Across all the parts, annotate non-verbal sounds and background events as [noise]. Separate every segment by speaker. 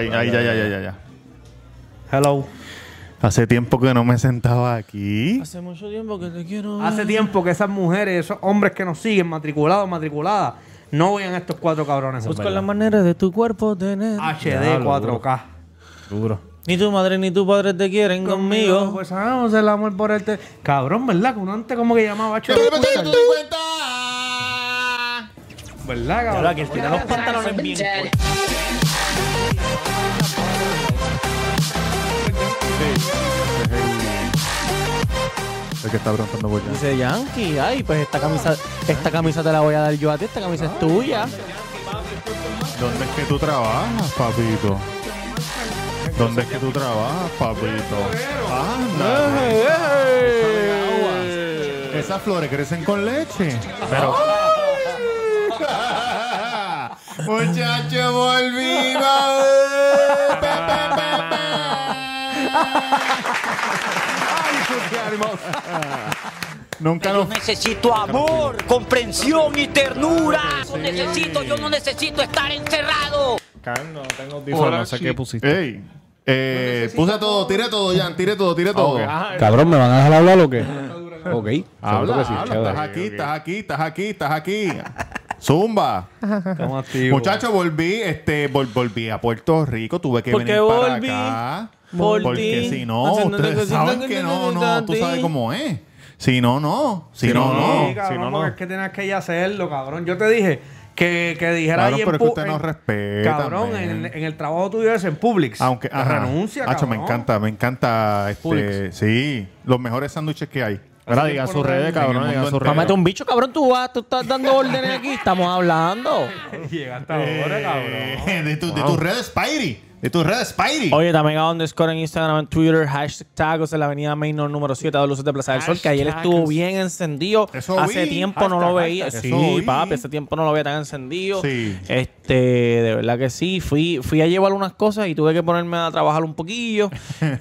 Speaker 1: Ahí, ahí, ya, ya, ya, ya, ya.
Speaker 2: Hello.
Speaker 1: Hace tiempo que no me sentaba aquí.
Speaker 3: Hace mucho tiempo que te quiero.
Speaker 2: Hace tiempo que esas mujeres, esos hombres que nos siguen, matriculados, matriculadas, no vean estos cuatro cabrones. en
Speaker 3: Busca
Speaker 2: verdad.
Speaker 3: la manera de tu cuerpo tener.
Speaker 2: HD 4K.
Speaker 3: Duro. Ni tu madre ni tu padre te quieren conmigo.
Speaker 2: Pues hagamos el amor por el te- Cabrón, ¿verdad? Que uno antes como que llamaba chulo. ¿Verdad, cabrón?
Speaker 3: que el tiene los pantalones bien.
Speaker 1: El que está preguntando por allá.
Speaker 3: Dice Yankee, ay, pues esta camisa, esta camisa te la voy a dar yo a ti, esta camisa es tuya.
Speaker 1: ¿Dónde es que tú trabajas, papito? ¿Dónde es que tú trabajas, papito? Anda. Esas flores crecen con leche. Pero. Muchacho, volvimos. Nunca
Speaker 4: Yo
Speaker 1: nos
Speaker 4: necesito amor, comprensión y ternura. Yo necesito, yo no necesito estar encerrado.
Speaker 5: no tengo audífonos, no sé qué pusiste.
Speaker 1: Ey, eh, puse todo, tire todo, Jan, tire todo, tire todo.
Speaker 5: Cabrón, ¿me van a dejar hablar o qué? ok.
Speaker 1: Habla,
Speaker 5: Seguro que sí,
Speaker 1: habla,
Speaker 5: chévere.
Speaker 1: estás aquí, estás aquí, estás aquí, estás aquí. Zumba.
Speaker 2: Estamos activos.
Speaker 1: Muchachos, volví, este, vol- volví a Puerto Rico, tuve que
Speaker 3: Porque
Speaker 1: venir para
Speaker 3: volví
Speaker 1: acá.
Speaker 3: por
Speaker 1: porque
Speaker 3: ti.
Speaker 1: si no,
Speaker 3: Haciendo
Speaker 1: ustedes
Speaker 3: cositas
Speaker 1: saben
Speaker 3: que
Speaker 1: que
Speaker 3: te
Speaker 1: no, no,
Speaker 3: gustan
Speaker 1: tú
Speaker 3: a ti.
Speaker 1: sabes cómo es. Si no, no, si no,
Speaker 2: Sí,
Speaker 1: no.
Speaker 2: cabrón,
Speaker 5: si no, no.
Speaker 2: porque es que tenías que ya hacerlo, cabrón. Yo te dije que, que dijera
Speaker 1: Claro,
Speaker 2: ahí en
Speaker 1: pero es que
Speaker 2: pu-
Speaker 1: usted no
Speaker 2: en-
Speaker 1: respeta,
Speaker 2: Cabrón,
Speaker 1: man.
Speaker 2: en, en el trabajo tuyo es en Publix.
Speaker 1: Aunque, ajá.
Speaker 2: renuncia,
Speaker 1: Acho,
Speaker 2: cabrón.
Speaker 1: me encanta, me encanta, este,
Speaker 5: Publix.
Speaker 1: sí, los mejores sándwiches que hay.
Speaker 5: Ahora diga sus redes, cabrón, diga sus
Speaker 3: Mamá,
Speaker 5: redes.
Speaker 3: tú un bicho, cabrón, tú vas, tú estás dando órdenes aquí, estamos hablando.
Speaker 2: [laughs] Llega hasta ahora, cabrón.
Speaker 1: Eh, de, tu- de tus redes, Spidey. De tus redes, Spidey.
Speaker 3: Oye, también a underscore en Instagram, en Twitter, hashtag tacos en la avenida Mainor número 7, a luces de Plaza del Sol, que ayer estuvo bien encendido.
Speaker 1: Eso
Speaker 3: hace
Speaker 1: vi.
Speaker 3: tiempo no
Speaker 1: Hashtag,
Speaker 3: lo veía.
Speaker 1: hashtag. Eso
Speaker 3: Sí,
Speaker 1: vi.
Speaker 3: papi, hace tiempo no lo veía tan encendido.
Speaker 1: Sí.
Speaker 3: Este, de verdad que sí. Fui, fui a llevar unas cosas y tuve que ponerme a trabajar
Speaker 1: [laughs]
Speaker 3: un poquillo.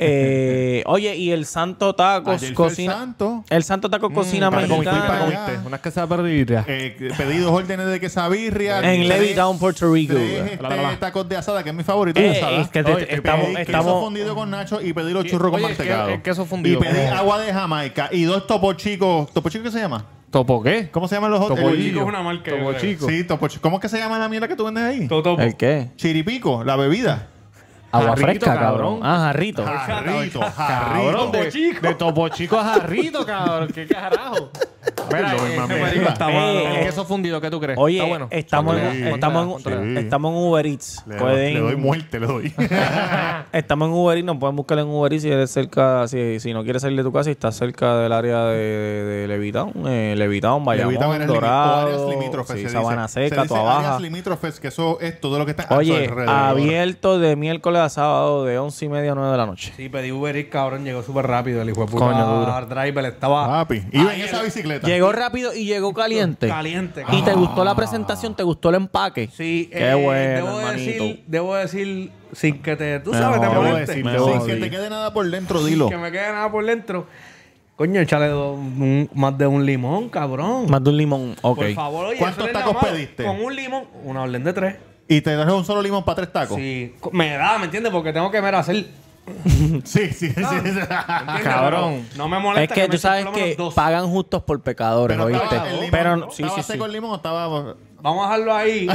Speaker 3: Eh, oye, y el Santo Tacos
Speaker 1: Ayer fue el
Speaker 3: cocina.
Speaker 1: santo. Mm,
Speaker 3: El Santo Taco Cocina
Speaker 1: para comiste,
Speaker 3: Mexicana.
Speaker 1: para
Speaker 3: con-
Speaker 1: allá.
Speaker 5: Unas quesas perdidas.
Speaker 1: Eh, pedí dos órdenes de quesabirria.
Speaker 3: En
Speaker 1: tres-
Speaker 3: Levittown, Puerto Rico.
Speaker 1: tres, este,
Speaker 5: La, la, la.
Speaker 1: tacos de asada, que es mi favorito
Speaker 3: Eh,
Speaker 1: de asada.
Speaker 3: es que te-
Speaker 1: Oye, pedí
Speaker 3: estamos-
Speaker 1: queso
Speaker 3: estamos-
Speaker 1: fundido con nacho y pedí los
Speaker 5: Sí,
Speaker 1: churros con
Speaker 5: oye, el
Speaker 1: mantecado.
Speaker 5: que- el queso fundido.
Speaker 1: Y pedí
Speaker 5: Ojo.
Speaker 1: agua de Jamaica y dos topo chicos. ¿Topo chico qué se llama?
Speaker 5: ¿Topo qué?
Speaker 1: ¿Cómo se llaman los otros?
Speaker 5: Topo
Speaker 1: El-
Speaker 5: Chico.
Speaker 2: es una marca, yo
Speaker 5: Topo
Speaker 2: creo.
Speaker 5: Chico.
Speaker 1: Sí, topo chico. ¿Cómo es que se llama la mierda que tú vendes ahí?
Speaker 2: Totopo.
Speaker 3: ¿El qué?
Speaker 1: Chiripico, la bebida.
Speaker 5: Agua
Speaker 3: Jarrito,
Speaker 5: fresca, cabrón.
Speaker 3: Ah, jarrito.
Speaker 1: Jarrito, jarrito.
Speaker 5: Cabrón, de, de Topo Chico a jarrito, cabrón. ¿Qué carajo? Mira,
Speaker 1: Lo mismo,
Speaker 5: eh,
Speaker 1: mierda.
Speaker 2: marico está
Speaker 3: Eh,
Speaker 2: malo.
Speaker 5: el queso fundido, ¿qué tú crees?
Speaker 3: Oye,
Speaker 5: ¿Está bueno?
Speaker 3: estamos,
Speaker 5: ¿Cuánto
Speaker 3: en,
Speaker 5: le das?
Speaker 3: estamos, en,
Speaker 5: ¿Cuánto le das? ¿Cuánto le das?
Speaker 3: estamos en Uber Eats.
Speaker 1: Le,
Speaker 3: Pueden-
Speaker 1: le doy muerte, le doy.
Speaker 3: Estamos en Uber Eats, nos pueden buscar en Uber Eats si eres cerca, si, si no quieres salir de tu casa y estás cerca del área de, de Levitown, eh, Levitown, Bayamón,
Speaker 1: Levittown eres limi- o áreas
Speaker 3: Dorado,
Speaker 1: limítrofes,
Speaker 3: sí,
Speaker 1: se
Speaker 3: Sabana
Speaker 1: dice. Se
Speaker 3: Seca,
Speaker 1: dice
Speaker 3: Toa Baja.
Speaker 1: áreas limítrofes, que eso es todo lo que está a su
Speaker 3: Oye,
Speaker 1: alrededor.
Speaker 3: abierto de miércoles a sábado de once y media a 9 de la noche.
Speaker 2: Sí, pedí Uber Eats, cabrón. Llegó súper rápido. El hijo de puta
Speaker 5: Coño, duro.
Speaker 2: hard driver
Speaker 3: Ah,
Speaker 2: estaba
Speaker 1: Papi, iba en esa bicicleta.
Speaker 3: Llegó rápido y llegó caliente.
Speaker 2: caliente.
Speaker 3: ¿Y te
Speaker 2: cabrón.
Speaker 3: gustó la presentación? ¿Te gustó el empaque?
Speaker 2: Sí, eh,
Speaker 3: Qué bueno,
Speaker 2: debo
Speaker 3: hermanito.
Speaker 2: decir, debo decir, sin que te... Tú
Speaker 3: Me
Speaker 2: sabes, te
Speaker 3: jodí.
Speaker 1: Debo
Speaker 2: moleste.
Speaker 1: decir,
Speaker 3: Me
Speaker 1: sin
Speaker 3: jodí.
Speaker 1: que te quede nada por dentro, dilo.
Speaker 2: Que me quede nada por dentro. Coño, échale do- un- más de un limón, cabrón.
Speaker 3: Más de un limón, ok.
Speaker 2: Por favor, oye.
Speaker 1: ¿Cuántos
Speaker 2: eso no es
Speaker 1: tacos
Speaker 2: nada malo.
Speaker 1: pediste?
Speaker 2: Con un limón, una orden de tres.
Speaker 1: Y te traje un solo limón para tres
Speaker 3: Oh.
Speaker 1: tacos.
Speaker 2: Sí, co- me da, ¿me entiendes? Porque tengo que ver hacer.
Speaker 3: Ah,
Speaker 2: ¿entiendes?
Speaker 1: sí, sí. sí, sí.
Speaker 2: Ah.
Speaker 5: Cabrón.
Speaker 2: No me molesta.
Speaker 3: Es que
Speaker 2: me
Speaker 3: tú
Speaker 2: echen
Speaker 3: sabes
Speaker 2: por lo menos
Speaker 3: que
Speaker 2: dos.
Speaker 3: pagan justos por pecadores,
Speaker 1: Pero
Speaker 3: ¿oíste?
Speaker 1: estaba el limón,
Speaker 3: Pero
Speaker 1: ¿no?
Speaker 3: sí,
Speaker 1: ¿Estaba
Speaker 3: sí, sí.
Speaker 1: seco el limón o estaba...?
Speaker 2: Vamos a dejarlo
Speaker 3: [laughs]
Speaker 2: ahí.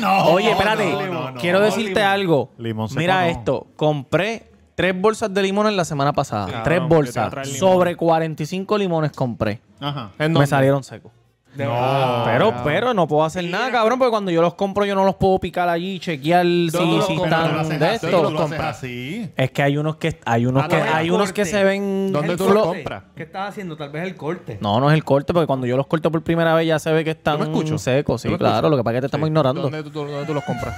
Speaker 1: No.
Speaker 3: Oye, espérate,
Speaker 1: no, no, no.
Speaker 3: quiero decirte
Speaker 2: limón.
Speaker 3: algo.
Speaker 1: Limón seco
Speaker 3: Mira
Speaker 1: no.
Speaker 3: esto, compré tres bolsas de limones la semana pasada.
Speaker 5: Claro,
Speaker 3: tres
Speaker 5: porque te va a
Speaker 3: bolsas.
Speaker 5: traer limón.
Speaker 3: Sobre 45 limones compré.
Speaker 1: Ajá.
Speaker 5: ¿En
Speaker 3: Me
Speaker 5: dónde?
Speaker 3: salieron secos.
Speaker 2: De verdad.
Speaker 3: pero, pero no puedo hacer nada, cabrón, porque cuando yo los compro yo no los puedo picar allí, chequear si,
Speaker 1: Pero tú lo-
Speaker 3: si
Speaker 1: pero tú lo
Speaker 3: están
Speaker 1: haces
Speaker 3: de
Speaker 1: así, tú
Speaker 3: esto.
Speaker 1: lo haces así.
Speaker 3: Es que hay unos que hay unos
Speaker 5: Ah,
Speaker 3: que
Speaker 5: no, el
Speaker 3: hay unos que
Speaker 2: corte.
Speaker 3: se ven
Speaker 5: ¿Dónde
Speaker 2: El
Speaker 5: tú lo
Speaker 2: corte.
Speaker 5: compras?
Speaker 2: ¿Qué estás haciendo? Tal vez el corte.
Speaker 3: No, no es el corte, porque cuando yo los corto por primera vez ya se ve que
Speaker 5: ¿Yo me escucho?
Speaker 3: están secos. Sí,
Speaker 5: ¿Yo me
Speaker 3: claro,
Speaker 5: escucho?
Speaker 3: lo que pasa es que te estamos ignorando.
Speaker 5: ¿Dónde tú, dónde tú los compras?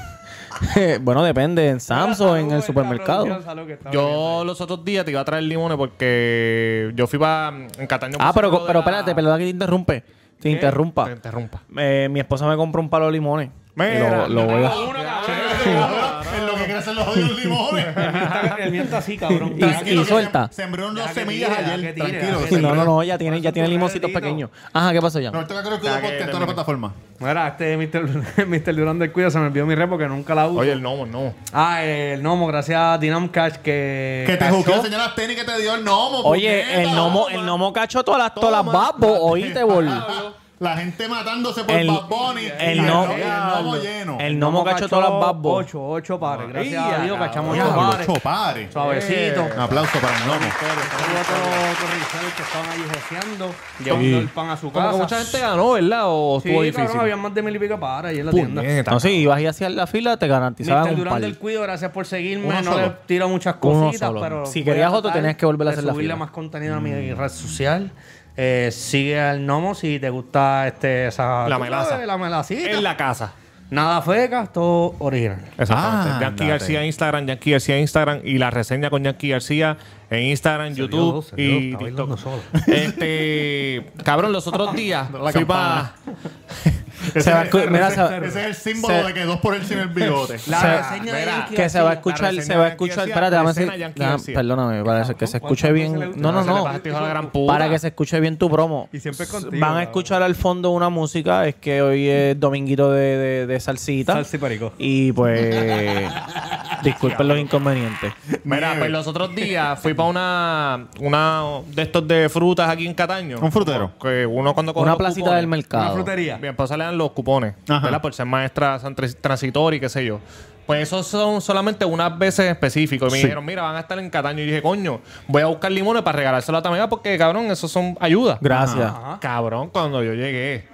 Speaker 3: [laughs] bueno, depende, en Samsung o
Speaker 2: Salud,
Speaker 3: en el
Speaker 2: esta
Speaker 3: supermercado.
Speaker 2: producción, salud, que está bien.
Speaker 5: Yo los otros días te iba a traer limones porque yo fui para en Cataño.
Speaker 3: Ah,
Speaker 5: pusieron
Speaker 3: pero,
Speaker 5: lo de
Speaker 3: pero
Speaker 5: la-
Speaker 3: espérate, perdón que te interrumpe. Te interrumpa.
Speaker 5: Te interrumpa.
Speaker 3: Eh, mi esposa me compró un palo de limones. Y
Speaker 5: Mira,
Speaker 3: [laughs]
Speaker 5: [laughs]
Speaker 3: lo, lo voy a...
Speaker 2: Uno, cabrón.
Speaker 1: En lo que crecen los jodidos
Speaker 3: [laughs]
Speaker 1: limones.
Speaker 2: El mío está así, cabrón.
Speaker 3: Y-
Speaker 1: Tranquilo, que
Speaker 3: suelta.
Speaker 1: sem- Sembró
Speaker 2: Ya
Speaker 1: dos
Speaker 2: que
Speaker 1: semillas
Speaker 2: tire, ya
Speaker 1: ayer.
Speaker 2: que tire,
Speaker 1: Tranquilo.
Speaker 2: ya que
Speaker 1: que
Speaker 3: No, no,
Speaker 1: sembró-
Speaker 3: no, ya tiene, ya tiene
Speaker 2: Son
Speaker 3: limoncitos
Speaker 2: redonditos.
Speaker 3: pequeños. Ajá, ¿qué pasó ya?
Speaker 1: Roberto Cacruz Cuido Podcast en todas las plataformas.
Speaker 2: Mira, este [laughs] Mr. Mr. Durán del Cuido se me olvidó mi rep porque nunca la uso.
Speaker 5: Oye, el gnomo, el gnomo.
Speaker 2: Ah, el gnomo, gracias a Dinam Cash que.
Speaker 1: Que te
Speaker 2: cachó.
Speaker 1: juzgué, enseñar las tenis que te dio el gnomo.
Speaker 3: Oye,
Speaker 1: puñeta.
Speaker 3: el gnomo, el gnomo cachó todas las, todas las babos,
Speaker 1: [laughs]
Speaker 3: oíste, bol.
Speaker 1: Ah, La gente matándose por
Speaker 3: El-
Speaker 1: Bad Bunny.
Speaker 3: el
Speaker 1: Y
Speaker 3: gnomo-
Speaker 1: el gnomo lleno.
Speaker 3: El gnomo cachó todas las babos.
Speaker 2: Ocho, ocho pares. Gracias
Speaker 5: María, Eh,
Speaker 2: a Dios cachamos
Speaker 1: Diablo,
Speaker 2: ocho pares.
Speaker 1: ocho pares.
Speaker 2: Suavecito.
Speaker 1: Un aplauso para el gnomo.
Speaker 2: Saludos a todos los rizales que estaban ahí joseando, llevando el pan a su
Speaker 5: Como
Speaker 2: casa.
Speaker 5: que mucha gente ganó, ¿verdad? O
Speaker 2: Sí,
Speaker 5: estuvo
Speaker 2: cabrón,
Speaker 5: difícil.
Speaker 2: había más de mil y pico para ahí en la tienda.
Speaker 5: Puñeta.
Speaker 3: No, sí, ibas ahí hacia la fila, te garantizaban
Speaker 2: Mr.
Speaker 3: un
Speaker 2: Durán
Speaker 3: par.
Speaker 2: del Cuido, gracias por seguirme.
Speaker 1: Uno
Speaker 2: no
Speaker 1: solo.
Speaker 2: le tiro muchas
Speaker 3: Uno
Speaker 2: cositas,
Speaker 3: solo.
Speaker 2: pero.
Speaker 3: Si
Speaker 2: voy a
Speaker 3: querías otro,
Speaker 2: tratar
Speaker 3: tenías que volver a
Speaker 2: de
Speaker 3: hacer la
Speaker 2: Subirle
Speaker 3: fila. Mm.
Speaker 2: más contenido a mi red social. Eh, sigue al Nomo si te gusta este, esa.
Speaker 5: La
Speaker 2: tú
Speaker 5: melaza.
Speaker 2: sabes, La melacita.
Speaker 5: En la casa.
Speaker 2: Nada feca, todo original.
Speaker 5: Exactamente.
Speaker 1: Ah,
Speaker 5: Yankee
Speaker 1: ándate.
Speaker 5: García en Instagram, Yankee García en Instagram y la reseña con Yankee García en Instagram,
Speaker 2: dio
Speaker 5: YouTube
Speaker 2: dos, se dio dos,
Speaker 5: y
Speaker 2: está
Speaker 5: TikTok.
Speaker 2: bailando solo.
Speaker 5: Este, cabrón, los otros [laughs] días
Speaker 1: La
Speaker 5: fui
Speaker 1: campana.
Speaker 5: para [laughs]
Speaker 3: Se va a escu- mira, se va-
Speaker 1: Ese es el símbolo
Speaker 3: se-
Speaker 1: de que dos por él sin el bigote.
Speaker 2: La
Speaker 3: Se-
Speaker 2: reseña de
Speaker 5: mira,
Speaker 2: Yankee
Speaker 3: que se
Speaker 2: García.
Speaker 3: va a
Speaker 5: La
Speaker 3: escuchar,
Speaker 5: reseña
Speaker 3: se va a
Speaker 5: de Yankee
Speaker 3: escuchar,
Speaker 5: García,
Speaker 3: espérate, vamos a
Speaker 5: reseña de
Speaker 3: decir,
Speaker 5: Yankee
Speaker 3: déjame-
Speaker 5: García.
Speaker 3: perdóname, para que se escuche
Speaker 2: ¿Cuántas veces le
Speaker 3: bien.
Speaker 2: gusta?
Speaker 3: No, no,
Speaker 5: Se le
Speaker 3: no.
Speaker 5: pasa, hijo de gran puta.
Speaker 3: Para que se escuche bien tu promo.
Speaker 2: Y siempre
Speaker 3: S-
Speaker 2: contigo,
Speaker 3: Van a
Speaker 2: cabrón.
Speaker 3: escuchar al fondo una música. Es que hoy es dominguito de, de, de salsita.
Speaker 2: Salsa y perico.
Speaker 3: Y pues. disculpen los inconvenientes.
Speaker 5: Mira,
Speaker 1: Nieve.
Speaker 5: pues los otros días fui para una, una de estos de frutas aquí en Cataño.
Speaker 1: Un frutero.
Speaker 5: Que uno cuando coge
Speaker 3: Una
Speaker 5: los
Speaker 3: placita
Speaker 5: cupones-
Speaker 3: del
Speaker 2: Una
Speaker 3: mercado.
Speaker 2: frutería.
Speaker 5: Bien, pues le dan los cupones,
Speaker 1: Ajá.
Speaker 5: ¿verdad? Por ser maestra san- tras- transitoria y qué sé yo. Pues esos son solamente unas veces específicos. Y me
Speaker 1: Sí.
Speaker 5: dijeron, mira, van a estar en Cataño. Y dije, coño, voy a buscar limones para regalárselo a Tamega porque, cabrón, esos son ayudas.
Speaker 3: Gracias.
Speaker 2: Ajá.
Speaker 5: Cabrón, cuando yo llegué,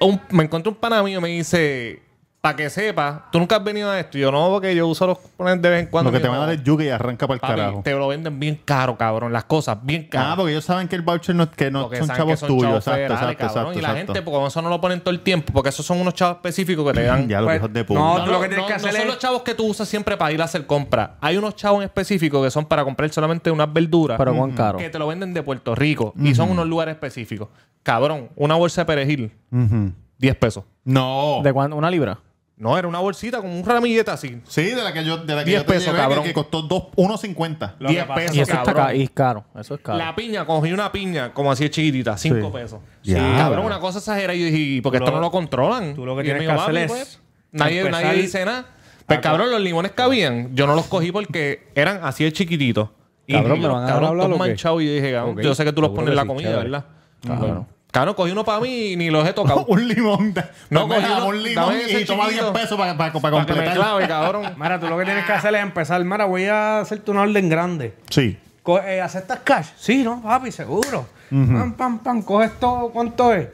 Speaker 5: un- me encontré un pana mío y me dice, para que sepa, tú nunca has venido a esto. Y yo, no, porque yo uso los cupones de vez en cuando.
Speaker 1: Lo que
Speaker 5: Y
Speaker 1: te
Speaker 5: yo,
Speaker 1: van a dar es yuca y arranca para el
Speaker 5: Papi,
Speaker 1: carajo.
Speaker 5: te lo venden bien caro, cabrón. Las cosas bien
Speaker 1: Ah,
Speaker 5: caras.
Speaker 1: porque ellos saben que el voucher no, que no
Speaker 5: Porque
Speaker 1: son
Speaker 5: saben que
Speaker 1: chavos
Speaker 5: son
Speaker 1: tuyos.
Speaker 5: chavos
Speaker 1: Exacto,
Speaker 5: federales,
Speaker 1: exacto,
Speaker 5: cabrón.
Speaker 1: exacto.
Speaker 5: Y la
Speaker 1: exacto.
Speaker 5: gente, porque eso no lo ponen todo el tiempo, porque esos son unos chavos específicos que te dan.
Speaker 1: Ya, los
Speaker 2: Pues,
Speaker 1: hijos de puta.
Speaker 2: no,
Speaker 5: No,
Speaker 2: tú lo
Speaker 5: no,
Speaker 2: que tienes
Speaker 5: no,
Speaker 2: que
Speaker 5: no
Speaker 2: hacer
Speaker 5: son
Speaker 2: es.
Speaker 5: los chavos que tú usas siempre para ir a hacer compras. Hay unos chavos en específico que son para comprar solamente unas verduras
Speaker 3: Pero cuán caro.
Speaker 5: que te lo venden de Puerto Rico y son unos lugares específicos. Cabrón, una bolsa de perejil,
Speaker 1: Ujú.
Speaker 5: 10 pesos.
Speaker 1: No.
Speaker 3: ¿De cuánto? ¿Una libra?
Speaker 5: No, era una bolsita con un ramillete así.
Speaker 1: Sí, de la que yo, de la que
Speaker 5: 10
Speaker 1: yo te
Speaker 5: pesos,
Speaker 1: llevé, que-
Speaker 5: cabrón.
Speaker 1: que costó dos- 1.50.
Speaker 2: Lo que
Speaker 5: 10
Speaker 2: pasa es
Speaker 5: pesos,
Speaker 3: Y eso está
Speaker 5: cabrón.
Speaker 3: ca- y es caro. Eso es caro.
Speaker 5: La piña, cogí una piña como así chiquitita, 5 pesos.
Speaker 1: Ya,
Speaker 5: Cabrón,
Speaker 1: bro.
Speaker 5: una cosa exagerada. Y yo dije, ¿y por qué esto
Speaker 2: lo-
Speaker 5: no lo controlan?
Speaker 2: tú lo que
Speaker 5: Y él
Speaker 2: tienes
Speaker 5: me
Speaker 2: que
Speaker 5: dijo,
Speaker 2: hacer
Speaker 5: "Papi,
Speaker 2: es
Speaker 5: pues, Nadie,
Speaker 2: empezar-
Speaker 5: nadie dice nada. Pero cabrón, los limones cabían. Yo no los cogí porque eran así de chiquititos. Y
Speaker 3: Cabrón,
Speaker 5: yo,
Speaker 3: ¿me van a dejar
Speaker 5: cabrón,
Speaker 3: hablar
Speaker 5: todos
Speaker 3: o qué?
Speaker 5: manchados. Y yo dije, cabrón,
Speaker 3: Ok,
Speaker 5: yo sé que tú los
Speaker 3: seguro
Speaker 5: pones
Speaker 3: que
Speaker 5: en la
Speaker 3: sí,
Speaker 5: comida,
Speaker 3: chévere.
Speaker 5: ¿verdad?
Speaker 3: Claro.
Speaker 5: Cabrón, cogí uno para mí y ni los he tocado.
Speaker 1: [laughs] un limón. da-
Speaker 5: No,
Speaker 1: dame
Speaker 5: cogí uno-
Speaker 1: un limón
Speaker 5: dame ese
Speaker 1: y toma
Speaker 5: chiquito.
Speaker 1: 10 pesos para
Speaker 5: para que me
Speaker 1: completar.
Speaker 5: clave, cabrón.
Speaker 2: Mira, tú lo que tienes que hacer es empezar. Mira, voy a hacerte una orden grande.
Speaker 1: Sí.
Speaker 2: Co- eh, ¿Aceptas cash? Sí, ¿no? Papi, seguro. Pam, pam, pam. Coges todo. ¿Cuánto es?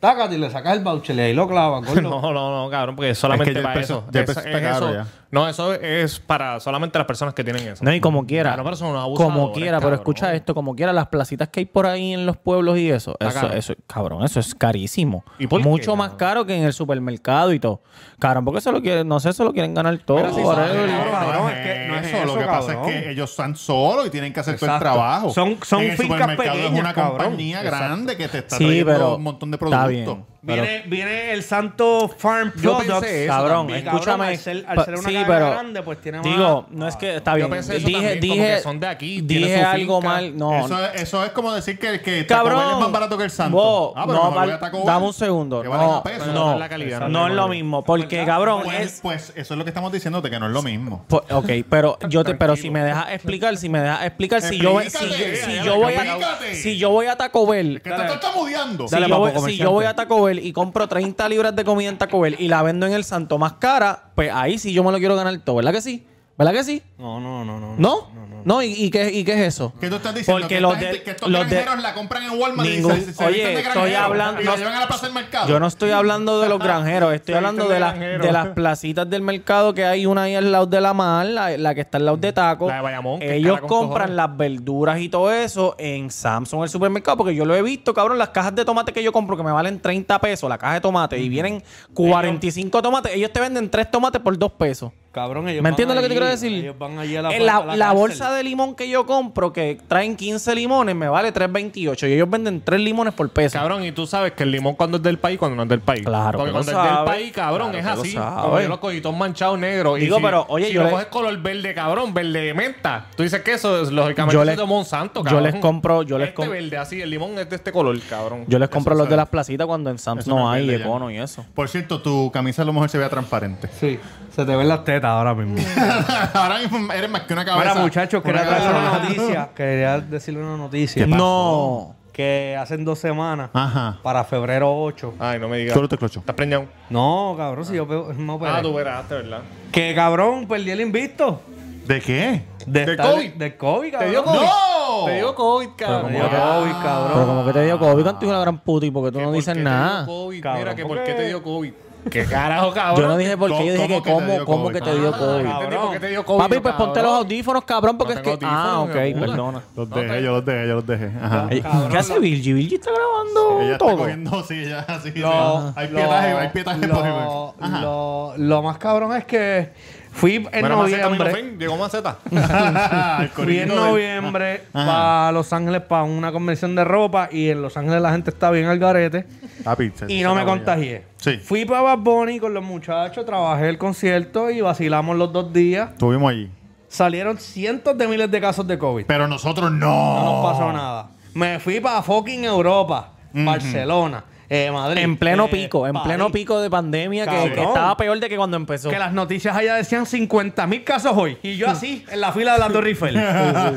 Speaker 2: Tácate y le sacas el voucher y ahí lo clavas,
Speaker 3: [laughs]
Speaker 2: gordo.
Speaker 5: [laughs] No, no, no, cabrón, porque es solamente
Speaker 1: ya el
Speaker 5: para
Speaker 1: peso-
Speaker 5: eso.
Speaker 1: ya el
Speaker 5: Eso-
Speaker 1: peso
Speaker 5: es
Speaker 1: está caro
Speaker 5: eso.
Speaker 1: ya.
Speaker 5: No, eso es para solamente las personas que tienen eso.
Speaker 3: No, y como quiera.
Speaker 5: Claro, pero son unos abusadores,
Speaker 3: como quiera, pero
Speaker 5: cabrón.
Speaker 3: escucha esto, como quiera, las placitas que hay por ahí en los pueblos y eso. Eso,
Speaker 5: caro.
Speaker 3: eso, cabrón, eso es carísimo.
Speaker 5: ¿Y por qué,
Speaker 3: Mucho
Speaker 5: cabrón?
Speaker 3: más caro que en el supermercado y todo. Cabrón, porque eso lo quieren, no sé, eso lo quieren ganar todo.
Speaker 5: Pero si son
Speaker 3: whatever.
Speaker 5: de-
Speaker 2: cabrón, es que no es eso,
Speaker 1: Lo que pasa
Speaker 2: cabrón.
Speaker 1: es que ellos están solos y tienen que hacer todo el
Speaker 2: Exacto.
Speaker 1: trabajo.
Speaker 2: Son- son
Speaker 1: En el
Speaker 2: fincas
Speaker 1: supermercado es
Speaker 2: pequeñas,
Speaker 1: una
Speaker 2: cabrón.
Speaker 1: compañía
Speaker 2: Exacto.
Speaker 1: grande que te está
Speaker 3: Sí,
Speaker 1: trayendo
Speaker 3: pero
Speaker 1: un montón de
Speaker 3: está
Speaker 1: productos.
Speaker 3: bien.
Speaker 2: Viene, viene el santo Farm
Speaker 5: Yo
Speaker 2: Products.
Speaker 5: pensé eso
Speaker 3: Cabrón,
Speaker 5: también,
Speaker 3: escúchame.
Speaker 2: al ser, al
Speaker 3: pa-
Speaker 2: ser una
Speaker 3: sí,
Speaker 2: cadena
Speaker 3: pero
Speaker 2: grande, pues tiene más...
Speaker 3: digo, no es que está bien.
Speaker 5: Ah, pensé eso
Speaker 3: dije,
Speaker 5: también, como
Speaker 3: dije,
Speaker 5: que son de aquí, tienen
Speaker 3: dije
Speaker 5: su
Speaker 3: algo
Speaker 5: finca.
Speaker 3: mal. No,
Speaker 1: Eso, es, eso es como decir que, que Taco Bell
Speaker 3: cabrón.
Speaker 1: Este es más barato que el Santo. Ah,
Speaker 3: Vos,
Speaker 1: pero
Speaker 3: no,
Speaker 1: me voy
Speaker 3: val-
Speaker 1: a Taco Bell,
Speaker 3: dame un segundo.
Speaker 1: que
Speaker 3: No,
Speaker 1: valen a peso.
Speaker 3: no,
Speaker 5: la calidad, no
Speaker 3: no
Speaker 5: vale
Speaker 3: es lo
Speaker 5: la
Speaker 3: mismo, porque cabrón,
Speaker 1: Pues,
Speaker 3: es
Speaker 1: pues eso es lo que estamos diciéndote, que no es lo mismo.
Speaker 3: Po- ok, pero yo te, pero si me dejas explicar, si me dejas explicar, si yo, si,
Speaker 1: Explícate,
Speaker 3: yo- si
Speaker 1: dale,
Speaker 3: yo voy a,
Speaker 1: explícate.
Speaker 3: si yo voy a Taco Bell,
Speaker 1: Que te estás mudeando.
Speaker 3: si, yo voy, si yo voy a Taco Bell y compro 30 libras de comida en Taco Bell y la vendo en el Santo más cara, pues ahí sí yo me lo quiero ganar todo, ¿verdad que sí? ¿Verdad que sí?
Speaker 2: No, no, no, no.
Speaker 3: ¿No, no, ¿y, y qué, y qué es eso?
Speaker 1: ¿Qué tú estás diciendo?
Speaker 3: Porque
Speaker 1: que,
Speaker 3: los
Speaker 1: esta
Speaker 3: del-
Speaker 1: gente- que estos
Speaker 3: los de-
Speaker 1: granjeros la compran en Walmart
Speaker 3: Ningún-
Speaker 1: y se, se- se
Speaker 3: Oye,
Speaker 1: visten de
Speaker 3: estoy
Speaker 1: granjero
Speaker 3: hablando-
Speaker 1: y
Speaker 3: no-
Speaker 1: la llevan a la plaza del mercado.
Speaker 3: Yo no estoy hablando de los granjeros, estoy hablando de,
Speaker 5: de
Speaker 3: las-
Speaker 5: granjero.
Speaker 3: de las placitas del mercado que hay una ahí al lado de la mar, la, la que está al lado de Taco.
Speaker 5: La de Bayamón, que es
Speaker 3: Ellos
Speaker 5: cara con
Speaker 3: compran
Speaker 5: cojones.
Speaker 3: las verduras y todo eso en Samsung, el supermercado, porque yo lo he visto, cabrón, las cajas de tomate que yo compro que me valen 30 pesos, la caja de tomate, y vienen 45 tomates, ellos te venden 3 tomates por 2 pesos.
Speaker 2: Cabrón, ellos
Speaker 3: ¿Me
Speaker 2: van
Speaker 3: entiendes lo que te
Speaker 2: allí,
Speaker 3: quiero decir?
Speaker 2: ellos van allí a la
Speaker 3: En la,
Speaker 2: puerta de la
Speaker 3: la
Speaker 2: cárcel.
Speaker 3: bolsa de limón que yo compro, que traen 15 limones, me vale 3.28 y ellos venden 3 limones por peso.
Speaker 5: Cabrón, y tú sabes que el limón cuando es del país, cuando no es del país.
Speaker 3: Claro
Speaker 5: Porque
Speaker 3: que
Speaker 5: cuando
Speaker 3: lo
Speaker 5: es del
Speaker 3: sabe.
Speaker 5: país, cabrón,
Speaker 3: Claro
Speaker 5: es
Speaker 3: que lo
Speaker 5: así.
Speaker 3: sabe.
Speaker 5: Como yo los cojitos manchados negros.
Speaker 3: Digo,
Speaker 5: y si,
Speaker 3: pero, oye,
Speaker 5: si
Speaker 3: yo
Speaker 5: lo
Speaker 3: le-
Speaker 5: coges color verde, cabrón, verde de menta. Tú dices que eso es lógicamente
Speaker 3: Yo
Speaker 5: eso
Speaker 3: le-
Speaker 5: es de Monsanto,
Speaker 3: yo
Speaker 5: cabrón.
Speaker 3: les compro- yo les
Speaker 5: Este
Speaker 3: com-
Speaker 5: verde así, el limón es de este color, cabrón.
Speaker 3: Yo les compro
Speaker 5: Eso
Speaker 3: los de
Speaker 5: sabe.
Speaker 3: las placitas cuando en Sam's
Speaker 1: Eso
Speaker 3: no
Speaker 1: no es
Speaker 3: hay
Speaker 1: verde ya.
Speaker 3: econo y eso.
Speaker 1: Por cierto, tu camisa a lo mejor se vea transparente.
Speaker 2: Sí, se te ven las tetas ahora mismo.
Speaker 1: [laughs] Ahora mismo eres más que una cabeza.
Speaker 2: Mira, muchachos,
Speaker 1: Una
Speaker 2: quería traer
Speaker 1: cabeza.
Speaker 2: una
Speaker 3: [laughs]
Speaker 2: noticia. Quería decirle una noticia.
Speaker 3: No.
Speaker 2: Que hace dos semanas,
Speaker 3: Ah.
Speaker 1: Ajá.
Speaker 2: para febrero 8.
Speaker 5: Ay, no me digas.
Speaker 1: Solo te clocho.
Speaker 5: ¿Estás preñado?
Speaker 2: No, cabrón, si yo pe- me operé.
Speaker 5: Ah, tú verás, de verdad.
Speaker 2: Que cabrón, perdí el invicto.
Speaker 1: ¿De qué?
Speaker 2: De
Speaker 5: ¿Del
Speaker 2: estar-
Speaker 5: COVID?
Speaker 2: Del COVID, cabrón.
Speaker 5: Te dio COVID.
Speaker 1: ¡No!
Speaker 5: Te dio COVID,
Speaker 2: Me
Speaker 5: cabrón.
Speaker 2: dio COVID,
Speaker 3: Pero
Speaker 2: cabrón.
Speaker 3: como que te dio COVID, contigo la gran puta y porque tú
Speaker 5: Que
Speaker 3: no
Speaker 5: por
Speaker 3: dices
Speaker 5: qué te
Speaker 3: nada.
Speaker 5: dio COVID.
Speaker 2: Cabrón,
Speaker 5: Mira, que por
Speaker 2: ¿por
Speaker 5: qué
Speaker 2: qué?
Speaker 5: te dio COVID. ¿Qué carajo, cabrón?
Speaker 3: Yo no dije por qué, yo dije
Speaker 1: ¿Cómo
Speaker 3: que
Speaker 1: que te dio
Speaker 3: cómo, cómo
Speaker 1: COVID?
Speaker 3: que te dio
Speaker 5: Ah,
Speaker 3: COVID.
Speaker 5: entendí por qué te dio COVID,
Speaker 3: Papi, pues ponte los
Speaker 5: cabrón.
Speaker 3: audífonos, cabrón, porque
Speaker 5: No
Speaker 3: es que.
Speaker 5: tengo
Speaker 3: Ah, ok,
Speaker 5: audífonos, hijo de puta.
Speaker 3: perdona.
Speaker 1: Los dejé, yo los dejé, yo los dejé. Ajá.
Speaker 3: Ey, ¿Qué hace Virgi? Virgi está grabando
Speaker 1: Ella está
Speaker 3: todo.
Speaker 1: cogiendo, sí, ella así. sí.
Speaker 2: Lo-
Speaker 1: Hay
Speaker 2: lo-
Speaker 1: pietaje, hay pietaje
Speaker 2: lo-
Speaker 1: por ejemplo. Ajá.
Speaker 2: lo- Lo más cabrón es que fui en
Speaker 5: Mira, Maceta, mismo
Speaker 2: noviembre.
Speaker 5: fin, Llegó Maceta.
Speaker 1: [laughs] El
Speaker 2: Fui en
Speaker 1: corillito del-
Speaker 2: noviembre
Speaker 1: Ajá.
Speaker 2: para Los Ángeles para una convención de ropa y en Los Ángeles la gente está bien al garete
Speaker 1: Papi, se-
Speaker 2: y
Speaker 1: se
Speaker 2: no me
Speaker 1: acabó ya.
Speaker 2: contagié.
Speaker 1: Sí.
Speaker 2: Fui para Bad Bunny con los muchachos, trabajé el concierto y vacilamos los dos días.
Speaker 1: Estuvimos allí.
Speaker 2: Salieron cientos de miles de casos de COVID.
Speaker 1: Pero nosotros no.
Speaker 2: No nos pasó nada. Me fui para fucking Europa, Barcelona, eh, Madrid.
Speaker 3: En pleno
Speaker 2: eh,
Speaker 3: pico, en
Speaker 2: París.
Speaker 3: pleno pico de pandemia que, que
Speaker 2: Cabrón.
Speaker 3: estaba peor de que cuando empezó.
Speaker 2: Que las noticias allá decían 50 mil casos hoy. Y yo así, en la fila de la Torre
Speaker 3: [laughs]
Speaker 2: Eiffel.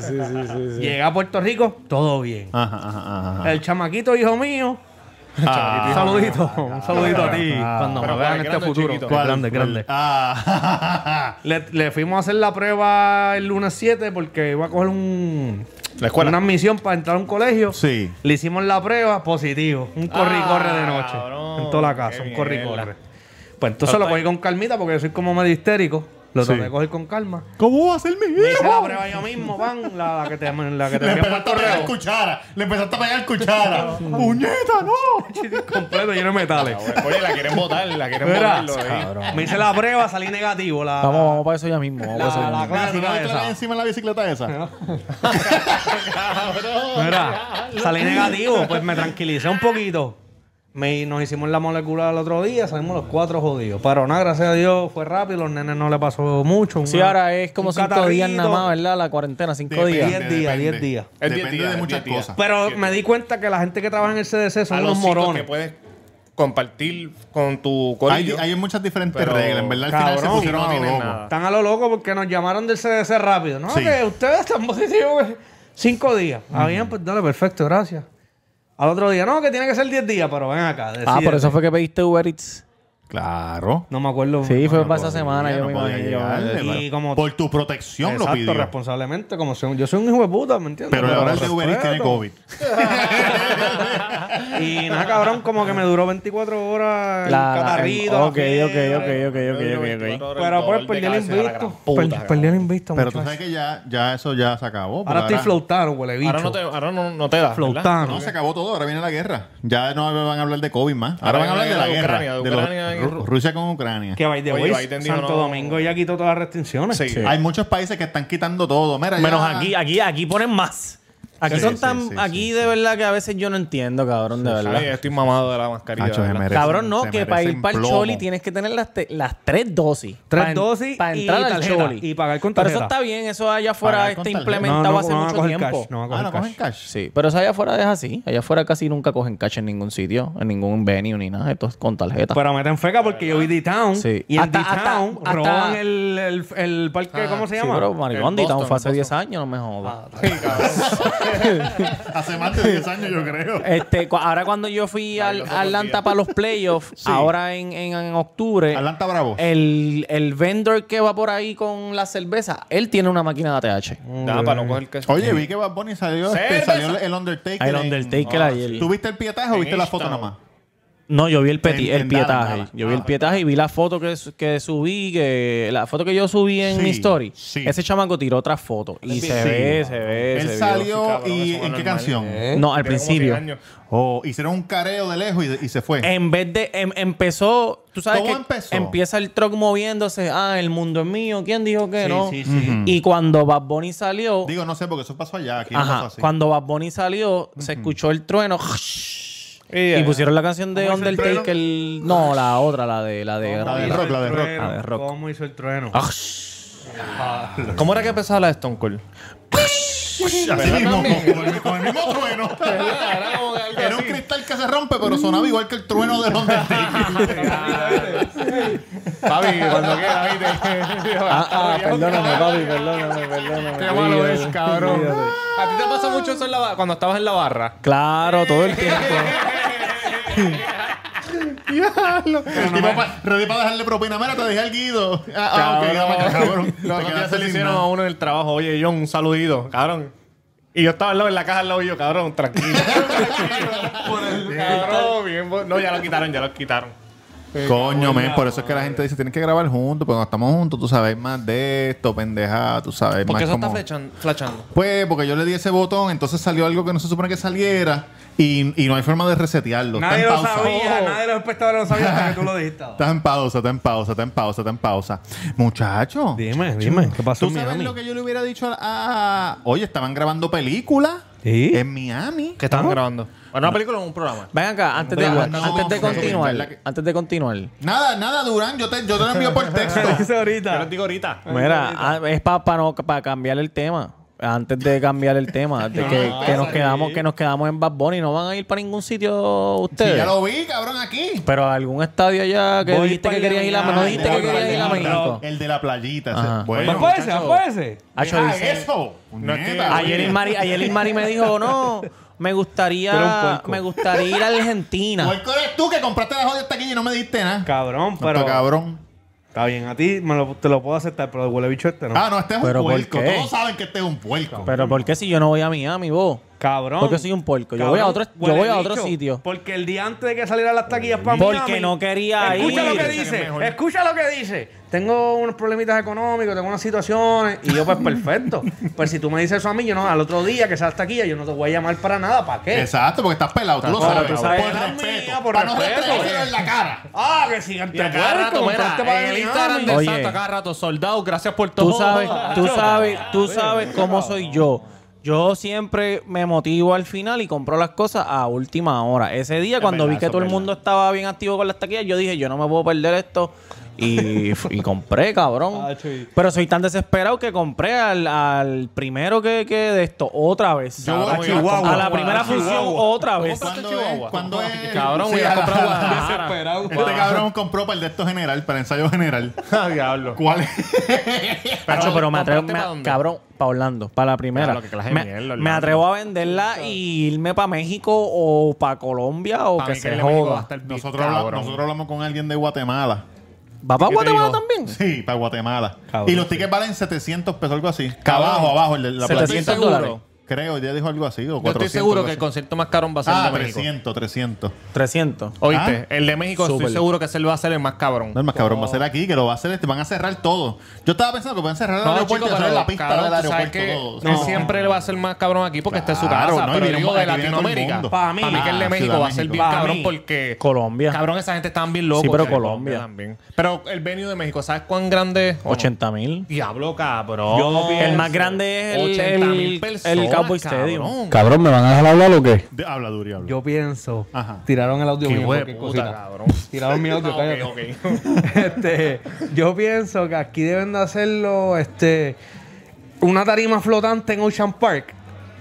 Speaker 2: Llegué a Puerto Rico, todo bien.
Speaker 1: Ajá, ajá, ajá,
Speaker 3: Ah.
Speaker 1: ajá.
Speaker 2: El chamaquito, hijo mío. un saludito, un saludito a ti.
Speaker 3: Ah.
Speaker 2: cuando
Speaker 5: Pero
Speaker 2: me vean
Speaker 5: ¿cuál,
Speaker 2: este
Speaker 5: grande o
Speaker 2: futuro.
Speaker 5: chiquito?
Speaker 1: ¿Cuál?
Speaker 2: Grande, grande.
Speaker 1: Ah, [laughs]
Speaker 2: Le, le fuimos a hacer la prueba el lunes 7 porque iba a coger un,
Speaker 5: La escuela.
Speaker 2: una admisión para entrar a un colegio.
Speaker 1: Sí.
Speaker 2: Le hicimos la prueba, positivo. Un corre y corre de noche.
Speaker 5: Ah, cabrón,
Speaker 2: en toda la casa,
Speaker 5: qué
Speaker 2: un corre y
Speaker 5: mierda.
Speaker 2: corre. Pues entonces lo cogí con calmita porque yo soy como medio histérico. Lo
Speaker 1: Sí.
Speaker 2: traté de coger con calma.
Speaker 1: ¿Cómo va a ser mi
Speaker 2: Me hice la
Speaker 1: vida?
Speaker 2: prueba yo mismo, van, la, la que te la
Speaker 1: [laughs]
Speaker 2: que te
Speaker 1: Le
Speaker 2: envié
Speaker 1: empezaste a
Speaker 2: por
Speaker 1: pegar
Speaker 2: correo.
Speaker 1: cuchara. Le empezaste a pegar
Speaker 2: [laughs]
Speaker 1: cuchara. ¡Puñeta, no!
Speaker 2: Completo, lleno de metales.
Speaker 5: pues, Oye, la quieren botar, la quieren
Speaker 2: Mira,
Speaker 5: botar. lo de ahí.
Speaker 2: me hice la prueba, salí negativo. La,
Speaker 3: Vamos, vamos para eso ya mismo. vamos para eso ya
Speaker 2: la-
Speaker 3: mismo.
Speaker 2: la
Speaker 1: Mira, ¿tú no
Speaker 2: clásica
Speaker 1: le traes
Speaker 2: Ah, esa.
Speaker 1: encima la bicicleta esa?
Speaker 2: Mira, salí negativo, pues me tranquilicé un poquito. Me- nos hicimos la molecular el otro día, salimos los cuatro jodidos. Pero nada, gracias a Dios fue rápido, los nenes no le pasó mucho.
Speaker 3: Sí,
Speaker 2: una-
Speaker 3: ahora es como
Speaker 2: un
Speaker 3: cinco días nada
Speaker 2: catarrito.
Speaker 3: más, ¿verdad? La cuarentena, cinco
Speaker 1: Depende,
Speaker 3: días.
Speaker 2: Diez días,
Speaker 1: depende.
Speaker 2: diez días.
Speaker 5: Es diez
Speaker 1: Depende
Speaker 5: días,
Speaker 1: de
Speaker 5: es
Speaker 1: muchas
Speaker 5: diez días.
Speaker 1: cosas.
Speaker 2: Pero me di cuenta que la gente que trabaja en el CDC son
Speaker 5: a
Speaker 2: unos
Speaker 5: los sitios
Speaker 2: morones.
Speaker 5: que puedes compartir con tu
Speaker 1: Hay,
Speaker 5: corillo.
Speaker 1: hay muchas diferentes
Speaker 5: Pero,
Speaker 1: reglas. En verdad, al final
Speaker 2: cabrón,
Speaker 1: se pusieron
Speaker 5: no
Speaker 1: a lo
Speaker 5: tienen
Speaker 1: loco.
Speaker 5: nada.
Speaker 2: Están a lo loco porque nos llamaron del CDC rápido. No,
Speaker 1: Sí.
Speaker 2: que ustedes están positivos eh, cinco días. Ah, bien, pues dale, perfecto, gracias. Al otro día, no, que tiene que ser diez días, pero ven acá.
Speaker 3: Ah, por
Speaker 2: decídete.
Speaker 3: eso fue que pediste Uber Eats.
Speaker 1: Claro.
Speaker 2: No me acuerdo.
Speaker 3: Sí, fue
Speaker 1: No
Speaker 3: para esa
Speaker 1: podía,
Speaker 3: semana, yo
Speaker 1: no
Speaker 3: me
Speaker 1: podía
Speaker 3: imagino.
Speaker 1: llegarle,
Speaker 2: Y
Speaker 1: pero
Speaker 2: como-
Speaker 1: Por tu protección
Speaker 2: Exacto,
Speaker 1: lo pidió.
Speaker 2: responsablemente, como soy, yo soy un hijo de puta, ¿me entiendes?
Speaker 1: Pero ahora el de
Speaker 2: respeto.
Speaker 1: Uber Eats tiene COVID.
Speaker 2: Y nada, cabrón, como que me duró 24 horas el
Speaker 3: La- la-
Speaker 2: catarrito. la
Speaker 3: ok,
Speaker 2: fiebre.
Speaker 3: ok,
Speaker 5: eh,
Speaker 3: ok, ok, ok, ok.
Speaker 2: Pero pues perdí el invisto. Per- Perdí el invisto,
Speaker 1: Pero tú
Speaker 2: muchacho.
Speaker 1: sabes que ya, ya eso ya se acabó. pues porque
Speaker 2: Ahora estoy flotando, huele bicho.
Speaker 5: Ahora no te, ahora no, no te da. ¿verdad?
Speaker 3: Ah,
Speaker 2: Flotando.
Speaker 1: No, se acabó todo. Ahora viene la guerra. Ya no van a hablar de COVID más. Ahora,
Speaker 5: Ahora
Speaker 1: van a hablar de la
Speaker 5: de
Speaker 1: guerra.
Speaker 5: Ucrania, de
Speaker 1: de los-
Speaker 5: Ucrania y
Speaker 1: Ru-
Speaker 5: Ru-
Speaker 1: Rusia con Ucrania.
Speaker 2: Que by the
Speaker 5: Oye,
Speaker 2: way,
Speaker 5: Biden dijo
Speaker 2: Santo
Speaker 5: no.
Speaker 2: Domingo ya quitó todas las restricciones.
Speaker 5: Sí.
Speaker 1: Hay muchos países que están quitando todo. Mira, ya-
Speaker 3: Menos aquí, ah, aquí, aquí ponen más. Aquí
Speaker 1: Sí,
Speaker 3: son
Speaker 1: sí,
Speaker 3: tan,
Speaker 1: sí,
Speaker 3: aquí
Speaker 1: sí,
Speaker 3: de verdad que a veces yo no entiendo, cabrón, de verdad.
Speaker 5: Pues, Ay, estoy mamado de la mascarilla.
Speaker 1: Hacho,
Speaker 5: ¿verdad?
Speaker 1: se merece.
Speaker 3: Cabrón, no,
Speaker 1: se
Speaker 3: que para ir
Speaker 1: merecen
Speaker 3: para el
Speaker 1: plomo.
Speaker 3: Choli tienes que tener las, te- las tres dosis.
Speaker 2: Tres
Speaker 3: Pa en-
Speaker 2: dosis
Speaker 3: pa
Speaker 2: y
Speaker 3: entrar al
Speaker 2: tarjeta,
Speaker 3: Choli.
Speaker 2: y pagar con
Speaker 3: Pero eso
Speaker 2: tarjeta.
Speaker 3: está bien, eso allá afuera
Speaker 1: Pagar con
Speaker 3: está
Speaker 1: tarjeta.
Speaker 3: implementado
Speaker 2: No, no,
Speaker 3: hace
Speaker 2: no van a
Speaker 3: mucho
Speaker 2: coger
Speaker 3: tiempo.
Speaker 2: cash, no van a
Speaker 1: Ah,
Speaker 2: coger
Speaker 1: no cogen
Speaker 2: cash.
Speaker 1: cash.
Speaker 3: Sí, pero eso allá afuera es así. Allá afuera casi nunca cogen cash en ningún sitio, en ningún venue ni nada. Esto es con tarjeta.
Speaker 2: Pero meten feca porque yo vi D-Town.
Speaker 3: Sí.
Speaker 2: Y en
Speaker 3: Hasta- hasta-
Speaker 2: D-Town
Speaker 3: hasta-
Speaker 2: roban el, el, el parque,
Speaker 5: Ah,
Speaker 2: ¿cómo se
Speaker 3: sí,
Speaker 2: llama?
Speaker 3: pero
Speaker 5: En
Speaker 3: maricón, Ditown
Speaker 5: Boston,
Speaker 3: fue hace
Speaker 5: en
Speaker 3: 10 años, no me jodas.
Speaker 5: Sí, cabrón.
Speaker 1: Hace más de 10 años, yo creo.
Speaker 3: Este, cu- ahora cuando yo fui
Speaker 5: Ay,
Speaker 3: al-
Speaker 5: lo sé por
Speaker 3: a Atlanta
Speaker 5: día.
Speaker 3: para los
Speaker 5: [laughs]
Speaker 3: playoffs, ahora en, en- en octubre,
Speaker 1: Atlanta Bravo.
Speaker 3: eh, el, el vendor que va por ahí con la cerveza, él tiene una máquina de ATH.
Speaker 5: Nada, para no coger cash.
Speaker 1: Oye, vi que Bad Bunny salió, este,
Speaker 5: Cerveza.
Speaker 1: salió el Undertaker.
Speaker 3: eh,
Speaker 1: en-
Speaker 3: El
Speaker 1: Ah,
Speaker 3: Undertaker ayer.
Speaker 1: ¿Tú viste el pietaje o
Speaker 5: En
Speaker 1: viste la foto
Speaker 5: Instagram.
Speaker 1: nomás?
Speaker 3: No, yo vi el, peti-
Speaker 1: En-
Speaker 3: el
Speaker 1: en
Speaker 3: pietaje.
Speaker 1: Dallas, Dallas.
Speaker 3: Yo vi
Speaker 1: Ah,
Speaker 3: el pietaje y vi la foto que, su- que subí, que la foto que yo subí en
Speaker 1: Sí,
Speaker 3: mi story.
Speaker 1: sí.
Speaker 3: Ese chamaco tiró otra foto. Y se
Speaker 1: Sí.
Speaker 3: ve, se ve. se
Speaker 1: Él
Speaker 3: vio.
Speaker 1: salió
Speaker 5: cabrón,
Speaker 1: y
Speaker 5: eso no
Speaker 1: ¿en qué
Speaker 5: es normal. eh.
Speaker 1: canción?
Speaker 3: No, al
Speaker 5: Tiene como
Speaker 3: principio.
Speaker 5: 10 años.
Speaker 1: Oh, hicieron un careo de lejos y, y se fue.
Speaker 3: En vez de. em- empezó. Tú sabes
Speaker 1: ¿Cómo
Speaker 3: que
Speaker 1: empezó?
Speaker 3: empieza el truck moviéndose. Ah, el mundo es mío. ¿Quién dijo que
Speaker 2: Sí,
Speaker 3: no?
Speaker 2: sí, sí.
Speaker 1: Ujú.
Speaker 3: Y cuando Bad Bunny salió.
Speaker 1: Digo, no sé, porque eso pasó allá. Aquí no
Speaker 3: ajá,
Speaker 1: pasó así.
Speaker 3: cuando Bad Bunny salió, se escuchó el trueno. [laughs]
Speaker 5: Y
Speaker 3: Y pusieron la canción de
Speaker 2: eh. ¿Cómo es el
Speaker 3: Undertaker. No, la otra, la de. La de.
Speaker 1: La del rock, la del rock.
Speaker 3: La del rock.
Speaker 2: ¿Cómo hizo el trueno?
Speaker 5: ¿Cómo era que empezaba la de Stone Cold?
Speaker 1: Así mismo, con el, con el mismo [laughs] trueno.
Speaker 5: Era como que algo
Speaker 1: Era un
Speaker 5: así.
Speaker 1: cristal que se rompe, pero sonaba igual que el trueno de [laughs] Undertaker.
Speaker 5: Papi, cuando quiera, [laughs] ¿viste?
Speaker 3: Ah, ah, perdóname, papi, perdóname, perdóname.
Speaker 5: Qué malo es,
Speaker 3: Olvídate,
Speaker 5: cabrón.
Speaker 3: olvídate.
Speaker 5: ¿A ti te pasa mucho eso en la ba- cuando estabas en la barra?
Speaker 3: Claro, todo el tiempo.
Speaker 1: Ah, El tipo pa- ready para dejarle propina. Mira, te dejé el guido. Ah, ah, ok, dame acá, cabrón. Te
Speaker 5: Los otros días
Speaker 1: quedaste
Speaker 5: se le
Speaker 1: sin
Speaker 5: hicieron
Speaker 1: nada.
Speaker 5: a uno en el trabajo. Oye, John, un saludito, cabrón. Y yo estaba al lado en la caja al lado y yo, cabrón,
Speaker 1: [laughs]
Speaker 5: tranquilo. Por el- cabrón, bien bo- No, ya lo quitaron, ya lo quitaron.
Speaker 1: Coño, men, por eso es que la gente dice, tienen que grabar juntos, pero cuando estamos juntos, tú sabes más de esto, pendejada, tú sabes más como-
Speaker 5: flachando.
Speaker 1: Pues, porque yo le di ese botón, entonces salió algo que no se supone que saliera y, y no hay forma de resetearlo.
Speaker 2: Nadie
Speaker 1: está
Speaker 2: lo
Speaker 1: en pausa.
Speaker 2: sabía, nadie de los espectadores lo sabía hasta que tú lo dijiste. ahora.
Speaker 1: Está en pausa, está en pausa, está en pausa, está en pausa. Muchacho.
Speaker 2: [laughs] Dime, dime, ¿qué
Speaker 1: ¿Tú
Speaker 2: pasó en
Speaker 1: sabes
Speaker 2: Miami?
Speaker 1: lo que yo le hubiera dicho a, a- Oye, estaban grabando películas [laughs]
Speaker 2: Sí.
Speaker 1: en Miami.
Speaker 5: ¿Qué estaban grabando? Bueno, una película o un programa.
Speaker 3: Ven acá, antes de,
Speaker 1: No, no,
Speaker 3: antes de
Speaker 1: no, no, no,
Speaker 3: continuar,
Speaker 1: no.
Speaker 3: antes de continuar.
Speaker 1: Nada, nada, Durán, yo te, yo te lo envío por texto.
Speaker 3: [laughs]
Speaker 2: Dice
Speaker 5: Yo
Speaker 2: ahorita.
Speaker 5: les digo ahorita.
Speaker 3: Mira, ah, es para no, pa cambiar el tema. Antes de cambiar el tema,
Speaker 1: Ah,
Speaker 3: de que, que nos quedamos, que nos quedamos en Bad Bunny, no van a ir para ningún sitio
Speaker 1: Sí,
Speaker 3: ustedes.
Speaker 1: ya lo vi, cabrón, aquí.
Speaker 3: Pero a algún estadio allá que
Speaker 2: Voy
Speaker 3: dijiste
Speaker 2: para
Speaker 3: que querías ir a
Speaker 2: allá,
Speaker 3: no dijiste que
Speaker 2: voy para
Speaker 3: querías ir a
Speaker 2: allá.
Speaker 3: México. Pues
Speaker 1: El de la playita. ese.
Speaker 3: Ajá.
Speaker 1: Bueno,
Speaker 2: ¿Vas para ese? ¿Vas para ese?
Speaker 3: Hacho,
Speaker 1: deja
Speaker 3: dice-
Speaker 1: eso.
Speaker 5: No es que-
Speaker 1: puñeta,
Speaker 3: Ayer
Speaker 1: oye.
Speaker 3: Ismari, ayer Ismari me dijo, no, me
Speaker 5: Tú eres un
Speaker 3: gustaría,
Speaker 5: puerco.
Speaker 3: me gustaría ir a Argentina.
Speaker 1: Puerco eres tú que compraste la jodida taquilla y no me diste nada.
Speaker 2: Cabrón,
Speaker 1: Tanto
Speaker 2: pero.
Speaker 1: cabrón.
Speaker 2: Está bien, a ti me lo- te lo puedo aceptar, pero el huele bicho este no.
Speaker 1: Ah, no, este es un
Speaker 3: ¿Pero por
Speaker 1: puerco.
Speaker 3: qué?
Speaker 1: Todos saben que este es un puerco.
Speaker 3: Pero ¿por qué si yo no voy a Miami, vos?
Speaker 2: Cabrón.
Speaker 3: Porque soy un puerco. Yo voy a otro- yo
Speaker 2: huele
Speaker 3: voy a otro
Speaker 2: bicho.
Speaker 3: sitio.
Speaker 2: Porque el día antes de que saliera las taquillas para
Speaker 3: Porque no
Speaker 2: escucha
Speaker 3: quería ir.
Speaker 2: Escucha lo que
Speaker 5: Piensa que es mejor.
Speaker 2: dice. Escucha lo que dice. Tengo unos problemitas económicos, tengo unas situaciones. Y yo, pues, perfecto. pues si tú me dices eso a mí, yo no, al otro día que seas taquilla, yo no te voy a llamar para nada. ¿Para qué?
Speaker 1: Exacto, porque estás pelado, tú lo
Speaker 3: Pero
Speaker 1: sabes.
Speaker 3: tú sabes-
Speaker 1: Por
Speaker 2: Mía,
Speaker 1: respeto.
Speaker 2: por
Speaker 1: para no
Speaker 2: respeto.
Speaker 1: restregárselo en la cara.
Speaker 2: Ah, que si te
Speaker 5: Y a cada rato, mira,
Speaker 2: compraste para
Speaker 5: en el
Speaker 2: Miami.
Speaker 5: Instagram de
Speaker 3: Oye.
Speaker 5: Santo, a cada rato, soldado, gracias por todo. Ah,
Speaker 3: Tú sabes, tú sabes, tú sabes cómo soy yo. Yo siempre me motivo al final y compro las cosas a última hora. Ese día, cuando
Speaker 5: verdad,
Speaker 3: vi que
Speaker 5: eso
Speaker 3: todo el
Speaker 5: es
Speaker 3: mundo estaba bien activo con las taquillas, yo dije, yo no me puedo perder esto. Y, y compré, cabrón.
Speaker 2: Ah, sí.
Speaker 3: Pero soy tan desesperado que compré al, al primero que, que de esto otra vez.
Speaker 1: Yo voy
Speaker 3: a,
Speaker 1: a Chihuahua.
Speaker 3: la primera función otra vez.
Speaker 1: ¿Cuándo
Speaker 5: Chihuahua?
Speaker 1: es? ¿Cuándo es?
Speaker 5: Cabrón, voy
Speaker 1: Sí, [laughs]
Speaker 5: a comprar Guadalajara.
Speaker 2: Desesperado.
Speaker 1: Este cabrón compró para el de esto general, para el ensayo [laughs] general.
Speaker 5: Ah, diablo.
Speaker 1: ¿Cuál es?
Speaker 3: Tacho, pero me atrevo,
Speaker 5: ¿Compraste
Speaker 3: me-
Speaker 5: pa' dónde?
Speaker 3: cabrón, para Orlando, para la primera.
Speaker 5: Claro, que clase de
Speaker 3: me,
Speaker 5: mierda, Orlando.
Speaker 3: me atrevo a venderla y irme para México o para Colombia o
Speaker 5: Pa'
Speaker 3: que
Speaker 5: mí
Speaker 3: se
Speaker 5: le digo
Speaker 3: joda.
Speaker 5: hasta el bien,
Speaker 1: Nosotros, habla-
Speaker 5: cabrón.
Speaker 1: nosotros hablamos con alguien de Guatemala.
Speaker 3: ¿Va para
Speaker 5: ¿Qué te
Speaker 3: Guatemala
Speaker 5: digo?
Speaker 3: también?
Speaker 1: Sí, para Guatemala.
Speaker 2: Cabrón,
Speaker 1: y los
Speaker 2: sí.
Speaker 1: tickets valen 700 pesos, algo así.
Speaker 5: Cabrón.
Speaker 1: Abajo, abajo, el de la plaza.
Speaker 3: 700
Speaker 5: Estoy seguro.
Speaker 3: dólares.
Speaker 1: Creo, ya dijo algo así. O
Speaker 5: Yo
Speaker 1: 400,
Speaker 5: estoy seguro
Speaker 1: algo
Speaker 5: que el
Speaker 1: así.
Speaker 5: concierto más caro va a ser
Speaker 1: Ah,
Speaker 5: el de México.
Speaker 1: 300, 300.
Speaker 3: 300.
Speaker 5: Oíste, el de México
Speaker 3: Súper.
Speaker 5: estoy seguro que ese va a ser el más cabrón.
Speaker 1: No, el más cabrón va a ser aquí, que lo va a hacer este. Van a cerrar todo. Yo estaba pensando que pueden cerrar el
Speaker 5: No,
Speaker 1: aeropuerto
Speaker 5: chico,
Speaker 1: y cerrar
Speaker 5: pero
Speaker 1: la pista
Speaker 5: cabrón,
Speaker 1: del
Speaker 5: tú sabes
Speaker 1: aeropuerto.
Speaker 5: que
Speaker 1: todo.
Speaker 5: él siempre le va a ser más cabrón aquí porque está en su
Speaker 1: Claro,
Speaker 5: casa.
Speaker 1: no, y
Speaker 5: pero
Speaker 1: viene-
Speaker 5: digo de
Speaker 1: aquí viene todo el
Speaker 5: Latinoamérica.
Speaker 1: mundo.
Speaker 5: Para mí,
Speaker 2: Pa'
Speaker 5: que el
Speaker 1: mí.
Speaker 5: de México va a ser bien
Speaker 1: Pa'
Speaker 5: cabrón
Speaker 2: mí.
Speaker 5: porque...
Speaker 3: Colombia.
Speaker 5: Cabrón, esa gente estaban bien locos.
Speaker 3: Sí, pero
Speaker 5: chico.
Speaker 3: Colombia.
Speaker 5: también. Pero el venue de México, ¿sabes cuán grande es? Oh,
Speaker 3: 80 mil.
Speaker 5: Diablo, cabrón.
Speaker 3: Yo pienso- El más grande es el-
Speaker 5: 80.000
Speaker 3: el-
Speaker 5: personas,
Speaker 3: el Cowboy Stadium.
Speaker 5: cabrón.
Speaker 6: Cabrón, ¿me van a dejar hablar o qué?
Speaker 1: De- habla, Duri, habla.
Speaker 2: Yo pienso.
Speaker 1: Ajá.
Speaker 2: Tiraron el audio
Speaker 5: Qué
Speaker 2: mío.
Speaker 5: hijo de
Speaker 2: cualquier
Speaker 5: puta,
Speaker 2: cosita.
Speaker 5: cabrón.
Speaker 2: [laughs] Tiraron mi audio,
Speaker 5: Ah,
Speaker 2: cállate.
Speaker 5: [laughs] ok, ok.
Speaker 2: [laughs] este, yo pienso que aquí deben de hacerlo este, una tarima flotante en Ocean Park.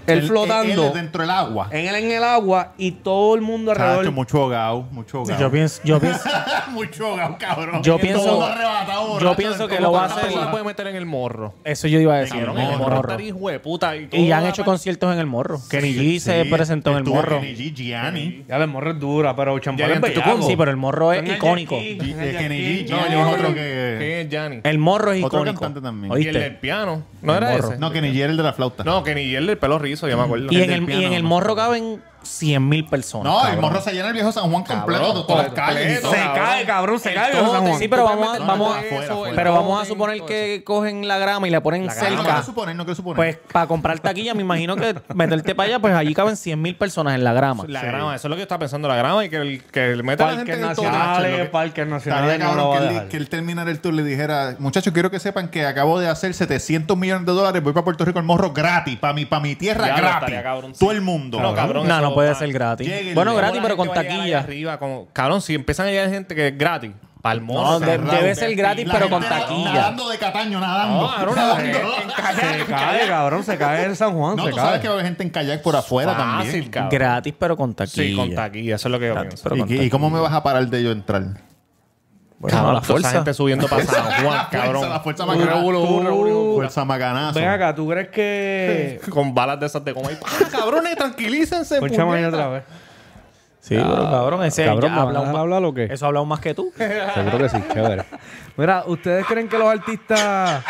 Speaker 2: Él
Speaker 1: Él-
Speaker 2: flotando.
Speaker 1: él es dentro del agua.
Speaker 2: en él en el agua y todo el mundo alrededor.
Speaker 1: Cacho, mucho hogao, mucho hogao.
Speaker 3: Yo pienso, yo
Speaker 5: [laughs]
Speaker 3: pienso,
Speaker 1: [laughs] mucho hogao, cabrón.
Speaker 3: yo
Speaker 1: Todo mundo
Speaker 3: pienso,
Speaker 1: arrebatado, borracho,
Speaker 3: yo pienso que
Speaker 1: como
Speaker 3: lo va a
Speaker 5: ¿Cuántas
Speaker 3: hacer.
Speaker 5: personas puede meter en el morro?
Speaker 3: Eso yo iba a decir.
Speaker 1: Cabrón,
Speaker 3: en el
Speaker 1: el
Speaker 3: morro.
Speaker 5: estar hijo de puta.
Speaker 3: Y
Speaker 5: Y,
Speaker 3: ya
Speaker 5: toda
Speaker 3: han
Speaker 5: la
Speaker 3: hecho
Speaker 5: parte-
Speaker 3: conciertos en el morro. Kenny G
Speaker 1: Sí,
Speaker 3: se presentó en el
Speaker 1: estuvo
Speaker 3: morro. Ah,
Speaker 1: Kenny G, Gianni.
Speaker 2: Ya la morra es dura, pero Ocean
Speaker 5: Ya
Speaker 2: Park es
Speaker 5: dentro de tu
Speaker 2: bellaco.
Speaker 3: Sí, pero el morro es
Speaker 2: Son el
Speaker 3: icónico.
Speaker 2: Yankee.
Speaker 1: G- eh, Kenny G,
Speaker 2: No,
Speaker 1: Gianni es
Speaker 5: yo me
Speaker 1: otro
Speaker 5: acuerdo
Speaker 1: que...
Speaker 5: ¿Quién es Gianni?
Speaker 3: El morro es
Speaker 1: Otro
Speaker 3: icónico.
Speaker 1: cantante también.
Speaker 5: Y el del
Speaker 3: Eh, ¿Oíste?
Speaker 5: piano. ¿No
Speaker 3: El
Speaker 5: era
Speaker 3: morro.
Speaker 5: ese?
Speaker 1: No, Kenny G era el de la flauta.
Speaker 5: No, que ni el del pelo rizo, ya me acuerdo.
Speaker 3: Y en
Speaker 1: del
Speaker 3: el, y
Speaker 1: piano,
Speaker 3: en el
Speaker 1: no.
Speaker 3: morro caben 100 mil personas.
Speaker 1: No, el
Speaker 3: cabrón. pues,
Speaker 1: morro se llena el viejo San Juan completo, todas las calles.
Speaker 5: completo.
Speaker 2: Se
Speaker 5: cabrón.
Speaker 2: cae, cabrón, se cae.
Speaker 3: Todo
Speaker 2: San Juan.
Speaker 3: te- sí, pero vamos, a-
Speaker 1: No, no,
Speaker 3: vamos,
Speaker 1: está afuera, afuera.
Speaker 3: pero vamos a suponer que cogen la grama y la ponen
Speaker 1: Ay, No
Speaker 3: cerca.
Speaker 1: quiero suponer, no quiero suponer.
Speaker 3: Pues para comprar taquilla, me imagino que meterte para allá, pues allí caben 100 mil personas en la grama.
Speaker 5: La grama, eso es lo que yo estaba pensando, la grama y que el que el meta a la gente
Speaker 2: Parques
Speaker 5: en el todo.
Speaker 3: Ah,
Speaker 2: nacionales,
Speaker 5: Lo que-
Speaker 2: parques
Speaker 1: Estaría
Speaker 2: nacionales no lo
Speaker 1: cabrón
Speaker 2: va a
Speaker 1: que él,
Speaker 2: dejar.
Speaker 1: di- que él terminara el tour le dijera, muchachos, quiero que sepan que acabo de hacer 700 millones de dólares, voy para Puerto Rico el morro gratis, para mi, para mi tierra
Speaker 5: Ya lo
Speaker 1: gratis.
Speaker 5: estaría, cabrón, sí.
Speaker 1: Todo el mundo.
Speaker 5: No, cabrón.
Speaker 3: no, no
Speaker 5: eso
Speaker 3: puede
Speaker 5: va.
Speaker 3: ser gratis.
Speaker 1: Lleguen,
Speaker 3: bueno,
Speaker 1: lleguen.
Speaker 3: gratis, pero
Speaker 5: ¿Cómo
Speaker 3: con
Speaker 5: la gente va a llegar
Speaker 3: taquilla.
Speaker 5: allá Arriba, como, cabrón, si empiezan a llegar gente que es gratis, pa'l
Speaker 3: No,
Speaker 5: mono.
Speaker 3: de-
Speaker 5: cerrado.
Speaker 3: debe ser gratis,
Speaker 1: La
Speaker 3: pero
Speaker 1: gente
Speaker 3: con taquilla.
Speaker 1: Nadando de Cataño, nadando.
Speaker 5: No, cabrón,
Speaker 1: nadando.
Speaker 5: en
Speaker 2: Se cae, cabrón, se cae en San Juan,
Speaker 1: No,
Speaker 2: se
Speaker 1: tú sabes
Speaker 2: cae.
Speaker 1: que va a haber gente en kayak por afuera
Speaker 5: Fácil,
Speaker 1: también.
Speaker 5: cabrón.
Speaker 3: Gratis, pero con taquilla.
Speaker 5: Sí, con taquilla, eso es lo que yo pienso.
Speaker 3: Pero
Speaker 1: ¿Y,
Speaker 3: con
Speaker 1: qué- y
Speaker 3: taquilla.
Speaker 1: cómo me vas a parar de yo entrar?
Speaker 3: Bueno, a la
Speaker 5: Toda esa
Speaker 3: fuerza.
Speaker 5: gente subiendo para
Speaker 3: [laughs]
Speaker 5: San Juan, cabrón.
Speaker 1: La fuerza
Speaker 2: Tú-
Speaker 1: macana.
Speaker 2: tú-
Speaker 1: Fuerza macanazo.
Speaker 2: Ven acá, ¿tú crees
Speaker 5: [laughs]
Speaker 2: que...
Speaker 5: Con balas de esas de coma y ¡Ah, cabrones, tranquilícense.
Speaker 2: Escúchame ahí
Speaker 5: puñeta!
Speaker 2: otra vez.
Speaker 3: Sí, pero Ah, cabrón, ese
Speaker 2: Cabrón,
Speaker 3: ya
Speaker 2: ¿me
Speaker 3: ha
Speaker 2: van a
Speaker 3: hablado
Speaker 2: dejar
Speaker 3: más-
Speaker 2: hablar o qué?
Speaker 3: Eso ha hablado más que tú.
Speaker 2: Seguro que sí, chévere. Mira, ¿ustedes creen que los artistas